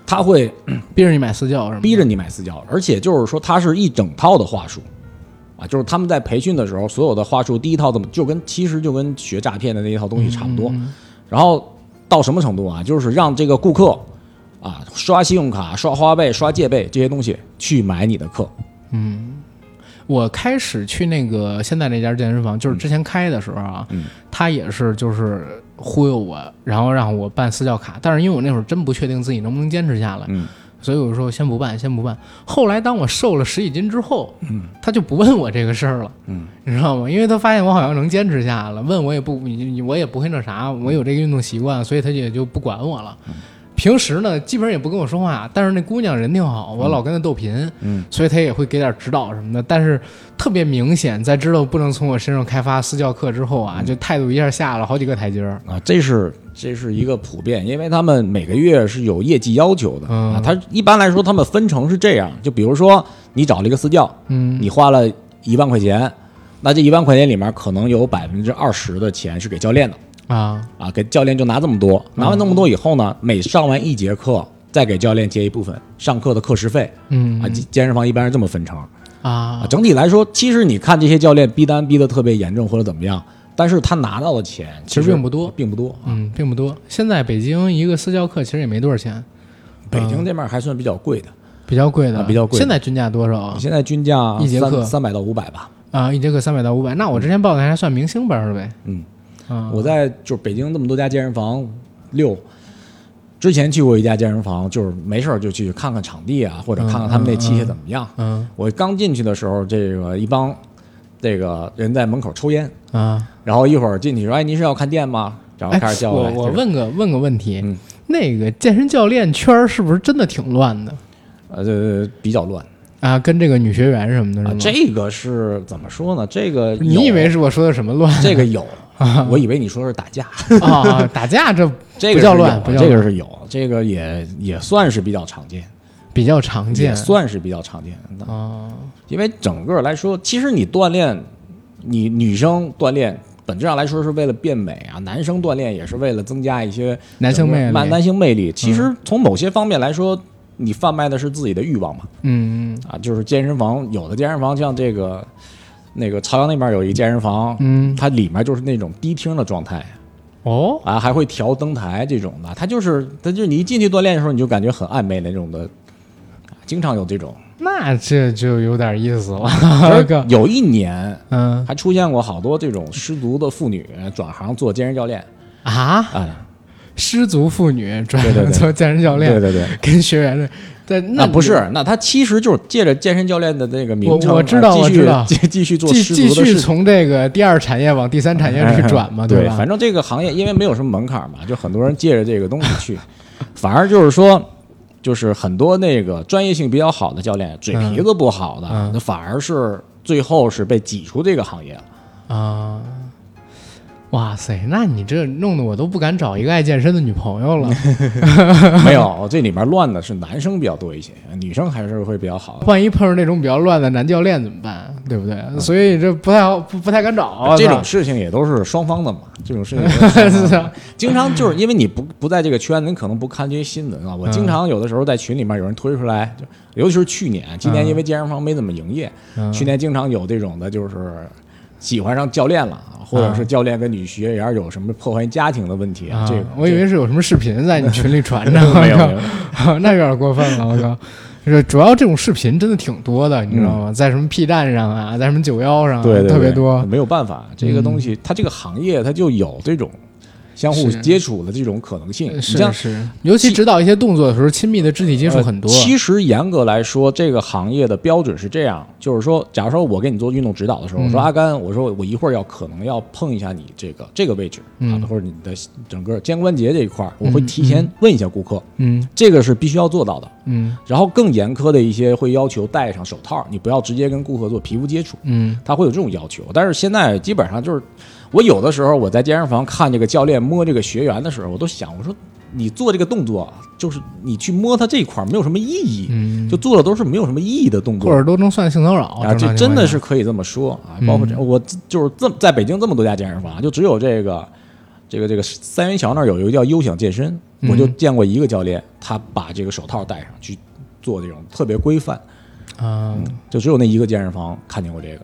他会
逼着你买私教是吗？
逼着你买私教，而且就是说，它是一整套的话术，啊，就是他们在培训的时候，所有的话术，第一套怎么就跟其实就跟学诈骗的那一套东西差不多，然后到什么程度啊？就是让这个顾客啊刷信用卡、刷花呗、刷借呗这些东西去买你的课，
我开始去那个现在那家健身房，
嗯
就是之前开的时候啊，他也是就是忽悠我，然后让我办私教卡，但是因为我那会儿真不确定自己能不能坚持下来，
嗯
所以我说先不办，先不办。后来当我瘦了十几斤之后，他就不问我这个事儿了，
嗯
你知道吗？因为他发现我好像能坚持下来了，问我也不，我也不会那啥，我有这个运动习惯，所以他也就不管我了。平时呢，基本上也不跟我说话，但是那姑娘人挺好，我老跟她斗贫，
嗯，
所以他也会给点指导什么的。但是特别明显，在知道不能从我身上开发私教课之后
嗯
啊，就态度一下下了好几个台阶儿。
啊，这是这是一个普遍，因为他们每个月是有业绩要求的、
嗯
啊。他一般来说，他们分成是这样，就比如说你找了一个私教，
嗯，
你花了一万块钱，那这一万块钱里面可能有百分之二十的钱是给教练的
啊，
啊，给教练就拿这么多，拿完那么多以后呢，每上完一节课再给教练结一部分上课的课时费
嗯
啊，健健身房一般是这么分成。啊
啊，
整体来说，其实你看这些教练逼单逼得特别严重或者怎么样，但是他拿到的钱
其实并不多
并不多。
嗯，并不多。现在北京一个私教课其实也没多少钱，
北
嗯
京这面还算比较贵的，
比较贵的，
啊比较贵嗯
现在均价多少啊
你？现在均价
一节课
三百到五百吧。
啊，一节课三百到五百。那我之前报的还算明星班儿的呗。
嗯，
啊，
我在就是北京那么多家健身房六，之前去过一家健身房，就是没事儿就去看看场地啊，或者看看他们那器械怎么样。
嗯
我刚进去的时候，这个一帮这个人在门口抽烟，
啊，
然后一会儿进去说：“哎，您是要看店吗？”然后开始叫
哎我
来
我
就是
问个问个问题，
嗯
那个健身教练圈儿是不是真的挺乱的
呃，比较乱
啊？跟这个女学员什么的是
啊
吗？。
这个是怎么说呢？这个有
你以为是我说的什么 乱？
这个 有，我以为你说是打架。
啊， 打架这
这
不
个
叫
是
乱
有
不
的
叫
这个
乱
是有，这个也也算是比较常见，
比较常
也
见
算是比较常见的。
啊。
因为整个来说，其实你锻炼，你女生锻炼本质上来说是为了变美啊，男生锻炼也是为了增加一些
男性魅力嗯
男男性魅力。其实从某些方面来说，你贩卖的是自己的欲望嘛。
嗯，
啊，就是健身房，有的健身房像这个那个朝阳那边有一个健身房，
嗯，
它里面就是那种迪厅的状态
哦，
啊，还会调灯台这种 的，它就是它就是你一进去锻炼的时候，你就感觉很暧昧那种的，啊经常有这种。
那这就有点意思 了，哥，
有一年
嗯
还出现过好多这种失足的妇女转行做健身教练
啊，
啊，
失足妇女转
对对对
做健身 教
对
练，
对对。
跟学员的，但那
那不是，那他其实就是借着健身教练的这个名称，
我我知道
啊继续
我知道
继继续做
继
失
继
足的
续
事情。
从这个第二产业往第三产业去转 嘛，
哎对
吧？
反正这个行业因为没有什么门槛嘛，就很多人借着这个东西去， 反而就是说，就是很多那个专业性比较好的教练，嘴皮子不好的，
嗯
那反而是最后是被挤出这个行 业了。
啊，哇塞，那你这弄得我都不敢找一个爱健身的女朋友了。
没有，这里面乱的是男生比较多一些，女生还是会比较好。
万一碰上那种比较乱的男教练怎么办？对不对？所以这不太好，不不太敢找啊。
嗯这种
是
事情也都是双方的嘛，这种事情也都是双 方的
吧
经常就是因为你不不在这个圈子，你可能不看这些新闻啊。我经常有的时候在群里面有人推出来，就尤其是去年，今年因为健身房没怎么营业，
嗯
去年经常有这种的，就是喜欢上教练了，或者是教练跟女学员有什么破坏家庭的问题
啊
这个
我以为是啊有什么视频在你群里传着，
这个没有
我
没有，
靠 那有点过分了，我靠。这主要这种视频真的挺多的，你知道吗？在什么 P 站上啊，在什么九幺上啊，
嗯对对对
特别多。嗯
没有办法，这个东西它这个行业它就有这种相互
是
接触的这种可能性。你
是
像
是，尤其
其
指导一些动作的时候，亲密的肢体接触
呃
很多。
其实严格来说，这个行业的标准是这样，就是说，假如说我给你做运动指导的
嗯
时候，我说阿甘，我说我一会儿要可能要碰一下你这个这个位置、
嗯
啊，或者你的整个肩关节这一块儿，我会提前问一下顾客，
嗯
这个是必须要做到的。
嗯
然后更严苛的一些会要求戴上手套，你不要直接跟顾客做皮肤接触。
嗯
他会有这种要求。但是现在基本上就是，我有的时候我在健身房看这个教练摸这个学员的时候，我都想，我说你做这个动作，就是你去摸他这一块儿没有什么意义，
嗯，
就做的都是没有什么意义的动
或
作
者。都能算性骚扰哦
啊，这
正常情况
真的
下
是可以这么说啊！
嗯
包括这，我就是这么在北京这么多家健身房，就只有这个，这个这个三元桥那儿有一个叫优享健身，
嗯
我就见过一个教练，他把这个手套戴上去做这种特别规范，
啊、
就只有那一个健身房看见过这个。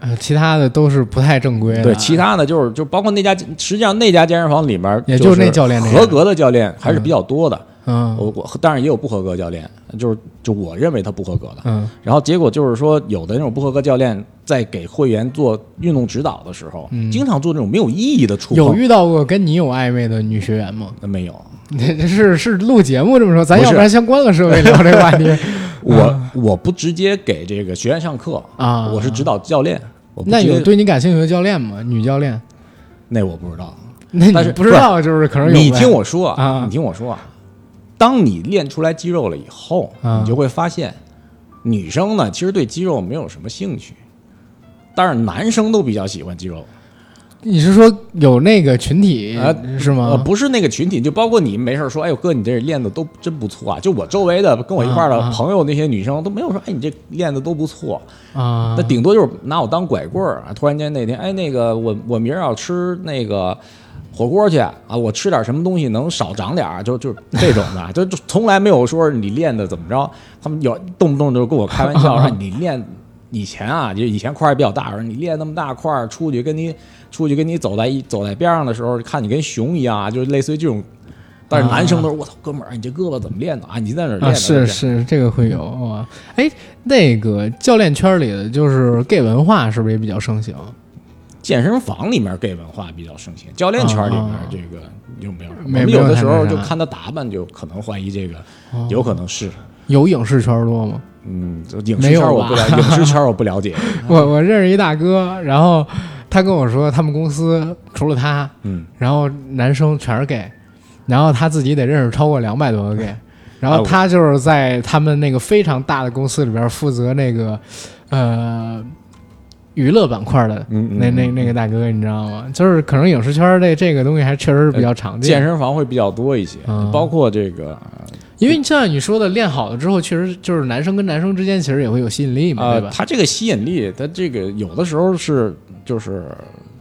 呃，其他的都是不太正规的。
对，其他的就是就包括那家，实际上那家健身房里面
也
就
就是那教练那样
合格的教练还是比较多的。
嗯
我我当然也有不合格教练，就是就我认为他不合格的。
嗯
然后结果就是说，有的那种不合格教练在给会员做运动指导的时候，经常做这种没有意义的触
嗯
碰。
有遇啊到过跟你有暧昧的女学员吗？
呃没有，
是是录节目这么说，咱
不
要
是
不然先关了设备聊这个 话题
我我不直接给这个学员上课，
啊？
我是指导教练。我不
那
直接
有对你感兴趣的教练吗？女教练？
那我不知道，
那
但
你
是
不知道就是可能有呗。
你听我说
啊
你听我说啊，当你练出来肌肉了以后，
啊
你就会发现，女生呢其实对肌肉没有什么兴趣，但是男生都比较喜欢肌肉。
你是说有那个群体、
啊
是
呃，
吗？
不是那个群体，就包括你没事儿说，哎呦哥，你这练的都真不错啊！就我周围的跟我一块儿
啊啊
的朋友那些女生都没有说，哎，你这练的都呃不错。
啊
那，顶多就是拿我当拐棍儿啊！突然间那天，哎，那个我我明儿要吃那个火锅去啊，我吃点什么东西能少长点儿，就就这种的，就就从来没有说你练的怎么着，他们有动不动就跟我开玩笑 说你练。以前啊，就以前块儿比较大，说你练那么大块儿，出去跟你出去跟你走在一走在边上的时候，看你跟熊一样啊，就是类似于这种。但是男生都说：“我操，哥们儿，你这胳膊怎么练的啊？你在哪儿练的？”
啊，是
这样
是，这个会有啊。哎，那个教练圈里的就是 gay 文化是不是也比较盛行？
健身房里面 gay 文化比较盛行，教练圈里面
啊
这个就没有什么。
没
我们
没有
有的
太
时
那
候
啥
就看他打扮，就可能怀疑这个，
哦
有可能是。
有影视圈多吗？
嗯，就影
没
视
有
圈我不了，影视圈我不了解。
我我认识一大哥，然后他跟我说，他们公司除了他，
嗯，
然后男生全是 gay，然后他自己得认识超过两百多个 gay，然
哎
后
我
他就是在他们那个非常大的公司里边负责那个呃娱乐板块的
嗯嗯
那那那个大哥，你知道吗？就是可能影视圈这这个东西还确实是比较常
健
见，
身房会比较多一些
嗯，
包括这个
因为像你说的，练好了之后，确实就是男生跟男生之间其实也会有吸引力嘛，
呃
对，吧？
他这个吸引力，他这个有的时候是就是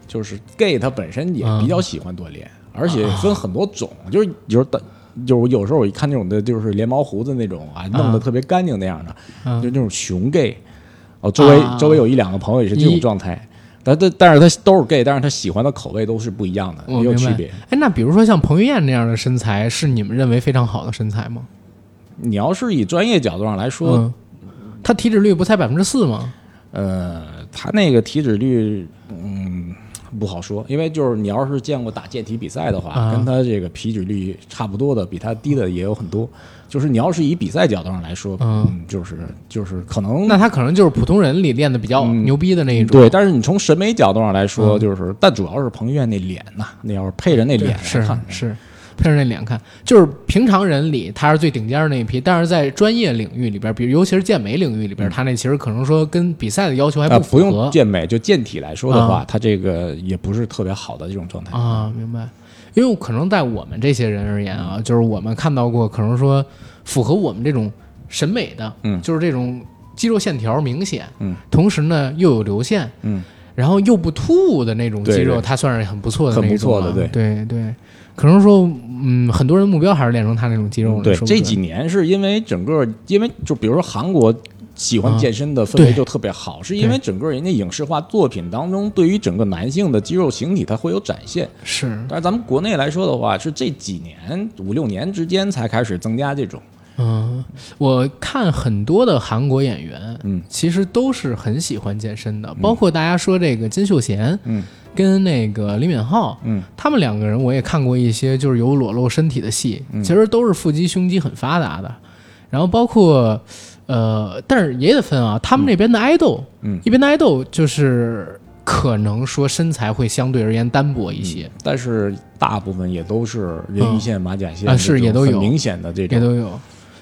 就是 gay，他
啊
本身也比较喜欢锻炼，而且分很多种，
啊
就是有的。就是有时候我一看那种的，就是连毛胡子那种啊，弄得特别干净那样的，
嗯
就那种熊 gay，哦，周围、
啊
周围有一两个朋友也是这
一
种状态，但但但是他都是 gay，但是他喜欢的口味都是不一样的，
我
也有
明
区
白
别。。
哎，那比如说像彭于晏那样的身材，是你们认为非常好的身材吗？
你要是以专业角度上来说，
嗯它体脂率不才百分之四吗？
呃，它那个体脂率，嗯，不好说，因为就是你要是见过打健体比赛的话，
啊
跟它这个体脂率差不多的，比它低的也有很多。就是你要是以比赛角度上来说，
嗯
嗯，就是就是可能
那它可能就是普通人里练的比较牛逼的那一种。
嗯对，但是你从审美角度上来说，
嗯
就是但主要是彭于晏那脸呐、那要是配着那
对
脸来
是
看，
是，配上那脸看，就是平常人里他是最顶尖的那一批，但是在专业领域里边，比如尤其是健美领域里边，他那其实可能说跟比赛的要求还
嗯啊，
符
不
合
用健美，就健体来说的话，它这个也不是特别好的这种状态。
啊，明白。因为可能在我们这些人而言啊，就是我们看到过，可能说符合我们这种审美的，
嗯
就是这种肌肉线条明显，
嗯，
同时呢又有流线，
嗯，
然后又不突兀的那种
对
肌肉，
对
它算是很不错的那
很
一
不错
种了
的
对对，可能说，嗯，很多人目标还是练成他那种肌肉了，
嗯对，
说不
这
准
几年是因为整个，因为就比如说韩国喜欢健身的氛
啊对
围就特别好，是因为整个人家影视化作品当中对于整个男性的肌肉形体它会有展现。
是，
但是咱们国内来说的话，是这几年五六年之间才开始增加这种。
嗯，我看很多的韩国演员，
嗯，
其实都是很喜欢健身的，包括大家说这个金秀贤，
嗯，
跟那个李敏镐，
嗯，
他们两个人我也看过一些就是有裸露身体的戏，
嗯
其实都是腹肌胸肌很发达的，然后包括呃，但是也得分啊，他们那边的爱豆，
嗯
一边的爱豆就是可能说身材会相对而言单薄一些，
但是大部分也都是人鱼线、马甲线
啊是
这种
也都有
很明显的这
也
种。
都有。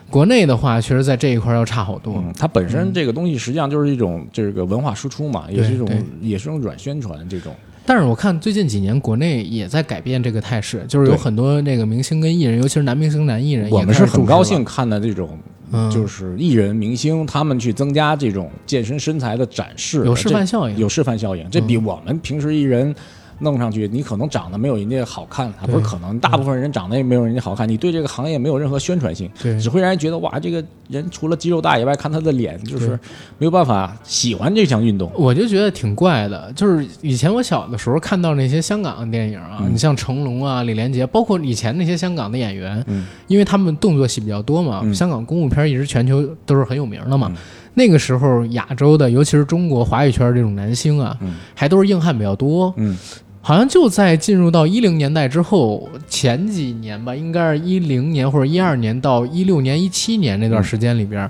国内的话，确实在这一块要差好多。
嗯，它本身这个东西实际上就是一种这个文化输出嘛，也是一种
对
也是一种软宣传这种。
但是我看最近几年国内也在改变这个态势，就是有
对
很多那个明星跟艺人，尤其是男明星、男艺人，
我们
也开始
是很
重视了
高兴，看到这种，
嗯，
就是艺人明星他们去增加这种健身身材的展示，
有示范
这
效应嗯
有示范效应，这比我们平时艺人。弄上去，你可能长得没有人家好看，啊，不是可能，大部分人长得也没有人家好看，你对这个行业没有任何宣传性，
对
只会让人哎觉得哇，这个人除了肌肉大以外，看他的脸就是没有办法喜欢这项运动。
我就觉得挺怪的，就是以前我小的时候看到那些香港的电影
嗯
啊，你像成龙啊、李连杰，包括以前那些香港的演员，
嗯
因为他们动作戏比较多嘛，香港功夫片一直全球都是很有名的嘛。
嗯
那个时候亚洲的，尤其是中国华语圈这种男星啊，还都是硬汉比较多。
嗯
好像就在进入到一零年代之后，前几年吧，应该是一零年或者一二年到一六年、一七年那段时间里边，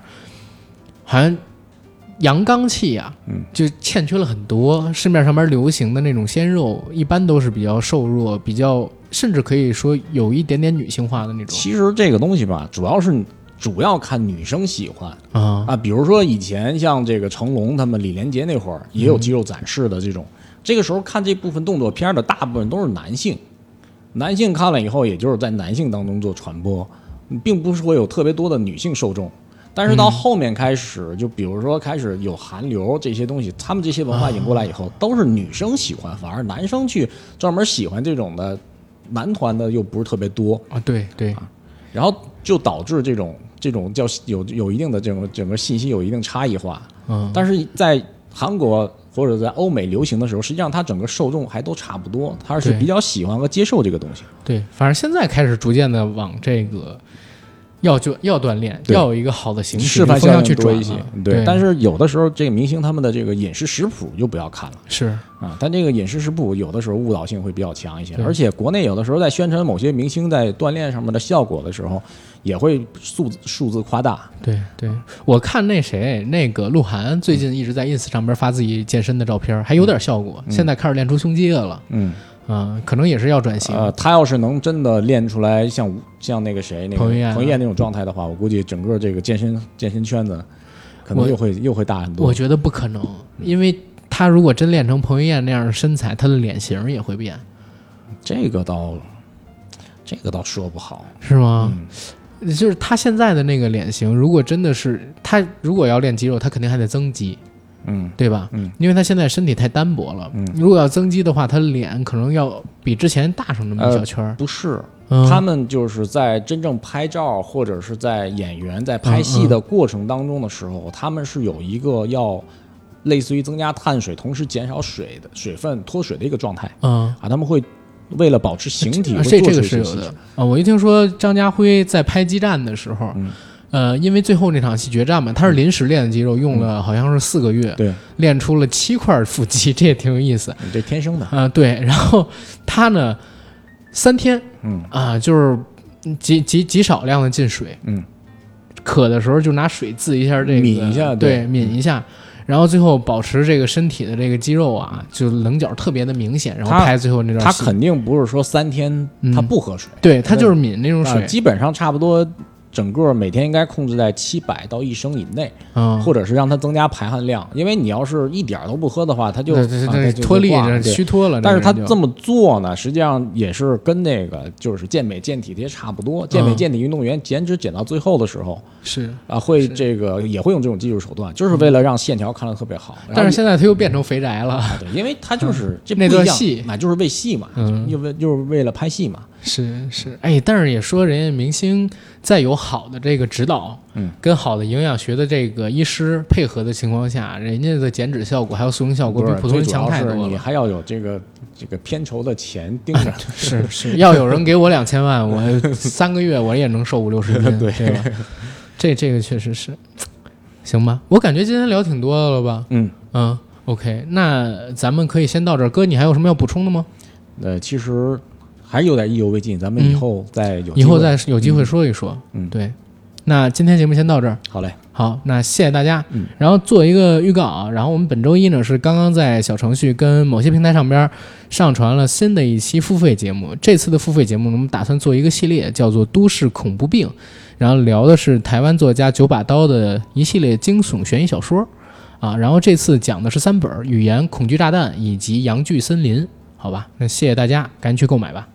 好像阳刚气啊，
嗯
就欠缺了很多。市面上面流行的那种鲜肉，一般都是比较瘦弱，比较甚至可以说有一点点女性化的那种
其实这个东西吧，主要是主要看女生喜欢
啊。
啊，比如说以前像这个成龙他们、李连杰那会儿也有肌肉展示的这种，这个时候看这部分动作片的大部分都是男性，男性看了以后，也就是在男性当中做传播，并不是会有特别多的女性受众。但是到后面开始，就比如说开始有韩流这些东西，他们这些文化引过来以后，都是女生喜欢，反而男生去专门喜欢这种的男团的又不是特别多。
啊，对对，
然后就导致这种这种叫有有一定的这种整个信息有一定差异化。
嗯，
但是在韩国或者在欧美流行的时候，实际上它整个受众还都差不多，它是
对
比较喜欢和接受这个东西。
对，反正现在开始逐渐的往这个要就要锻炼，
对
要有一个好的形式，
示范
风
效
向
应
去
多
转
一些
了，
对
对，。
但是有的时候，这个明星他们的这个饮食食谱就不要看了
是
啊。但这个饮食食谱有的时候误导性会比较强一些，
对
而且国内有的时候在宣传某些明星在锻炼上面的效果的时候，也会数字数字夸大。
对对，我看那谁那个鹿晗最近一直在 ins 上面发自己健身的照片儿，还有点效果，现在开始练出胸肌来了，
嗯。
嗯，可能也是要转型，
呃，他要是能真的练出来像吴像那个谁，那个
彭于晏啊
彭于晏那种状态的话，我估计整个这个健身健身圈子可能
我
又会又会大很
我
多。
觉得不可能，因为他如果真练成彭于晏那样的身材，他的脸型也会变，
这个倒这个倒说不好。
是吗？
嗯
就是他现在的那个脸型，如果真的是他如果要练肌肉，他肯定还得增肌，
嗯，
对吧？
嗯，
因为他现在身体太单薄了，
嗯
如果要增肌的话，他的脸可能要比之前大上那么一小圈儿。
不是，
嗯，
呃他们就是在真正拍照或者是在演员在
嗯
拍戏的过程当中的时候，他们是有一个要类似于增加碳水，同时减少水的水分脱水的一个状态
嗯。
啊，他们会为了保持形体
啊 这
会做
这个
出一
是
些
有
牺牲嗯
的啊！我一听说张家辉在拍《激战》的时候，呃，因为最后那场戏决战嘛，他是临时练的肌肉，用了好像是四个月，
嗯对，
练出了七块腹肌， 这也挺有意思。
你这天生的，
啊、对，然后他呢，三天
嗯
啊、就是极极极少量的进水，
嗯，
渴的时候就拿水渍一下这个，
抿一下
对，
对嗯
抿一下。然后最后保持这个身体的这个肌肉啊，就棱角特别的明显，然后
他
拍最后那段
他
戏
肯定不是说三天
嗯
他不喝水，
对他就是抿那种
啊
水，
基本上差不多。整个每天应该控制在七百到一升以内，
嗯，
或者是让它增加排汗量，因为你要是一点儿都不喝的话，它就
对对对
啊它
对
就
脱力
挂
这
了对
虚脱了。
但是他这
么
么做呢，实际上也是跟那个就是健美健体这些差不多。健
嗯
美健体运动员减脂减到最后的时候
是，
啊，会这个也会用这种技术手段，就是为了让线条看得特别好。然后
但是现嗯在他又变成肥宅了，
对，因为他就是这不
那
一
段
样
戏
嘛，就是为戏嘛，
嗯
因为就是为了拍戏嘛。
是是，哎，但是也说人家明星在有好的这个指导，
嗯，
跟好的营养学的这个医师配合的情况下，人家的减脂效果还有塑形效果
不
比
是
普通人
最主
强
要
太
是
多
你
了。
还要有这个这个片酬的钱盯 着。
是是，要有人给我两千万，我三个月我也能瘦五六十斤，对
对
吧？这这个确实是，行吧？我感觉今天聊挺多的了吧？
嗯，
嗯，OK，那咱们可以先到这儿。哥，你还有什么要补充的吗？
呃，其实还有点意犹未尽，咱们以
嗯
后再有
以后
机会
再有机会说一说。
嗯
对。那今天节目先到这儿，
好嘞，
好，那谢谢大家。
嗯
然后做一个预告啊，然后我们本周一呢是刚刚在小程序跟某些平台上边儿上传了新的一期付费节目。这次的付费节目呢，我们打算做一个系列，叫做《都市恐怖病》，然后聊的是台湾作家九把刀的一系列惊悚悬疑小说啊。然后这次讲的是三本儿：《语言》《恐惧炸弹》以及《阳具森林》。好吧，那谢谢大家，赶紧去购买吧。